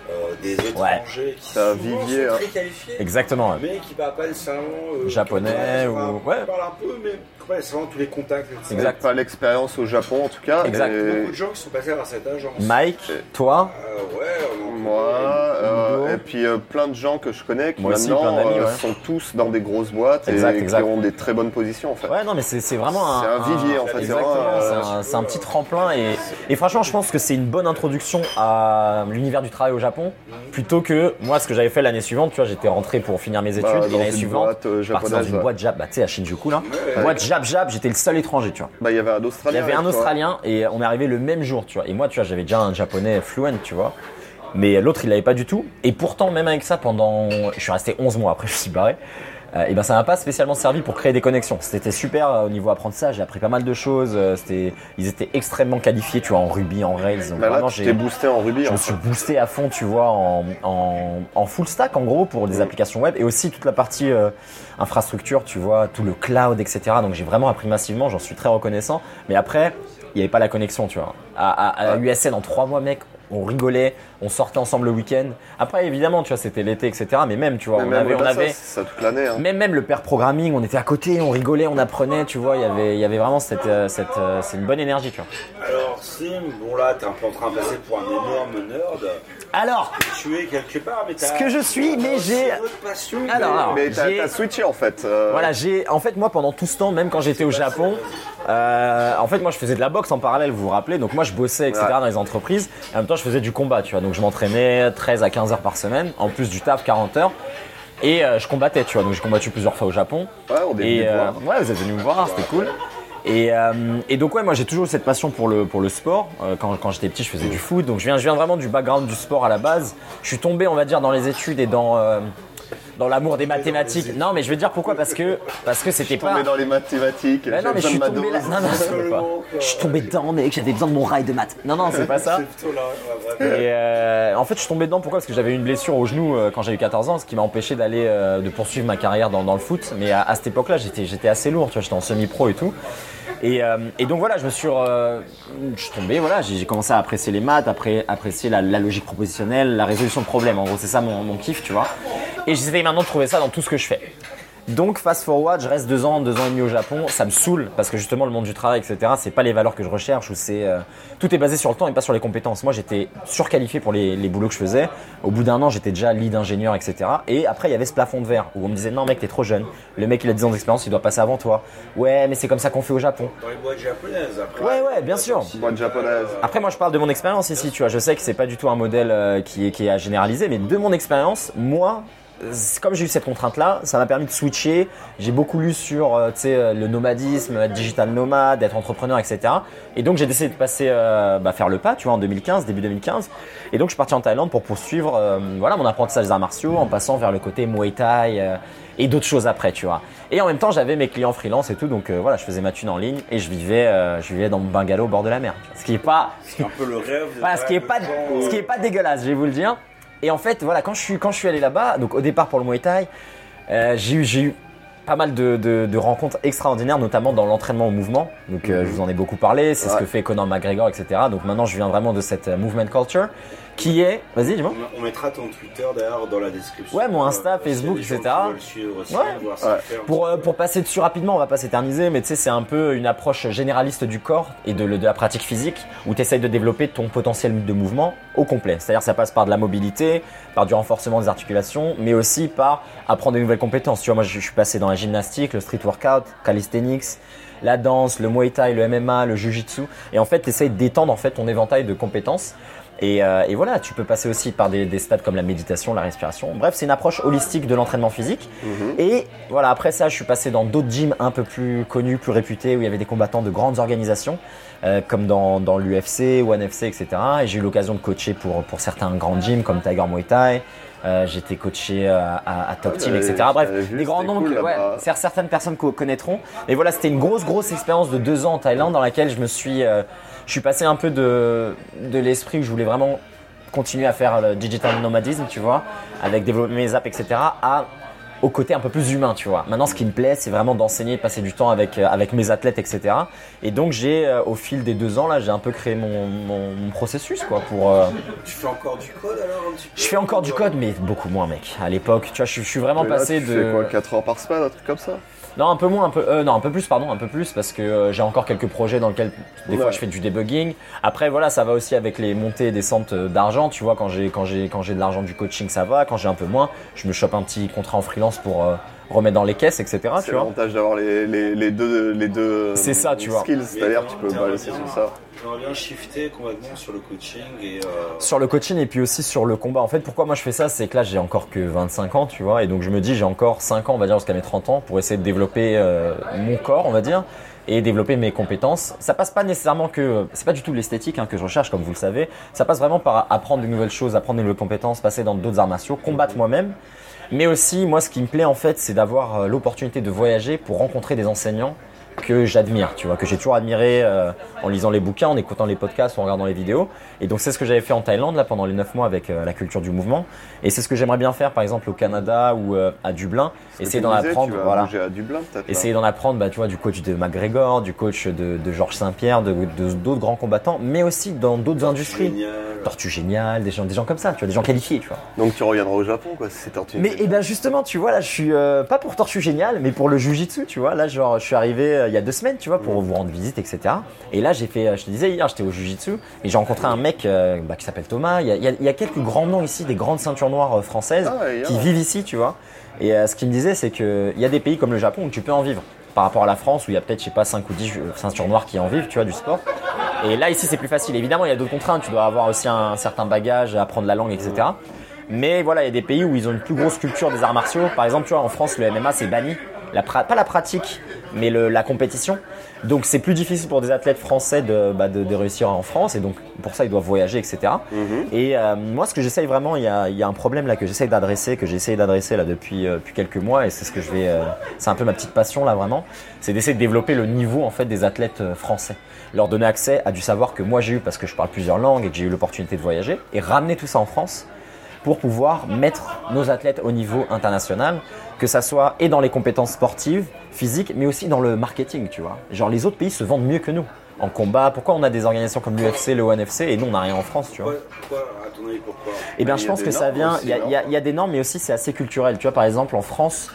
euh, des étrangers qui C'est un souvent vivier, sont hein. très qualifiés, exactement ouais. mais qui ne parlent pas nécessairement euh, Japonais qui parlent- ou- qui ouais. parlent un peu, mais qui n'ont pas nécessairement tous les contacts. etc. Exact. Pas l'expérience au Japon, en tout cas. Exact. mais- Beaucoup de gens qui sont passés par cette agence. Mike toi Euh, ouais, on en- Moi, euh, Ludo. et puis euh, plein de gens que je connais qui Moi aussi, maintenant plein d'amis, euh, ouais. sont tous dans des grosses boîtes Exact, et exact. qui ont des très bonnes positions en fait. ouais non mais c'est c'est vraiment un C'est un vivier, en fait, c'est exactement, vraiment, c'est euh, un- c'est un, petit tremplin et, et franchement je pense que c'est une bonne introduction à l'univers du travail au Japon plplutôt que moi ce que j'avais fait l'année suivante tu vois j'étais rentré pour finir mes études Bah, et dans l'année une suivante boîte, euh, parti dans japonaise, une ouais. boîte jap bah tu sais à Shinjuku là boîte jap jap j'étais le seul étranger tu vois Bah, il y avait un Il y Australien. avait avec un toi. Australien et on est arrivé le même jour, tu vois. Et moi, tu vois, j'avais déjà un japonais fluent, tu vois. Mais l'autre, il l'avait pas du tout. Et pourtant, même avec ça, pendant. Je suis resté 11 mois après, je suis barré. euh, et ben ça m'a pas spécialement servi pour créer des connexions. C'était super euh, au niveau apprentissage, j'ai appris pas mal de choses. euh, C'était, ils étaient extrêmement qualifiés, tu vois, en Ruby, en Rails. Donc Bah là, vraiment, tu j'ai- t'es boosté en Ruby. je hein. me suis boosté à fond, tu vois, en, en- en full stack en gros pour des Mm. applications web et aussi toute la partie euh, infrastructure, tu vois, tout le cloud, etc. Donc j'ai vraiment appris massivement, j'en suis très reconnaissant. Mais après, il n'y avait pas la connexion, tu vois. À, à- à USN en trois mois, mec, on rigolait, on sortait ensemble le week-end. Après, évidemment, tu vois, c'était l'été, etc. Mais même, tu vois, Mais on même avait, on au-delà de ça, avait, c'est ça toute l'année. hein. même, même le pair programming, on était à côté, on rigolait, on apprenait, tu vois, il y avait, il y avait vraiment cette, euh, cette, euh, c'est une bonne énergie, tu vois. Alors, Sim, bon là, t'es un peu en train de passer pour un énorme nerd. Alors, Tu es quelque part, mais t'as. ce que je suis, mais j'ai... C'est notre passion. Alors, alors. Mais t'as j'ai- t'as switché en fait. euh, Voilà, j'ai en fait moi pendant tout ce temps, même quand j'étais au Japon, euh, en fait moi je faisais de la boxe en parallèle, vous vous rappelez. Donc moi je bossais etc Ouais. dans les entreprises. Et en même temps je faisais du combat, tu vois. Donc je m'entraînais 13 à 15 heures par semaine, en plus du taf 40 heures. Et euh, je combattais, tu vois. Donc j'ai combattu plusieurs fois au Japon. Ouais, on est venu Et te euh, voir. ouais, vous êtes venus me voir, c'était cool. Et, euh, et donc ouais, moi j'ai toujours eu cette passion pour le, pour le sport. Euh, quand quand j'étais petit, je faisais du foot. Donc je viens, je viens vraiment du background du sport à la base. Je suis tombé, on va dire, dans les études et dans, euh, dans l'amour des mathématiques. Non, mais je vais dire pourquoi, parce que parce que c'était On pas... est dans les mathématiques. Ben j'ai non, mais je besoin de suis ma tombé là. dose. Non, non, c'est pas. Je suis tombé dedans, mec, j'avais besoin de mon rail de maths. Non, non, c'est pas ça. Plutôt là, ouais, ouais, Et ouais. euh, en fait, je suis tombé dedans pourquoi Parce que j'avais eu une blessure au genou euh, quand j'avais eu 14 ans, ce qui m'a empêché d'aller euh, de poursuivre ma carrière dans, dans le foot. Mais à, à cette époque-là, j'étais j'étais assez lourd, tu vois, j'étais en semi-pro et tout. Et, euh, et donc voilà, je me suis, euh, je suis tombé, voilà, j'ai j'ai commencé à apprécier les maths, après apprécier la, la logique propositionnelle, la résolution de problèmes. En gros, c'est ça mon, mon kiff, tu vois. Et j'essaie maintenant de trouver ça dans tout ce que je fais. Donc fast forward, je reste deux ans, deux ans et demi au Japon, ça me saoule parce que justement le monde du travail, etc. C'est pas les valeurs que je recherche ou c'est euh, tout est basé sur le temps et pas sur les compétences. Moi j'étais surqualifié pour les, les boulots que je faisais. Au bout d'un an j'étais déjà lead ingénieur, etc. Et après il y avait ce plafond de verre où on me disait non mec t'es trop jeune. Le mec il a 10 ans d'expérience, il doit passer avant toi. Ouais mais c'est comme ça qu'on fait au Japon. Dans les boîtes japonaises, après. Ouais ouais bien sûr. Boîte japonaise. Après, moi, je parle de mon expérience ici, tu vois. Je sais que c'est pas du tout un modèle euh, qui, est, qui est à généraliser, mais de mon expérience, moi, euh, c'est- comme j'ai eu cette contrainte-là, ça m'a permis de switcher. J'ai beaucoup lu sur euh, tu sais, euh, le nomadisme, être digital nomade, être entrepreneur, etc. Et donc, j'ai décidé de passer, euh, bah, faire le pas, tu vois, en 2015, début 2015. Et donc, je suis parti en Thaïlande pour poursuivre euh, voilà, mon apprentissage des arts martiaux en passant vers le côté Muay Thai euh, et d'autres choses après, tu vois. Et en même temps, j'avais mes clients freelance et tout, donc euh, voilà, je faisais ma thune en ligne et je vivais, euh, je vivais dans mon bungalow au bord de la mer. tu vois. Ce qui est pas C'est un peu le rêve. de- voilà, ce qui est de pas, gens, ce qui est pas dégueulasse, je vais vous le dire. Et en fait, voilà, quand je suis, quand je suis allé là-bas, donc au départ pour le Muay Thai, euh, j'ai eu, j'ai eu pas mal de, de- de rencontres extraordinaires, notamment dans l'entraînement au mouvement. Donc, euh, je vous en ai beaucoup parlé. C'est ce Ouais. que fait Conor McGregor, etc. Donc maintenant, je viens vraiment de cette euh, movement culture qui est, vas-y, dis-moi. On, on mettra ton Twitter d'ailleurs dans la description. Ouais, mon Insta, Euh, s'il y a Facebook, des gens etc. qui veulent suivre aussi, Ouais. voir ce qu'il fait. Pour, euh, pour passer dessus rapidement, on va pas s'éterniser, mais tu sais, c'est un peu une approche généraliste du corps et de, le- de la pratique physique où tu essayes de développer ton potentiel de mouvement au complet. C'est-à-dire, ça passe par de la mobilité, par du renforcement des articulations, mais aussi par apprendre de nouvelles compétences. Tu vois, moi, je je suis passé dans la gymnastique, le street workout, calisthenics, la danse, le muay thai, le MMA, le jujitsu. Et en fait, tu essayes d'étendre en fait, ton éventail de compétences. Et, euh, et voilà, tu peux passer aussi par des, des stades comme la méditation, la respiration. Bref, c'est une approche holistique de l'entraînement physique. Mhm. Et voilà, après ça, je suis passé dans d'autres gyms un peu plus connus, plus réputés, où il y avait des combattants de grandes organisations, euh, comme dans, dans l'UFC, One FC, etc. Et j'ai eu l'occasion de coacher pour, pour certains grands gyms, comme Tiger Muay Thai. Euh, J'étais coaché euh, à, à Top Ouais, Team, j'avais- etc. Bref, j'avais vu, des grands c'était noms cool que ouais, là-bas. cer- certaines personnes co- connaîtront. Et voilà, c'était une grosse, grosse expérience de deux ans en Thaïlande dans laquelle je me suis, euh, je suis passé un peu de, de l'esprit où je voulais vraiment continuer à faire euh, le digital nomadisme, tu vois, avec développer mes apps, etc., à au côté un peu plus humain, tu vois. Maintenant, ce qui me plaît, c'est vraiment d'enseigner, de passer du temps avec, euh, avec mes athlètes, etc. Et donc, j'ai, euh, au fil des deux ans, là, j'ai un peu créé mon, mon- mon processus, quoi, pour... euh, Tu fais encore du code alors un petit peu Je fais encore du code, mais beaucoup moins, mec. À l'époque, tu vois, je, je suis vraiment Mais là, passé tu de... fais quoi 4 heures par semaine, un truc comme ça Non, un peu moins, un peu, euh, non, un peu plus, pardon, un peu plus, parce que euh, j'ai encore quelques projets dans lesquels des fois Ouais. je fais du debugging. Après, voilà, ça va aussi avec les montées et descentes euh, d'argent. Tu vois, quand j'ai, quand j'ai, quand j'ai de l'argent du coaching, ça va. Quand j'ai un peu moins, je me chope un petit contrat en freelance pour euh, remettre dans les caisses, etc. C'est Ah, Tu vois. l'avantage d'avoir les, les- les deux, les deux C'est ça, tu vois. skills, c'est-à-dire tu peux Mais balancer sur ça. J'aimerais bien shifter complètement sur le coaching et. euh, Sur le coaching et puis aussi sur le combat. En fait, pourquoi moi je fais ça, c'est que là j'ai encore que 25 ans, tu vois, et donc je me dis j'ai encore 5 ans, on va dire jusqu'à mes 30 ans, pour essayer de développer euh, mon corps, on va dire, et développer mes compétences. Ça passe pas nécessairement que, c'est pas du tout l'esthétique hein, que je recherche, comme vous le savez. Ça passe vraiment par apprendre de nouvelles choses, apprendre de nouvelles compétences, passer dans d'autres arts martiaux, combattre moi-même. Mais aussi, moi, ce qui me plaît en fait, c'est d'avoir euh, l'opportunité de voyager pour rencontrer des enseignants que j'admire, tu vois, que j'ai toujours admiré euh, en lisant les bouquins, en écoutant les podcasts, en regardant les vidéos. Et donc, c'est ce que j'avais fait en Thaïlande là pendant les 9 mois avec euh, la culture du mouvement. Et c'est ce que j'aimerais bien faire, par exemple, au Canada ou euh, à Dublin, essayer d'en apprendre, Tu vas voilà. bouger à Dublin peut-être. là. Essayer d'en apprendre, bah, tu vois, du coach de McGregor, du coach de, de Georges Saint-Pierre, de de- d'autres grands combattants, mais aussi dans d'autres industries. Génial. Tortue génial, des gens, des gens comme ça, tu vois, des gens qualifiés, tu vois. Donc tu reviendras au Japon quoi, si c'est tortue. Mais et ben justement, tu vois, là, je suis euh, pas pour Tortue Génial, mais pour le Jujitsu, tu vois. Là, genre, je suis arrivé euh, il y a deux semaines, tu vois, pour vous rendre visite, etc. Et là, j'ai fait, euh, je te disais hier, j'étais au Jujitsu, et j'ai rencontré un mec euh, bah, qui s'appelle Thomas. Il y, a, il y a- il y a quelques grands noms ici, des grandes ceintures noires euh, françaises, Ah, ouais, qui ouais. vivent ici, tu vois. Et euh, ce qu'il me disait, c'est qu'il y a des pays comme le Japon où tu peux en vivre. Par rapport à la France, où il y a peut-être, je sais pas, 5 ou 10 ceintures noires qui en vivent, tu vois, du sport. Et là, ici, c'est plus facile. Évidemment, il y a d'autres contraintes. Tu dois avoir aussi un certain bagage, apprendre la langue, etc. Mais voilà, il y a des pays où ils ont une plus grosse culture des arts martiaux. Par exemple, tu vois, en France, le MMA, c'est banni. La pra- Pas la pratique, mais le- la compétition. Donc, c'est plus difficile pour des athlètes français de, bah, de- de réussir en France. Et donc, pour ça, ils doivent voyager, etc. Et euh, moi, ce que j'essaye vraiment, il y a, il y a un problème là que j'essaye d'adresser, que j'essaye d'adresser là depuis, euh, depuis quelques mois. Et c'est ce que je vais. euh, c'est un peu ma petite passion là, vraiment. C'est d'essayer de développer le niveau en fait des athlètes euh, français leur donner accès à du savoir que moi j'ai eu parce que je parle plusieurs langues et que j'ai eu l'opportunité de voyager, et ramener tout ça en France pour pouvoir mettre nos athlètes au niveau international, que ça soit et dans les compétences sportives, physiques, mais aussi dans le marketing, tu vois. Genre les autres pays se vendent mieux que nous. En combat, pourquoi on a des organisations comme l'UFC, le ONFC et nous on n'a rien en France, tu vois Pourquoi, pourquoi, à ton avis, pourquoi Eh bien Il y je a pense des que ça normes vient, aussi, hein. il y, a- non il y a- il y a des normes, mais aussi c'est assez culturel. Tu vois par exemple en France,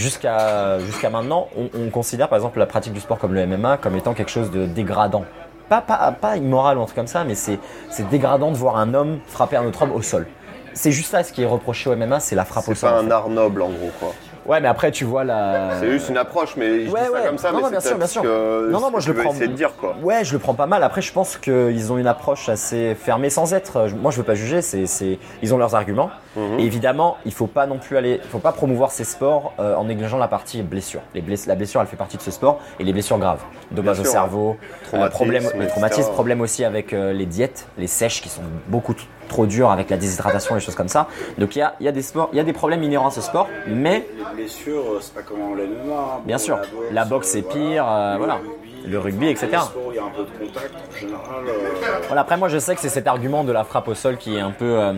jusqu'à jusqu'à maintenant, on, on considère par exemple la pratique du sport comme le MMA comme étant quelque chose de dégradant. Pas, pas, pas immoral ou un truc comme ça, mais c'est c'est dégradant de voir un homme frapper un autre homme au sol. C'est juste ça ce qui est reproché au MMA, c'est la frappe au C'est sol. pas en un art noble en gros quoi. fait. Ouais, mais après tu vois la. C'est juste une approche, mais je Ouais, dis ça ouais. comme ça, Non, non, mais bien c'est sûr, bien peut-être ce sûr. que, Non, ce non, moi que je le tu veux prends. essayer de dire quoi. Ouais, je le prends pas mal. Après, je pense qu'ils ont une approche assez fermée sans être. je- Moi, je veux pas juger. C'est, c'est- ils ont leurs arguments. Mhm. Et évidemment, il faut pas non plus aller, il faut pas promouvoir ces sports euh, en négligeant la partie blessure. Les bless- la blessure, elle fait partie de ce sport et les blessures graves, dommages Bien au sûr, cerveau, euh, Traumatisme, problème, les etc. traumatismes, problème aussi avec euh, les diètes, les sèches qui sont beaucoup t- trop dures avec la déshydratation et les choses comme ça. Donc il y a, il y a des sports, il y a des problèmes inhérents à ce sport, mais Les blessures, euh, c'est pas comme en MMA. hein. Bien Bon, sûr. La boxe, c'est pire, euh, voilà. Le rugby, enfin, etc. les sports où Il y a un peu de contact en général. euh, Voilà, après moi je sais que c'est cet argument de la frappe au sol qui est un peu euh,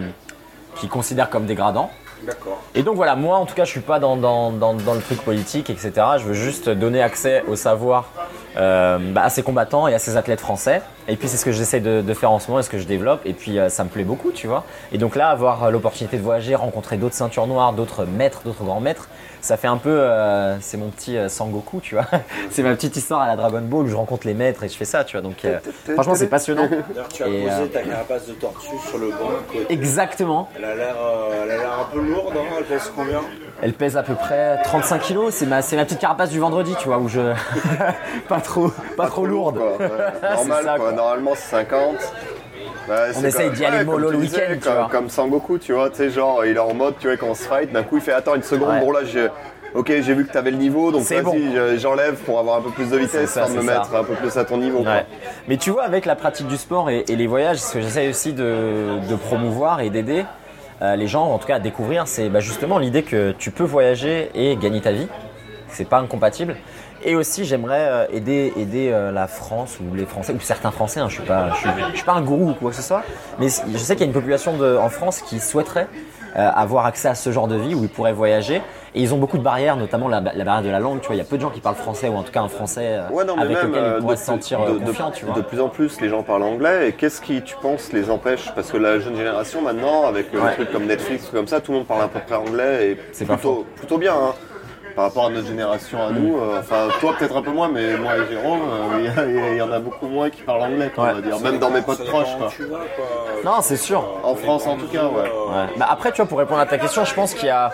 qui considère comme dégradant. D'accord. Et donc voilà, moi en tout cas je suis pas dans, dans, dans, dans le truc politique, etc. Je veux juste donner accès au savoir euh, bah, à ces combattants et à ces athlètes français. Et puis c'est ce que j'essaie de, de faire en ce moment et ce que je développe. Et puis euh, ça me plaît beaucoup, tu vois. Et donc là, avoir euh, l'opportunité de voyager, rencontrer d'autres ceintures noires, d'autres maîtres, d'autres grands maîtres, ça fait un peu... euh, c'est mon petit euh, Sangoku, tu vois. c'est ma petite histoire à la Dragon Ball où je rencontre les maîtres et je fais ça, tu vois. Donc euh, franchement c'est passionnant. D'ailleurs, tu as Et, posé euh, ta carapace de tortue sur le banc. à côté. Exactement. Elle a l'air euh, elle a l'air un peu lourde, hein. elle pèse combien Elle pèse à peu près 35 kilos. C'est ma, c'est ma petite carapace du vendredi, tu vois, où je. pas trop, pas trop lourde. Quoi. ouais. Normal C'est ça, quoi. quoi. Normalement c'est 50. Ouais, c'est essaye comme- d'y aller comme mollo tu le disais, week-end, tu Comme, vois. comme Sangoku, tu vois, tu sais, genre il est en mode, tu vois, quand on se fight, d'un coup il fait attends une seconde, Ouais. bon là j'ai. Ok, j'ai vu que t'avais le niveau, donc C'est vas-y, bon. je- j'enlève pour avoir un peu plus de vitesse, ça, sans me c'est ça. mettre un peu plus à ton niveau. quoi. Ouais. Mais tu vois, avec la pratique du sport et, et les voyages, ce que j'essaie aussi de, de promouvoir et d'aider euh, les gens, en tout cas à découvrir, c'est bah, justement l'idée que tu peux voyager et gagner ta vie. C'est pas incompatible. Et aussi, j'aimerais euh, aider, aider euh, la France ou les Français, ou certains Français, hein, je suis pas, je suis, je suis pas un gourou ou quoi que ce soit, mais c- je sais qu'il y a une population de- en France qui souhaiterait euh, avoir accès à ce genre de vie où ils pourraient voyager. Et ils ont beaucoup de barrières, notamment la, la barrière de la langue. Tu vois, il y a peu de gens qui parlent français ou en tout cas un français euh, Ouais, non, mais avec même, lequel euh, ils pourraient de se plus- sentir de- euh, de- confiants, tu vois. De plus en plus, les gens parlent anglais. Et qu'est-ce qui, tu penses, les empêche Parce que la jeune génération, maintenant, avec euh, des Ouais. trucs comme Netflix, comme ça, tout le monde parle à peu près anglais. Et C'est pas Mm. plutôt, plutôt bien, hein. Par rapport à notre génération, à nous, euh, enfin, toi peut-être un peu moins, mais moi et Jérôme, euh, il y a- il y, a- il y en a beaucoup moins qui parlent anglais, quoi, on va Ouais. dire. Même dans mes potes Ça proches, dépend où quoi. tu vas, quoi. Non, c'est sûr. En France, en tout cas, ouais. Ouais. Bah après, tu vois, pour répondre à ta question, je pense qu'il y a.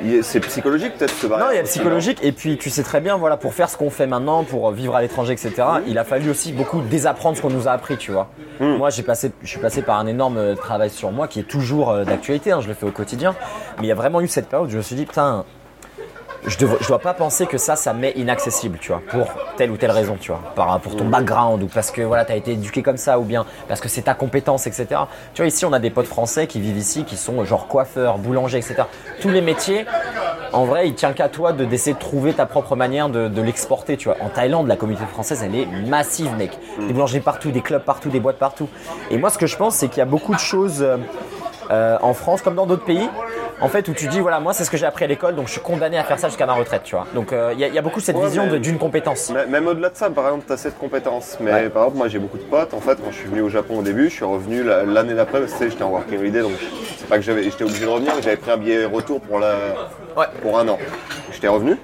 Il y a- C'est psychologique, peut-être, ce Non, il y a barrière. le psychologique, et puis tu sais très bien, voilà, pour faire ce qu'on fait maintenant, pour euh, vivre à l'étranger, etc., Mm. il a fallu aussi beaucoup désapprendre ce qu'on nous a appris, tu vois. Moi, j'ai passé, je suis passé par un énorme travail sur euh, moi qui est toujours euh, d'actualité, hein, je le fais au quotidien, mais il y a vraiment eu cette période où je me suis dit, putain, je, devrais- je dois pas penser que ça, ça m'est inaccessible, tu vois, pour telle ou telle raison, tu vois, par, pour ton background ou parce que voilà, t'as été éduqué comme ça ou bien parce que c'est ta compétence, etc. Tu vois, ici, on a des potes français qui vivent ici, qui sont euh, genre coiffeurs, boulangers, etc. Tous les métiers, en vrai, il tient qu'à toi de d'essayer de trouver ta propre manière de, de l'exporter, tu vois. En Thaïlande, la communauté française, elle est massive, mec. Des boulangers partout, des clubs partout, des boîtes partout. Et moi, ce que je pense, c'est qu'il y a beaucoup de choses. euh, euh, en France comme dans d'autres pays, en fait, où tu dis, voilà, moi, c'est ce que j'ai appris à l'école, donc je suis condamné à faire ça jusqu'à ma retraite, tu vois. Donc, euh, il y, a- il y a beaucoup cette Ouais, vision mais- de- d'une compétence. Mais- Même au-delà de ça, par exemple, tu as cette compétence. Mais Ouais. par exemple, moi j'ai beaucoup de potes. En fait, quand je suis venu au Japon au début, je suis revenu la- l'année d'après parce que tu sais, j'étais en working holiday. Donc, c'est pas que j'avais, j'étais obligé de revenir, mais j'avais pris un billet retour pour, la, Ouais. pour un an. J'étais revenu.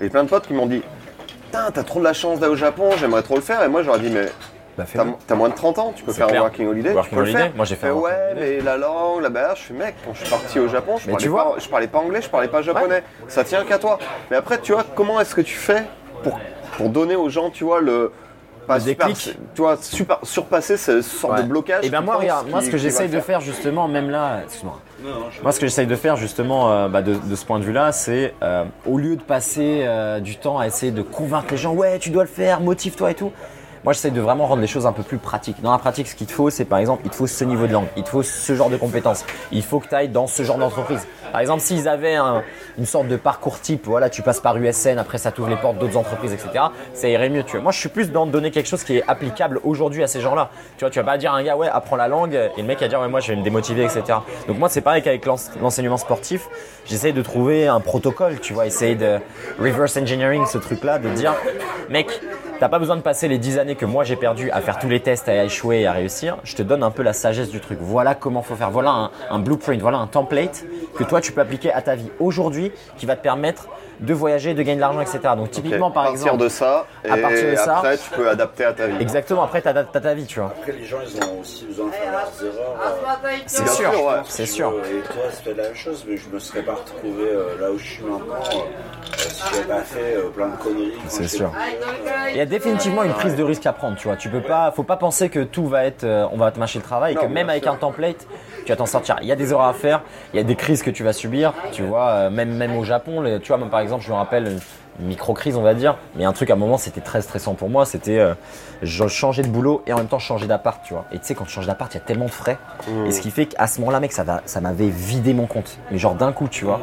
Et plein de potes qui m'ont dit Putain, t'as trop de la chance d'aller au Japon, j'aimerais trop le faire. Et moi, j'aurais dit Mais Bah, T'as t'as moins de 30 ans, tu peux C'est faire clair. un working holiday. tu Working peux le holiday, faire. moi, j'ai fait Mais un working Ouais, mais la langue, la barrière, je suis mec. Quand je suis parti au Japon, je Mais parlais, tu pas, vois. je parlais pas anglais, je parlais pas japonais. Ça tient qu'à toi. Mais après, tu vois, comment est-ce que tu fais pour, pour donner aux gens, tu vois, le. Pas Le super- déclic. tu vois, super- surpasser ce sorte de blocage. Et ben qui moi, pense regarde, moi, qui- ce que qui va j'essaye de faire. faire justement, même là, excuse-moi. Moi, ce que j'essaye de faire justement euh, bah, de, de ce point de vue-là, c'est euh, au lieu de passer euh, du temps à essayer de convaincre les gens, ouais, tu dois le faire, motive-toi et tout. Moi, j'essaye de vraiment rendre les choses un peu plus pratiques. Dans la pratique, ce qu'il te faut, c'est par exemple, il te faut ce niveau de langue, il te faut ce genre de compétences, il faut que tu ailles dans ce genre d'entreprise. Par exemple, s'ils avaient un- une sorte de parcours type, voilà, tu passes par USN, après ça t'ouvre les portes d'autres entreprises, etc., ça irait mieux. Tu vois. Moi, je suis plus dans donner quelque chose qui est applicable aujourd'hui à ces gens-là. Tu vois, tu vas pas dire à un gars, ouais, apprends la langue, et le mec va dire, ouais, moi, je vais me démotiver, etc. Donc, moi, c'est pareil qu'avec l'ense- l'enseignement sportif, j'essaye de trouver un protocole, tu vois, essayer de reverse engineering, ce truc-là, de dire, mec, T'as pas besoin de passer les 10 années que moi j'ai perdu à faire tous les tests, à échouer et à réussir. Je te donne un peu la sagesse du truc. Voilà comment faut faire. Voilà un, un blueprint, voilà un template que toi tu peux appliquer à ta vie aujourd'hui qui va te permettre de voyager, de gagner de l'argent, etc. Donc typiquement Ok, par partir exemple. de ça, et à partir de ça- après, tu peux adapter à ta vie. Exactement, après t'as t'as ta vie, tu vois. Après, les gens, ils ont aussi besoin de faire leurs erreurs. euh, C'est Bien sûr, sûr, ouais. c'est si sûr. je- Et toi, c'était la même chose, mais je me serais pas retrouvé euh, là où je suis maintenant euh, si j'avais pas fait euh, plein de conneries. quand C'est j'étais sûr. plus jeune, euh, Il y a définitivement une prise de risque à prendre, tu vois. Tu peux pas, faut pas penser que tout va être, euh, on va te mâcher le travail, et que même avec un template, tu vas t'en sortir. Il y a des erreurs à faire, il y a des crises que tu vas subir, tu vois. euh, même même au Japon, le- tu vois, même par exemple, je me rappelle une micro crise, on va dire. Mais un truc à un moment, c'était très stressant pour moi. C'était, euh, je changeais de boulot et en même temps je changeais d'appart, tu vois. Et tu sais, quand tu changes d'appart, il y a tellement de frais, Mmh. et ce qui fait qu'à ce moment-là, mec, ça va, ça m'avait vidé mon compte. Mais genre d'un coup, tu vois.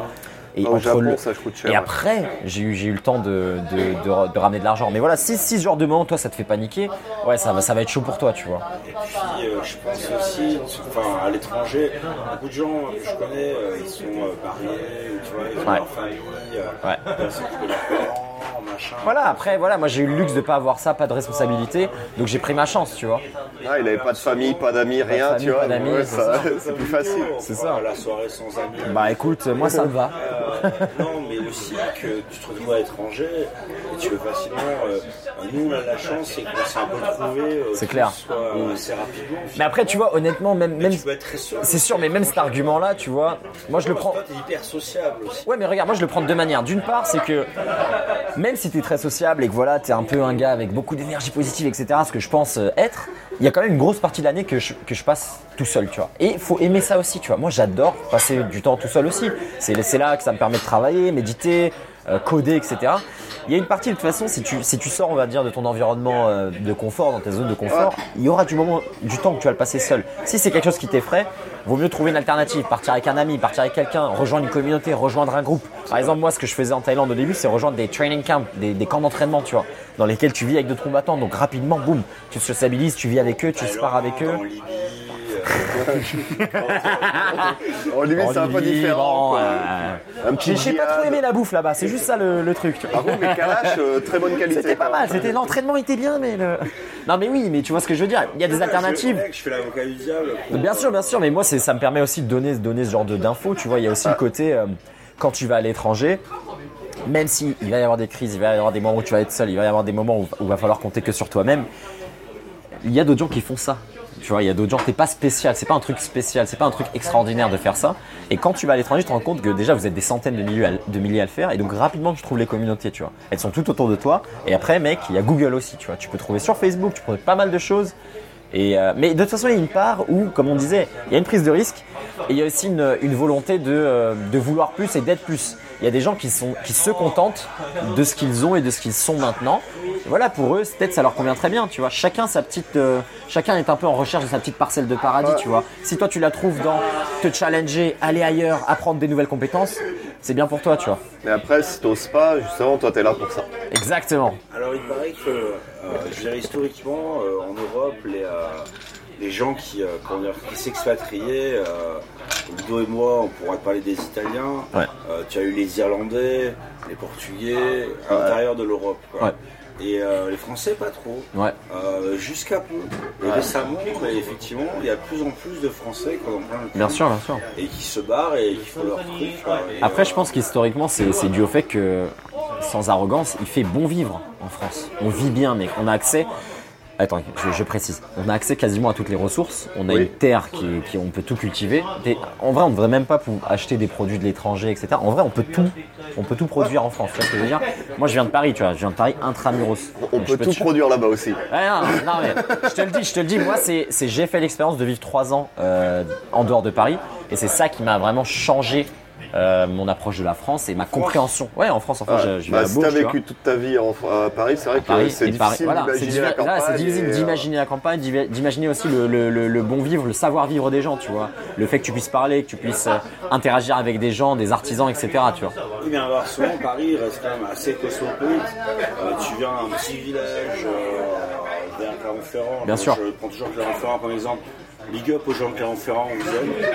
Et Au entre Japon, le- ça coûte cher. et après, j'ai eu, j'ai eu le temps de, de- de- de ramener de l'argent. Mais voilà, si, si ce genre de moment, toi, ça te fait paniquer, ouais, ça, va- ça va être chaud pour toi, tu vois. Et puis, euh, je pense aussi, enfin, à l'étranger, beaucoup de gens que je connais, euh, ils sont euh, mariés, ou tu vois, ils ont Ouais. leur famille, euh, Ouais. ils s'occupent de leurs parents, machin. Voilà, après, voilà, moi, j'ai eu le luxe de pas avoir ça, pas de responsabilité, donc j'ai pris ma chance, tu vois. Ah, il avait pas de famille, pas d'amis, de rien, famille, tu vois. pas d'amis, ouais, c'est ça- ça. c'est plus facile. C'est ça. Euh, La soirée sans amis. Bah écoute, moi, ça me va. Euh, non, mais aussi que tu te retrouves à l'étranger et tu veux facilement. euh, nous, on a la chance, c'est qu'on s'est un peu trouvé. euh, C'est tous, clair. Mm. quoi, euh, assez rapidement. Mais après, tu vois, honnêtement, même, même, tu peux être très seul. c'est sûr, mais même cet argument-là, tu vois, moi, je le prends. Toi, t'es hyper sociable aussi. Ouais, mais regarde, moi je le prends de deux manières. D'une part, c'est que même si t'es très sociable et que voilà, t'es un peu un gars avec beaucoup d'énergie positive, etc., ce que je pense euh, être, il y a quand même une grosse partie de l'année que je, que je passe tout seul, tu vois. Et faut aimer ça aussi, tu vois. Moi j'adore passer du temps tout seul aussi. C'est c'est là que ça me permet de travailler, méditer, euh, coder, etc. Il y a une partie de toute façon, si tu, si tu sors, on va dire, de ton environnement euh, de confort, dans ta zone de confort, il y aura du moment, du temps que tu vas le passer seul. Si c'est quelque chose qui t'effraie, vaut mieux trouver une alternative, partir avec un ami, partir avec quelqu'un, rejoindre une communauté, rejoindre un groupe. Par exemple, moi, ce que je faisais en Thaïlande au début, c'est rejoindre des training camps, des, des camps d'entraînement, tu vois, dans lesquels tu vis avec d'autres combattants. Donc rapidement, boum, tu te sociabilises, tu vis avec eux, tu se Alors, pars avec eux. dans Libye, euh, En Libye, c'est un peu Bolivie, différent. bon, quoi. euh, Un petit Ah J'ai j'ai pas trop djihad. aimé la bouffe là-bas, c'est juste ça le, le truc. tu vois. Par contre, les kalash, euh, très bonne qualité. C'était pas quoi. mal, c'était l'entraînement était bien, mais le... non mais oui, mais tu vois ce que je veux dire. Il y a des alternatives. Je, je fais l'avocat du diable. Bien sûr, bien sûr, mais moi c'est- ça me permet aussi de donner, de donner ce genre de- d'infos. Tu vois, il y a aussi le côté euh, quand tu vas à l'étranger. Même si il va y avoir des crises, il va y avoir des moments où tu vas être seul, il va y avoir des moments où il va falloir compter que sur toi-même. Il y a d'autres gens qui font ça. Tu vois, il y a d'autres gens, t'es pas spécial, c'est pas un truc spécial, c'est pas un truc extraordinaire de faire ça. Et quand tu vas à l'étranger, tu te rends compte que déjà vous êtes des centaines de milliers, à, de milliers à le faire, et donc rapidement tu trouves les communautés, tu vois. Elles sont toutes autour de toi, et après, mec, il y a Google aussi, tu vois. Tu peux trouver sur Facebook, tu peux trouver pas mal de choses, Et, euh, mais de toute façon, il y a une part où, comme on disait, il y a une prise de risque et il y a aussi une, une volonté de, euh, de vouloir plus et d'être plus. Il y a des gens qui, sont, qui se contentent de ce qu'ils ont et de ce qu'ils sont maintenant. Et voilà, pour eux, peut-être ça leur convient très bien, tu vois. Chacun, sa petite, euh, chacun est un peu en recherche de sa petite parcelle de paradis, tu vois. Si toi, tu la trouves dans te challenger, aller ailleurs, apprendre des nouvelles compétences, c'est bien pour toi, tu vois. Mais après, si t'oses pas, justement, toi, t'es là pour ça. Exactement. Alors il paraît que, euh, je dirais historiquement, euh, en Europe, les, euh, les gens qui, euh, comment dire, qui s'expatriaient, euh, Ludo et moi, on pourrait parler des Italiens, Ouais. Euh, tu as eu les Irlandais, les Portugais, à l'intérieur de l'Europe. quoi. Ouais. Et euh, les Français, pas trop. Ouais. Euh, Jusqu'à peu. Et récemment, mais effectivement, il y a de plus en plus de Français qui en ont plein le cul Bien sûr, bien sûr. et qui se barrent et qui font leur truc. quoi. Et, Après, euh, je pense qu'historiquement, c'est c'est dû au fait que, sans arrogance, il fait bon vivre en France. On vit bien, mec. On a accès. Attends, je, je précise. On a accès quasiment à toutes les ressources. On a Oui. une terre qui, qui- on peut tout cultiver. Des- en vrai, on ne devrait même pas pou- acheter des produits de l'étranger, etc. En vrai, on peut tout, on peut tout produire en France. Tu vois ce que je veux dire Moi, je viens de Paris, tu vois. Je viens de Paris intramuros. On Donc, je peut peux tout te- produire là-bas aussi. Ouais, non, non, non, mais je te le dis, je te le dis, moi, c'est, c'est- j'ai fait l'expérience de vivre trois ans euh, en dehors de Paris, et c'est ça qui m'a vraiment changé euh, mon approche de la France et ma compréhension. Ouais, en France, enfin, Ah, je, je vais Bah, à si Bourges, t'as tu vois. vécu toute ta vie en- à Paris, c'est vrai que Paris, c'est et difficile Paris- voilà, c'est d'imaginer la diffi- voilà, campagne. c'est difficile et, euh, d'imaginer la campagne, d'iva- d'imaginer aussi le, le- le- le bon vivre, le savoir vivre des gens, tu vois. Le fait que tu puisses parler, que tu puisses euh, interagir avec des gens, des artisans, etc. Tu vois. Oui, mais alors souvent Paris reste quand même assez cosmopolite. Euh, tu viens à un petit village euh, vers Clermont-Ferrand. Bien Donc, sûr. Je prends toujours Clermont-Ferrand comme exemple. Big up aux gens de Clermont-Ferrand, on vous aime. Euh,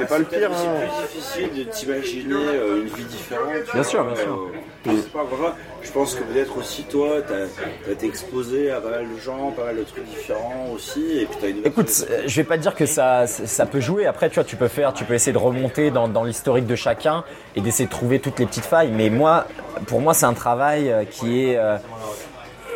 bah, pas le peut-être pire, aussi hein. plus difficile de t'imaginer euh, une vie différente. tu Bien vois, sûr, bien sûr. euh, c'est pas grave. Je pense que peut-être aussi toi, t'as as été exposé à pas mal de gens, pas mal de trucs différents aussi. Et puis t'as une Écoute, euh, je vais pas te dire que ça, ça peut jouer. Après, tu vois, tu peux faire, tu peux essayer de remonter dans, dans l'historique de chacun et d'essayer de trouver toutes les petites failles. Mais moi, pour moi, c'est un travail euh, qui est euh,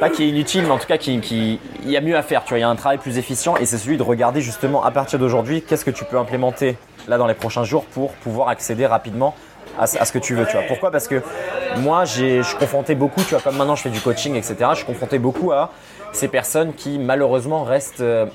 pas qui est inutile, mais en tout cas qui, qui- il y a mieux à faire. Tu vois, il y a un travail plus efficient et c'est celui de regarder justement à partir d'aujourd'hui qu'est-ce que tu peux implémenter là dans les prochains jours pour pouvoir accéder rapidement à, ce- à ce que tu veux. Tu vois, pourquoi Parce que moi, j'ai- je suis confronté beaucoup. Tu vois, comme maintenant, je fais du coaching, etc. Je suis confronté beaucoup à ces personnes qui malheureusement restent euh,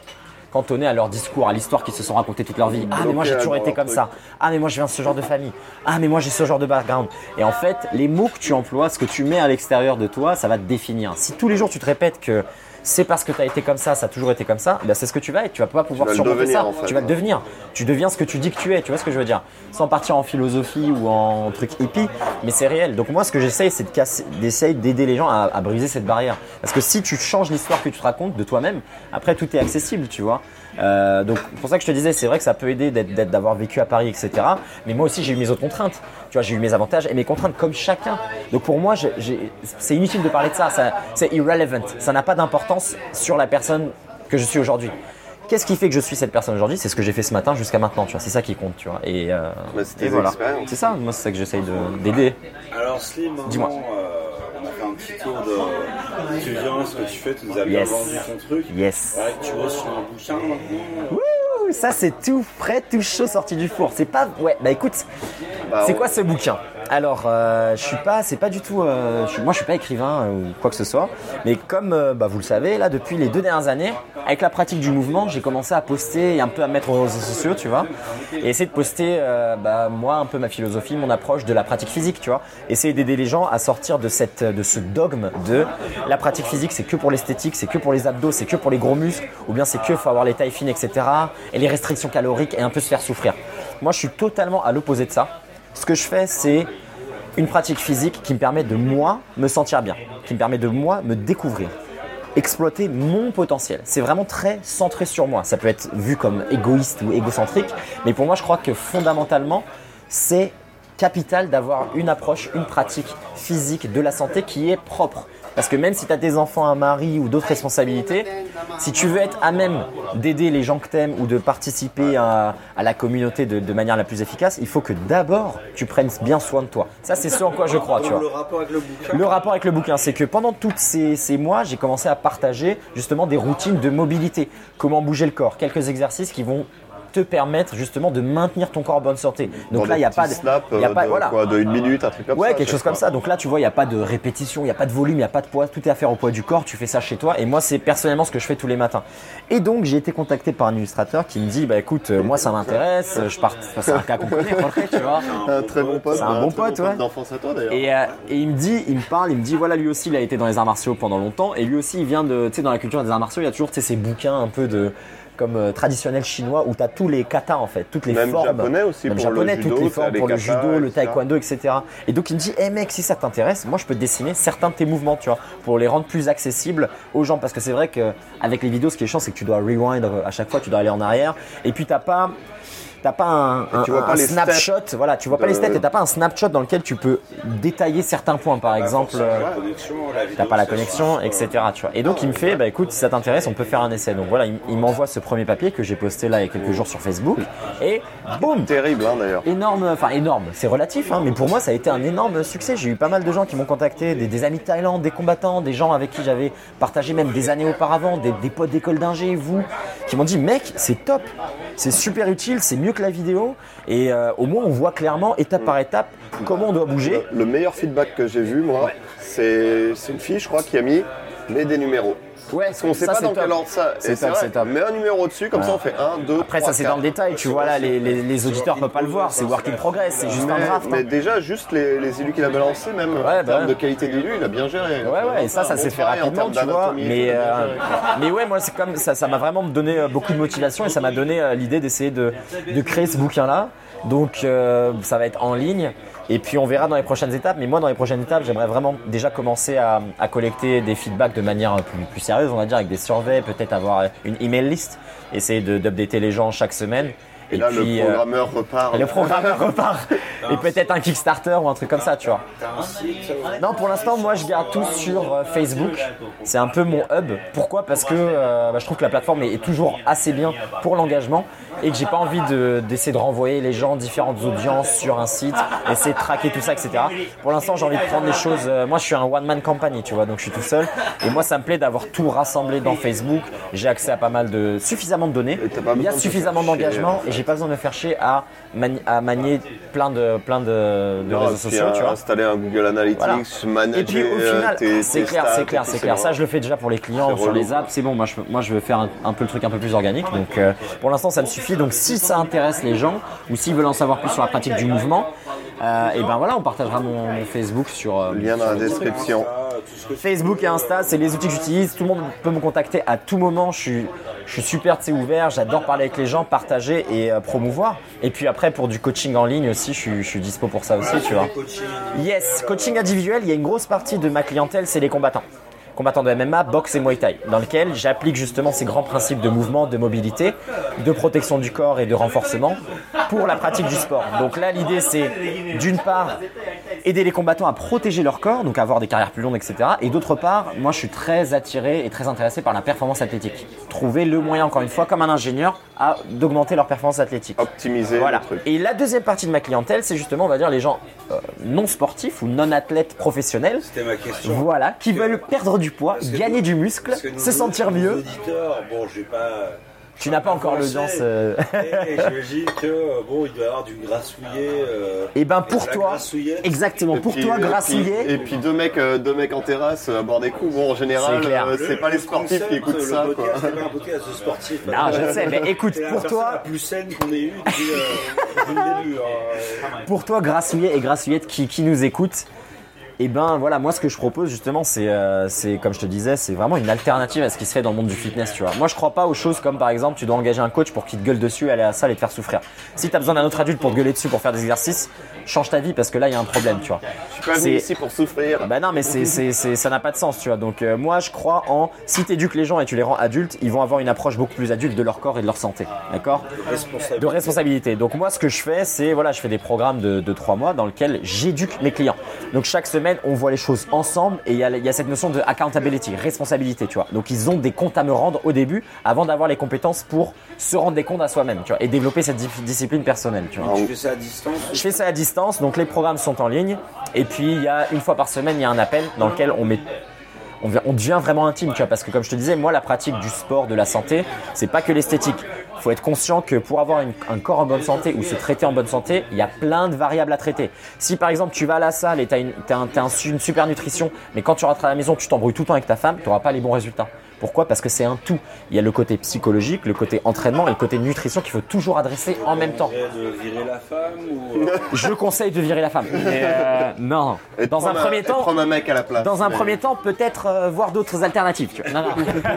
cantonnées à leur discours, à l'histoire qu'ils se sont racontées toute leur vie. Ah mais moi j'ai toujours été comme ça. Ah mais moi je viens de ce genre de famille. Ah mais moi j'ai ce genre de background. Et en fait, les mots que tu emploies, ce que tu mets à l'extérieur de toi, ça va te définir. Si tous les jours tu te répètes que c'est parce que tu as été comme ça, ça a toujours été comme ça, eh ben c'est ce que tu vas être. Tu vas pas pouvoir vas le surmonter devenir, ça. en fait, tu vas ouais. le devenir. Tu deviens ce que tu dis que tu es. Tu vois ce que je veux dire Sans partir en philosophie ou en truc hippie, mais c'est réel. Donc moi, ce que j'essaye, c'est de casser- d'essayer d'aider les gens à, à briser cette barrière. Parce que si tu changes l'histoire que tu te racontes de toi-même, après tout est accessible, tu vois. Euh, donc c'est pour ça que je te disais, c'est vrai que ça peut aider d'être- d'être- d'avoir vécu à Paris, etc. Mais moi aussi, j'ai eu mes autres contraintes. Tu vois, j'ai eu mes avantages et mes contraintes comme chacun. Donc pour moi, j'ai- j'ai- c'est inutile de parler de ça. ça c'est irrelevant. Ça n'a pas d'importance sur la personne que je suis aujourd'hui. Qu'est-ce qui fait que je suis cette personne aujourd'hui C'est ce que j'ai fait ce matin jusqu'à maintenant, tu vois. C'est ça qui compte, tu vois. Et, euh, Bah, c'est et tes expériences. C'est ça, moi, c'est ça que j'essaye de- d'aider. Alors Slim, maintenant, Dis-moi. euh, on a fait un petit tour de tu viens, ce que tu fais, tu nous as bien Yes. vendu ton truc. Yes. Ouais, tu bosses sur un bouquin maintenant. Ouh, Ça, c'est tout frais, tout chaud, sorti du four. C'est pas. Ouais, bah écoute, Bah, c'est on- quoi ce bouquin Alors, euh, je suis pas. C'est pas du tout. euh, je suis- moi, je suis pas écrivain euh, ou quoi que ce soit. Mais comme euh, bah, vous le savez, là, depuis les deux dernières années, avec la pratique du mouvement, j'ai commencé à poster et un peu à mettre aux réseaux sociaux, tu vois. Et essayer de poster, euh, bah, moi, un peu ma philosophie, mon approche de la pratique physique, tu vois. Essayer d'aider les gens à sortir de, cette, de ce dogme de la pratique physique, c'est que pour l'esthétique, c'est que pour les abdos, c'est que pour les gros muscles, ou bien c'est que faut avoir les tailles fines, etc. Et les restrictions caloriques et un peu se faire souffrir. Moi, je suis totalement à l'opposé de ça. Ce que je fais, c'est une pratique physique qui me permet de moi me sentir bien, qui me permet de moi me découvrir, exploiter mon potentiel. C'est vraiment très centré sur moi. Ça peut être vu comme égoïste ou égocentrique, mais pour moi, je crois que fondamentalement, c'est capital d'avoir une approche, une pratique physique de la santé qui est propre. Parce que même si tu as des enfants, un mari ou d'autres responsabilités, si tu veux être à même d'aider les gens que t'aimes ou de participer à, à la communauté de, de manière la plus efficace, il faut que d'abord tu prennes bien soin de toi. Ça, c'est ce en quoi je crois, tu vois. Le rapport avec le bouquin. Le rapport avec le bouquin, c'est que pendant tous ces, ces mois, j'ai commencé à partager justement des routines de mobilité, comment bouger le corps, quelques exercices qui vont te permettre justement de maintenir ton corps en bonne santé. Donc Dans là, des il n'y a petits pas de. snaps, il y a euh, pas- de, voilà. quoi, de une minute, un truc comme ça. Ouais, à quelque chose chaque comme fois. ça. Donc là, tu vois, il n'y a pas de répétition, il n'y a pas de volume, il n'y a pas de poids, tout est à faire au poids du corps, tu fais ça chez toi. Et moi, c'est personnellement ce que je fais tous les matins. Et donc, j'ai été contacté par un illustrateur qui me dit, bah écoute, euh, moi ça m'intéresse, euh, je pars, enfin, c'est un cas concret, en vrai, tu vois. Un très bon pote. C'est un bon très pote, ouais. d'enfance à toi d'ailleurs. Et, euh, et il me dit, il me parle, il me dit, voilà, lui aussi, il a été dans les arts martiaux pendant longtemps, et lui aussi, il vient de, tu sais, dans la culture des arts martiaux, il y a toujours, tu sais, ces bouquins un peu de, comme euh, traditionnels chinois, où tu as tous les katas, en fait, toutes les Même formes. japonais aussi, Même pour le japonais, judo, toutes les t'as formes, les pour le katas, judo, le etc. taekwondo, etc. Et donc, il me dit, eh mec, si ça t'intéresse, moi, je peux te dessiner certains de tes mouvements, tu vois, pour les rendre plus accessibles aux gens, parce que c'est vrai que avec les vidéos, ce qui est chiant, c'est que tu dois rewind euh, à chaque fois, tu dois aller en arrière, et puis t'as pas, t'as pas un, un- tu vois un pas les snapshot, voilà, tu vois pas les de- stats et t'as pas un snapshot dans lequel tu peux détailler certains points, Ah par bah, exemple. euh, la connexion, la vidéo, T'as pas la ça, connexion, ça, etc. Tu vois. Et Ah, donc il me fait, bah écoute, si ça t'intéresse, on peut faire un essai. Donc voilà, il, il m'envoie ce premier papier que j'ai posté là il y a quelques jours sur Facebook. Et boum, Terrible hein, d'ailleurs. énorme, enfin énorme, c'est relatif, hein, mais pour moi ça a été un énorme succès. J'ai eu pas mal de gens qui m'ont contacté, des, des amis de Thaïlande, des combattants, des gens avec qui j'avais partagé même des années auparavant, des, des potes d'école d'ingé, vous, qui m'ont dit mec, c'est top, c'est super utile, c'est mieux que la vidéo, et euh, au moins on voit clairement étape par étape comment on doit bouger. Euh, Le meilleur feedback que j'ai vu, moi, c'est c'est une fille, je crois, qui a mis mais des numéros. Ouais, Parce qu'on sait pas dans quel ordre ça. C'est et top, vrai, c'est top. Mets un numéro dessus, comme ça on fait 1, 2, 3. Après, ça c'est dans le détail, tu vois là, les, les, les auditeurs peuvent pas le voir, c'est work in progress, c'est juste un Mais, draft. hein. mais déjà, juste les, les élus qu'il a balancés, même en bah termes ouais. de qualité d'élu, il a bien géré. Ouais, ouais, et ça, C'est un ça bon s'est fait travail en rapidement, termes tu vois. d'anatomie, il Mais, a bien euh, géré. mais ouais, moi, c'est comme ça, ça m'a vraiment donné euh, beaucoup de motivation et ça m'a donné euh, l'idée d'essayer de, de créer ce bouquin-là. Donc, euh, ça va être en ligne. Et puis, on verra dans les prochaines étapes. Mais moi, dans les prochaines étapes, j'aimerais vraiment déjà commencer à, à collecter des feedbacks de manière euh, plus, plus sérieuse, on va dire, avec des surveys, peut-être avoir une email list, essayer de- d'updater les gens chaque semaine. Et là, puis, le euh, programmeur repart. le programmeur repart. Et peut-être un Kickstarter ou un truc comme ça, tu vois. T'as un site, euh, Non, pour l'instant, moi, je garde tout sur euh, Facebook. C'est un peu mon hub. Pourquoi Parce que euh, bah, je trouve que la plateforme est est toujours assez bien pour l'engagement et que j'ai pas envie de- d'essayer de, renvoyer les gens différentes audiences sur un site, essayer de traquer tout ça, etc. Pour l'instant, j'ai envie de prendre les choses. euh, moi, je suis un one man company, tu vois, donc je suis tout seul. Et moi, ça me plaît d'avoir tout rassemblé dans Facebook. J'ai accès à pas mal de suffisamment de données. Et t'as pas Il y besoin de a euh, te suffisamment faire chier, d'engagement en et j'ai pas besoin de me faire chier à, mani- à manier plein de plein de, de Non, réseaux puis, sociaux, euh, tu vois. Installer un Google Analytics, Voilà. manager. euh, Et puis au final, tes- c'est tes clair, stats c'est et clair, tout, c'est clair. bon. Ça, je le fais déjà pour les clients C'est sur relou, les apps. C'est bon, moi je, moi, je veux faire un, un peu le truc un peu plus organique. Donc, euh, pour l'instant, ça me suffit. Donc, si ça intéresse les gens ou s'ils veulent en savoir plus sur la pratique du mouvement, et ben voilà, on partagera mon, mon Facebook sur. euh, Lien dans la description. ça, tout ce que tu- Facebook et Insta, c'est les outils que j'utilise. Tout le monde peut me contacter à tout moment. Je suis, je suis super tu sais, ouvert. J'adore parler avec les gens, partager et euh, promouvoir. Et puis après, pour du coaching en ligne aussi, je suis, je suis dispo pour ça aussi, tu vois. Yes, coaching individuel, il y a une grosse partie de ma clientèle, c'est les combattants. Combattants de MMA, boxe et Muay Thai, dans lequel j'applique justement ces grands principes de mouvement, de mobilité, de protection du corps et de renforcement pour la pratique du sport. Donc là, l'idée, c'est d'une part aider les combattants à protéger leur corps, donc avoir des carrières plus longues, etc. Et d'autre part, moi je suis très attiré et très intéressé par la performance athlétique. Trouver le moyen, encore une fois, comme un ingénieur, à d'augmenter leur performance athlétique. Optimiser Voilà. le truc. Et la deuxième partie de ma clientèle, c'est justement, on va dire, les gens euh, non sportifs ou non athlètes professionnels. C'était ma question. Voilà, qui veulent perdre du poids, Parce que gagner nous- du muscle, parce que nous- se sentir nous, mieux. Nos auditeurs, bon, j'ai pas. Tu n'as pas encore avancé. l'audience, euh. Et J'imagine que bon, il doit y avoir du grassouillet. euh, Et ben de pour la toi, grassouillette. exactement, pour Puis- toi, et puis- grassouillet, Et puis deux mecs, euh, deux mecs en terrasse à boire des coups. Bon, en C'est général, clair. euh, c'est pas les sportifs qui écoutent le ça. podcast, Quoi. C'est pas un podcast de sportif. Non, Ah, je sais, mais écoute, C'est la pour personne toi- la plus saine qu'on ait eue depuis, euh, depuis le début. hein. pour toi, grassouillet et grassouillette qui, qui nous écoutent, et ben voilà, moi ce que je propose justement, c'est, euh, c'est comme je te disais, c'est vraiment une alternative à ce qui se fait dans le monde du fitness, tu vois. Moi je crois pas aux choses comme par exemple, tu dois engager un coach pour qu'il te gueule dessus, aller à la salle et te faire souffrir. Si t'as besoin d'un autre adulte pour te gueuler dessus, pour faire des exercices, change ta vie parce que là il y a un problème, tu vois. Je suis pas venu C'est- ici pour souffrir. Bah non, mais c'est, c'est, c'est- ça n'a pas de sens, tu vois. Donc euh, moi, je crois en si t'éduques les gens et tu les rends adultes, ils vont avoir une approche beaucoup plus adulte de leur corps et de leur santé, d'accord De responsabilité. Donc moi, ce que je fais, c'est voilà, je fais des programmes de, de trois mois dans lesquels j'éduque mes clients. Donc chaque semaine, on voit les choses ensemble et il y, a- il y a cette notion de accountability, responsabilité, tu vois. Donc ils ont des comptes à me rendre au début avant d'avoir les compétences pour se rendre des comptes à soi-même, tu vois, et développer cette dis- discipline personnelle, tu vois. Tu fais ça à distance. Je fais ça à distance, donc les programmes sont en ligne. Et puis, il y a une fois par semaine, il y a un appel dans lequel on met. On, vient- on devient vraiment intime, tu vois, parce que comme je te disais, moi, la pratique du sport, de la santé, c'est pas que l'esthétique. faut être conscient que pour avoir une- un corps en bonne santé ou se traiter en bonne santé, il y a plein de variables à traiter. Si par exemple tu vas à la salle et tu as, une, t'as un- t'as un su- une super nutrition, mais quand tu rentres à la maison, tu t'embrouilles tout le temps avec ta femme, tu n'auras pas les bons résultats. Pourquoi Parce que c'est un tout. Il y a le côté psychologique, le côté entraînement et le côté nutrition qu'il faut toujours adresser en même temps. De virer la femme ou. euh, Je conseille de virer la femme. Mais, euh, non. Et de Dans un prendre et premier de temps, prendre un mec à la place. dans un Mais- premier temps, peut-être euh, voir d'autres alternatives. tu vois. Non, non.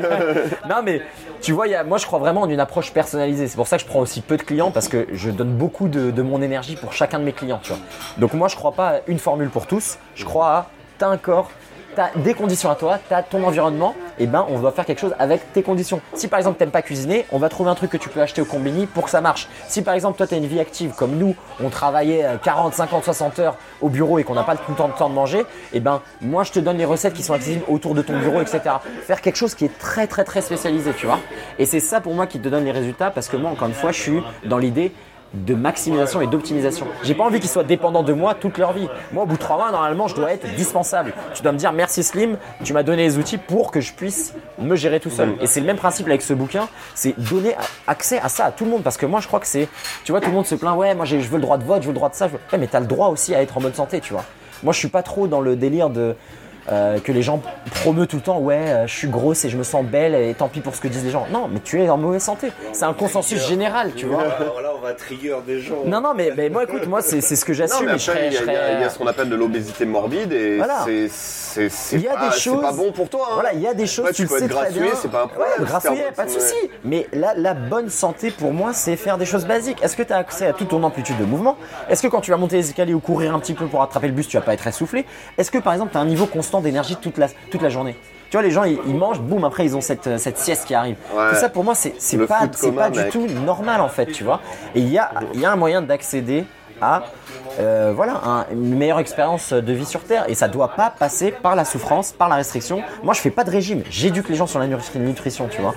Non, mais tu vois, il y a- moi je crois vraiment en une approche personnalisée. C'est pour ça que je prends aussi peu de clients parce que je donne beaucoup de, de mon énergie pour chacun de mes clients. tu vois. Donc moi je crois pas à une formule pour tous. Je crois à t'as un corps, t'as des conditions à toi, t'as ton environnement. Et ben on doit faire quelque chose avec tes conditions. Si par exemple t'aimes pas cuisiner, on va trouver un truc que tu peux acheter au combini pour que ça marche. Si par exemple toi t'as une vie active comme nous, on travaillait euh, 40, 50, 60 heures au bureau et qu'on n'a pas tout le temps de temps de manger, et ben moi je te donne les recettes qui sont accessibles autour de ton bureau, etc. Faire quelque chose qui est très très très spécialisé, tu vois. Et c'est ça pour moi qui te donne les résultats parce que moi encore une fois je suis dans l'idée de maximisation et d'optimisation. J'ai pas envie qu'ils soient dépendants de moi toute leur vie. Moi, au bout de trois mois, normalement, je dois être dispensable. Tu dois me dire merci Slim, tu m'as donné les outils pour que je puisse me gérer tout seul. Et c'est le même principe avec ce bouquin, c'est donner a- accès à ça à tout le monde parce que moi, je crois que c'est, tu vois, tout le monde se plaint, ouais, moi, j'ai- je veux le droit de vote, je veux le droit de ça, je veux... Ouais, mais t'as le droit aussi à être en bonne santé, tu vois. Moi, je suis pas trop dans le délire de euh, que les gens promeuvent tout le temps, ouais, euh, je suis grosse et je me sens belle et tant pis pour ce que disent les gens. Non, mais tu es en mauvaise santé. C'est un consensus général, tu vois. Alors là, on va trigger des gens. Non, non, mais, mais moi, écoute, moi, c'est c'est ce que Non, j'assume. mais et je après, serais- il y, a- je il y a- serais- il y a ce qu'on appelle de l'obésité morbide et Voilà. c'est- c'est c'est Il y a pas, des c'est choses- pas bon pour toi. hein. Voilà, il y a des choses, Ouais, tu, tu le peux sais être très bien. grassouillet, c'est pas un problème. Ouais, si grassouillet, t'es en bonne pas de santé. souci. Mais la, la bonne santé, pour moi, c'est faire des choses basiques. Est-ce que tu as accès à toute ton amplitude de mouvement Est-ce que quand tu vas monter les escaliers ou courir un petit peu pour attraper le bus, tu vas pas être essoufflé Est-ce que, par exemple, tu as un niveau constant d'énergie toute la, toute la journée tu vois, les gens, ils, ils mangent, boum, après, ils ont cette, cette sieste qui arrive. Ouais. Tout ça, pour moi, c'est c'est Le pas, foot c'est commun, pas du mec. tout normal, en fait, tu vois. Et il y a, il y a un moyen d'accéder à euh, voilà, un- une meilleure expérience de vie sur Terre. Et ça doit pas passer par la souffrance, par la restriction. Moi, je fais pas de régime. J'éduque les gens sur la nutri- nutrition, tu vois.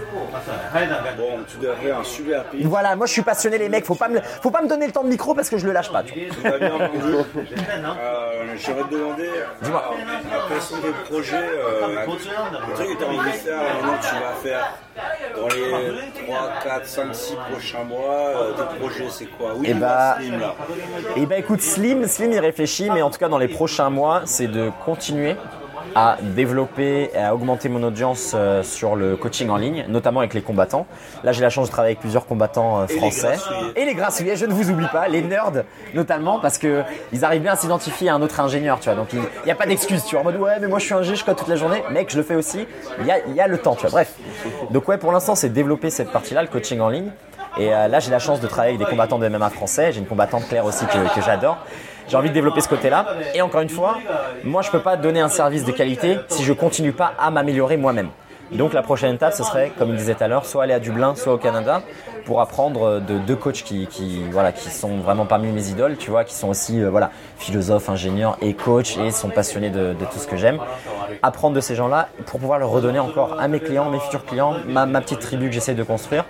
Bon, tu devrais un super pays. Voilà, moi, je suis passionné, les mecs. Faut pas me, faut pas me donner le temps de micro parce que je le lâche pas. tu vois. Tout va bien entendu. Euh, je vais te demander, Dis-moi. alors, quels sont tes projets euh, Le truc que tu as envie de faire, maintenant que euh, tu vas faire dans les 3, 4, 5, 6 prochains mois, euh, tes projets c'est quoi Oui, Eh bah- Slim, là. Et ben écoute, Slim, Slim il réfléchit, mais en tout cas dans les prochains mois, c'est de continuer à développer et à augmenter mon audience euh, sur le coaching en ligne, notamment avec les combattants. Là, j'ai la chance de travailler avec plusieurs combattants euh, français. Et les grassouillets, je ne vous oublie pas, les nerds notamment, parce que ils arrivent bien à s'identifier à un autre ingénieur, tu vois. Donc, il n'y a pas d'excuse, tu vois. En mode, ouais, mais moi je suis un G, je code toute la journée. Mec, je le fais aussi. Il y a, il y a le temps, tu vois. Bref. Donc, ouais, pour l'instant, c'est développer cette partie-là, le coaching en ligne. Et euh, là, j'ai la chance de travailler avec des combattants de MMA français. J'ai une combattante Claire aussi que, que j'adore. J'ai envie de développer ce côté-là. Et encore une fois, moi, je peux pas donner un service de qualité si je continue pas à m'améliorer moi-même. Donc la prochaine étape, ce serait, comme il disait tout à l'heure, soit aller à Dublin, soit au Canada, pour apprendre euh, de deux coachs qui, qui, voilà, qui sont vraiment parmi mes idoles, tu vois, qui sont aussi euh, voilà, philosophes, ingénieurs et coachs et sont passionnés de, de tout ce que j'aime. Apprendre de ces gens-là pour pouvoir le redonner encore à mes clients, mes futurs clients, ma, ma petite tribu que j'essaie de construire.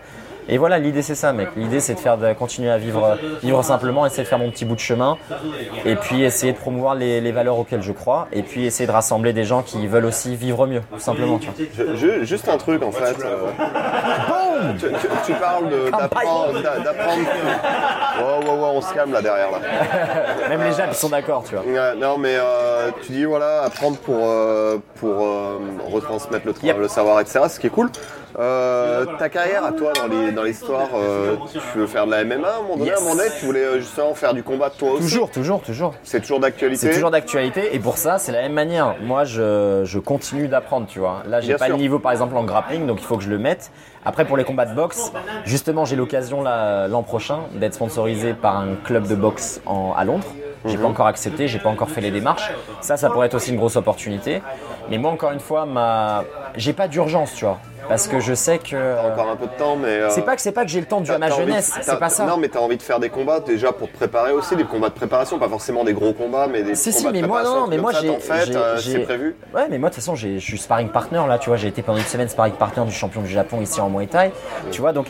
Et voilà, l'idée c'est ça, mec. L'idée c'est de faire, de continuer à vivre, vivre simplement, essayer de faire mon petit bout de chemin, et puis essayer de promouvoir les, les valeurs auxquelles je crois, et puis essayer de rassembler des gens qui veulent aussi vivre mieux, tout simplement. Tu vois. Je- je- juste un truc en fait. euh, tu, tu- tu parles de- d'apprendre. d'a- d'apprendre- Oh, ouais, ouais, on se calme là derrière. Là. Même les gens ils sont d'accord, tu vois. Ouais, non, mais euh, tu dis voilà, apprendre pour, euh, pour euh, retransmettre le, tra- Yep. le savoir, etc. Ce qui est cool. Euh, ta carrière à toi dans les- dans l'histoire, euh, tu veux faire de la MMA à un moment donné, Yes. à un moment donné, tu voulais euh, justement faire du combat de toi aussi. Toujours, toujours, toujours. C'est toujours d'actualité. C'est toujours d'actualité et pour ça, c'est la même manière. Moi, je, je continue d'apprendre, tu vois. Là, j'ai Bien pas sûr. le niveau, par exemple, en grappling, donc il faut que je le mette. Après, pour les combats de boxe, justement, j'ai l'occasion là, l'an prochain d'être sponsorisé par un club de boxe en- à Londres. J'ai Mhm. pas encore accepté, j'ai pas encore fait les démarches. Ça, ça pourrait être aussi une grosse opportunité. Mais moi, encore une fois, ma... j'ai pas d'urgence, tu vois, parce que je sais que Encore un peu de temps, mais. euh, c'est pas que c'est pas que j'ai le temps dû t'as- à ma t'as envie de- jeunesse, t'as- c'est pas ça. Non, mais t'as envie de faire des combats déjà pour te préparer aussi, des combats de préparation, pas forcément des gros combats, mais des Si, combats si, de mais moi, préparation, non, mais comme moi, ça, j'ai. t'en fais, j'ai- t'as- j'ai- c'est prévu. Ouais, mais moi, de toute façon, j'ai- je suis sparring partner, là, tu vois, j'ai été pendant une semaine sparring partner du champion du Japon ici en Muay Thai, tu vois, donc.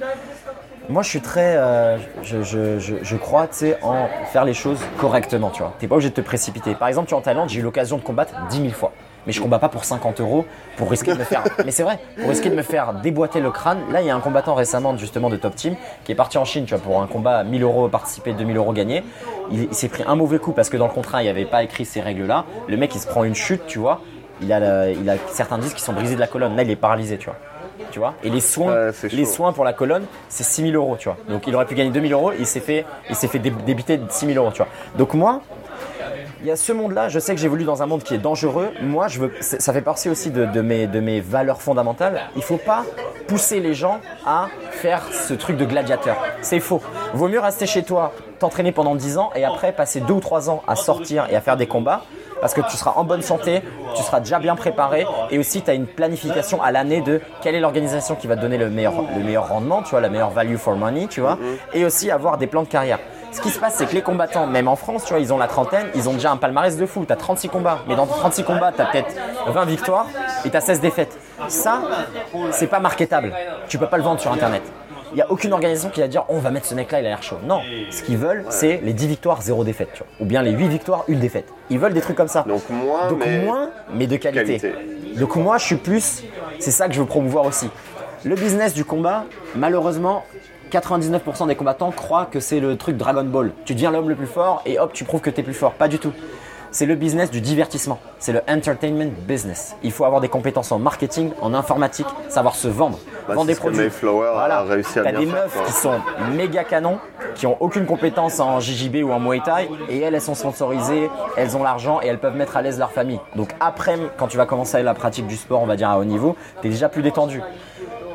Moi, je suis très. euh, je, je- je- je crois, tu sais, en faire les choses correctement, tu vois. T'es pas obligé de te précipiter. Par exemple, tu es en Thaïlande, j'ai eu l'occasion de combattre 10 000 fois. Mais je combats pas pour 50 euros pour risquer de me faire. Mais c'est vrai, pour risquer de me faire déboîter le crâne. Là, il y a un combattant récemment, justement, de Top Team, qui est parti en Chine, tu vois, pour un combat à 1000 euros participé, 2000 euros gagné. Il, il s'est pris un mauvais coup parce que dans le contrat, il n'y avait pas écrit ces règles-là. Le mec, il se prend une chute, tu vois. Il a, le- il a certains disques qui sont brisés de la colonne. Là, il est paralysé, tu vois. Tu vois Et les soins, Ouais, c'est les chaud. soins pour la colonne, c'est 6 000 euros, tu vois. Donc il aurait pu gagner 2 000 euros, il s'est fait, il s'est fait dé- débiter de 6 000 euros, tu vois. Donc moi, il y a ce monde-là, je sais que j'évolue dans un monde qui est dangereux. Moi, je veux, c'est- ça fait partie aussi de, de mes, de mes valeurs fondamentales. Il faut pas pousser les gens à faire ce truc de gladiateur. C'est faux. Vaut mieux rester chez toi, t'entraîner pendant 10 ans et après passer 2 ou 3 ans à sortir et à faire des combats. Parce que tu seras en bonne santé, tu seras déjà bien préparé et aussi tu as une planification à l'année de quelle est l'organisation qui va te donner le meilleur, le meilleur rendement, tu vois, la meilleure value for money, tu vois, et aussi avoir des plans de carrière. Ce qui se passe, c'est que les combattants, même en France, tu vois, ils ont la trentaine, ils ont déjà un palmarès de fou. T'as 36 combats, mais dans tes 36 combats, t'as peut-être 20 victoires et t'as 16 défaites. Ça, c'est pas marketable. Tu peux pas le vendre sur Internet. Il n'y a aucune organisation qui va dire on va mettre ce mec-là, il a l'air chaud. Non, ce qu'ils veulent, c'est les 10 victoires, 0 défaite, tu vois. Ou bien les 8 victoires, une défaite. Ils veulent des trucs comme ça. Donc moins, Donc mais- moins, mais de qualité. Qualité. Donc moi, je suis plus. C'est ça que je veux promouvoir aussi. Le business du combat, malheureusement, 99% des combattants croient que c'est le truc Dragon Ball. Tu deviens l'homme le plus fort et hop, tu prouves que t'es plus fort. Pas du tout. C'est le business du divertissement. C'est le entertainment business. Il faut avoir des compétences en marketing, en informatique, savoir se vendre, Bah, vendre c'est des ce que produits. Mayflower a réussi à T'as bien des faire, meufs quoi. qui sont méga canons, qui ont aucune compétence en JJB ou en Muay Thai, et elles, elles sont sponsorisées, elles ont l'argent et elles peuvent mettre à l'aise leur famille. Donc après, quand tu vas commencer la pratique du sport, on va dire à haut niveau, t'es déjà plus détendu.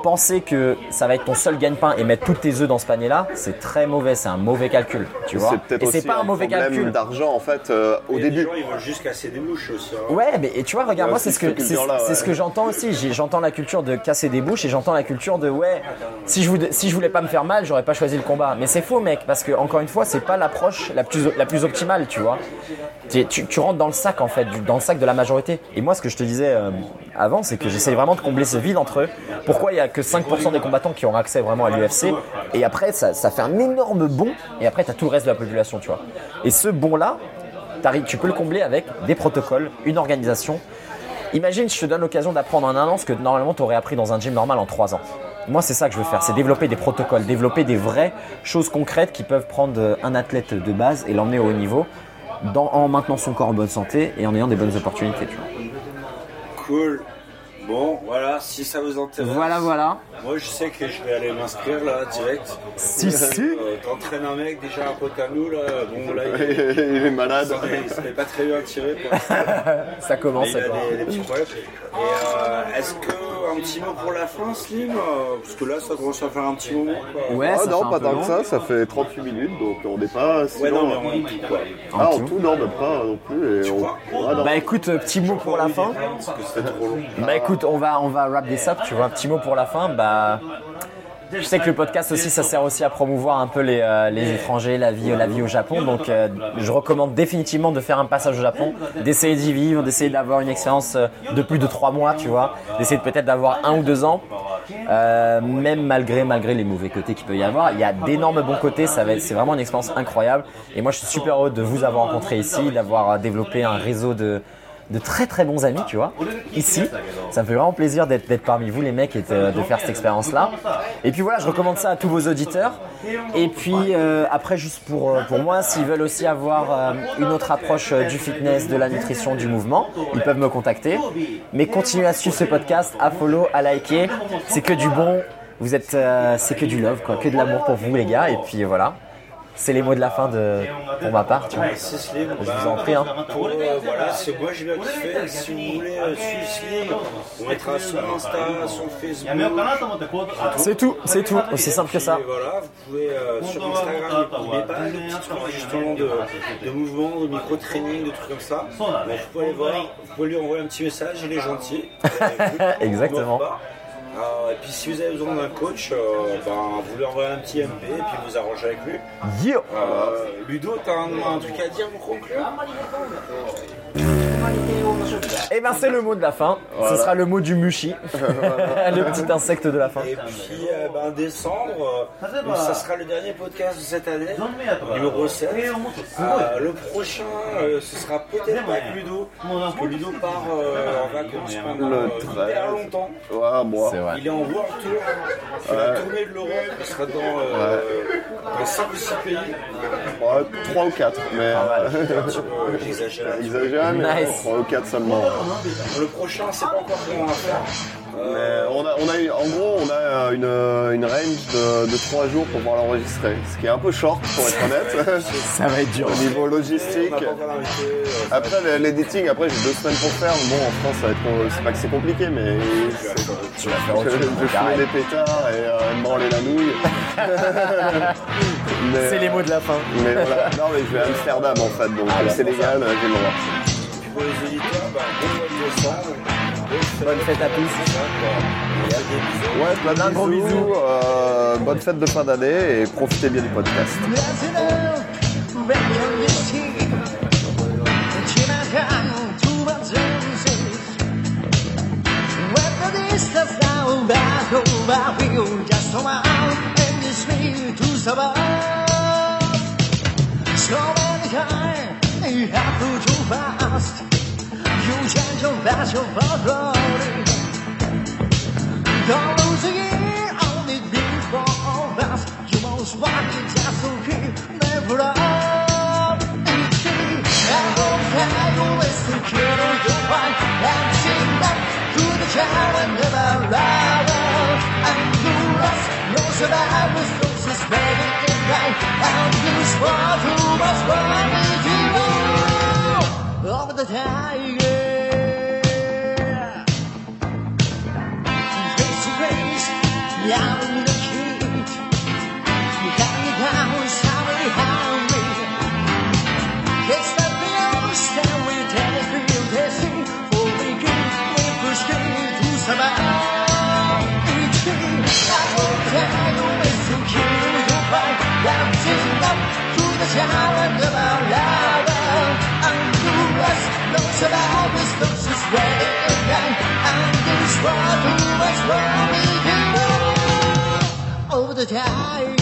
Penser que ça va être ton seul gagne-pain et mettre toutes tes œufs dans ce panier-là, c'est très mauvais, c'est un mauvais calcul, tu vois. C'est peut-être Et c'est aussi pas un mauvais problème calcul. d'argent en fait euh, au Il y a des début. gens, ils vont juste casser des mouches aussi. hein. Ouais, mais et tu vois, regarde, Il y a moi, aussi c'est ce que cette c'est culture-là, c'est ouais. ce que j'entends aussi. J'ai- J'entends la culture de casser des bouches et j'entends la culture de ouais. Si je voulais, si je voulais pas me faire mal, j'aurais pas choisi le combat. Mais c'est faux, mec, parce que encore une fois, c'est pas l'approche la plus la plus optimale, tu vois. Tu, tu- tu rentres dans le sac en fait, du- dans le sac de la majorité. Et moi, ce que je te disais euh, avant, c'est que j'essaie vraiment de combler ce vide entre eux. Pourquoi il y a que 5% des combattants qui ont accès vraiment à l'UFC Et après, ça, ça fait un énorme bond. Et après, t'as tout le reste de la population, tu vois. Et ce bond là. T'arrives- tu peux le combler avec des protocoles, une organisation. Imagine, je te donne l'occasion d'apprendre en un an ce que normalement tu aurais appris dans un gym normal en trois ans. Moi, c'est ça que je veux faire, c'est développer des protocoles, développer des vraies choses concrètes qui peuvent prendre euh, un athlète de base et l'emmener au haut niveau dans- en maintenant son corps en bonne santé et en ayant des bonnes opportunités. tu vois. Cool. Bon, voilà, si ça vous intéresse. Voilà, voilà. Moi, je sais que je vais aller m'inscrire là, direct. Si, si. Euh, T'entraînes un mec, déjà un pote à nous là. Bon, là, Il il, est il malade. s'en est- il s'en est pas très bien tiré. pour Ah, l'instant. Ça Mais commence. il a alors. des, des petits problèmes. Et euh, est-ce que un petit mot pour la fin, Slim Euh, Parce que là, ça commence à faire un petit moment. quoi. Ouais, Ah Eh, ça fait non, un pas peu tant long. que ça, ça fait 38 minutes donc on n'est pas si Ouais, non, loin. mais on dit quoi. Ah, En en tout tout, non, même pas non plus. Et on... crois Ah, non. Bah écoute, euh, petit mot pour la fin. Parce que c'était trop long. Bah écoute, on va, on va wrap this up, tu vois, un petit mot pour la fin, bah... Je sais que le podcast aussi, ça sert aussi à promouvoir un peu les, euh, les étrangers, la vie, la vie au Japon. Donc, euh, je recommande définitivement de faire un passage au Japon, d'essayer d'y vivre, d'essayer d'avoir une expérience euh, de plus de trois mois, tu vois, d'essayer de peut-être d'avoir un ou deux ans. Euh, même malgré, malgré les mauvais côtés qu'il peut y avoir, il y a d'énormes bons côtés. Ça va être- c'est vraiment une expérience incroyable. Et moi, je suis super heureux de vous avoir rencontré ici, d'avoir euh, développé un réseau de, de très très bons amis, tu vois, ici. Ça me fait vraiment plaisir d'être d'être parmi vous, les mecs, et de, de faire cette expérience-là. Et puis voilà, je recommande ça à tous vos auditeurs. Et puis euh, après, juste pour, euh, pour moi, s'ils veulent aussi avoir euh, une autre approche euh, du fitness, de la nutrition, du mouvement, ils peuvent me contacter. Mais continuez à suivre ce podcast, à follow, à liker. C'est que du bon. Vous êtes, euh, c'est que du love, quoi, que de l'amour pour vous, les gars. Et puis voilà, c'est les mots de la fin de, pour ma part. Tu vois. Merci Slim. bah, Je vous en prie. hein. Pour, euh, voilà, c'est moi j'ai bien kiffé. Si vous voulez euh, suivre Slim, on mettra son Insta, son Facebook. C'est tout, Oh, c'est tout. Aussi simple que ça. Et voilà, vous pouvez euh, sur Instagram, il met pas de petits trucs justement de, de mouvements, de micro-training, de trucs comme ça. Mais vous pouvez aller voir, vous pouvez lui envoyer un petit message, il est gentil. Euh, écoute, on Exactement. ne mord pas. Euh, et puis si vous avez besoin d'un coach, euh, ben, vous lui envoyez un petit MP et puis vous arrangez avec lui. Yo. Euh, Ludo, t'as un, un truc à dire pour conclure Et ben c'est le mot de la fin. Ce sera le mot du mushi, le petit insecte de la fin. Et puis, euh, ben, décembre, euh, donc, ça sera le dernier podcast de cette année, numéro 7. Euh, le prochain, euh, ce sera peut-être pas avec Ludo, parce que Ludo part euh, en vacances pendant Le euh, 13. hyper longtemps. Ouais, Ah, Euh, moi. C'est vrai. Il est en world tour, c'est la tournée de l'Europe, il sera dans, euh, dans 5 ou 6 pays. Ouais, 3 ou 4, mais euh, Un petit peu, Euh, J'exagère. ils exagèrent, mais Nice. 3 ou 4 seulement. Le prochain, c'est pas encore comment on va faire. Mais Euh, on a, on a eu- en gros, on a euh, une, une range de, de 3 jours pour pouvoir l'enregistrer, ce qui est un peu short pour être honnête. Ça va être dur. Au niveau On logistique, n'a pas encore invité. euh, après le- l'editing, après j'ai deux semaines pour faire. Bon, en France, ça va être con- c'est pas que c'est compliqué, mais c'est- Tu vas faire je, autre chose. je fumais des pétards et euh, elle me branlait la nouille. Mais, euh, C'est les mots de la fin. Mais voilà, non, mais je vais à Amsterdam en fait, donc euh, c'est légal, euh, j'ai le droit. pour les auditeurs, bah, bon mois de décembre. Bonne fête à tous. Ouais, plein de Un gros bisous. bisou. euh, bonne fête de fin d'année et profitez bien du podcast. So many times you have to too fast. You change your passion for glory. Don't lose a year on it before all that. You must want it just to keep me from eating. I hope that you wish to kill your wife and sing back to the child and never rather. And you lost your survivors, don't suspect it in life. And you swore too much for me to know of the tiger. Grace, grace, down in the cage. You got me down, sorry, hungry. It's the bills that we take for your blessing, for we give we push to survive. Each day, I hope that you wish to kill your fight. Love is up to the challenge of our love. And you us, no survivors, no suspect. And this war too much for me to know. Over Oh, the time.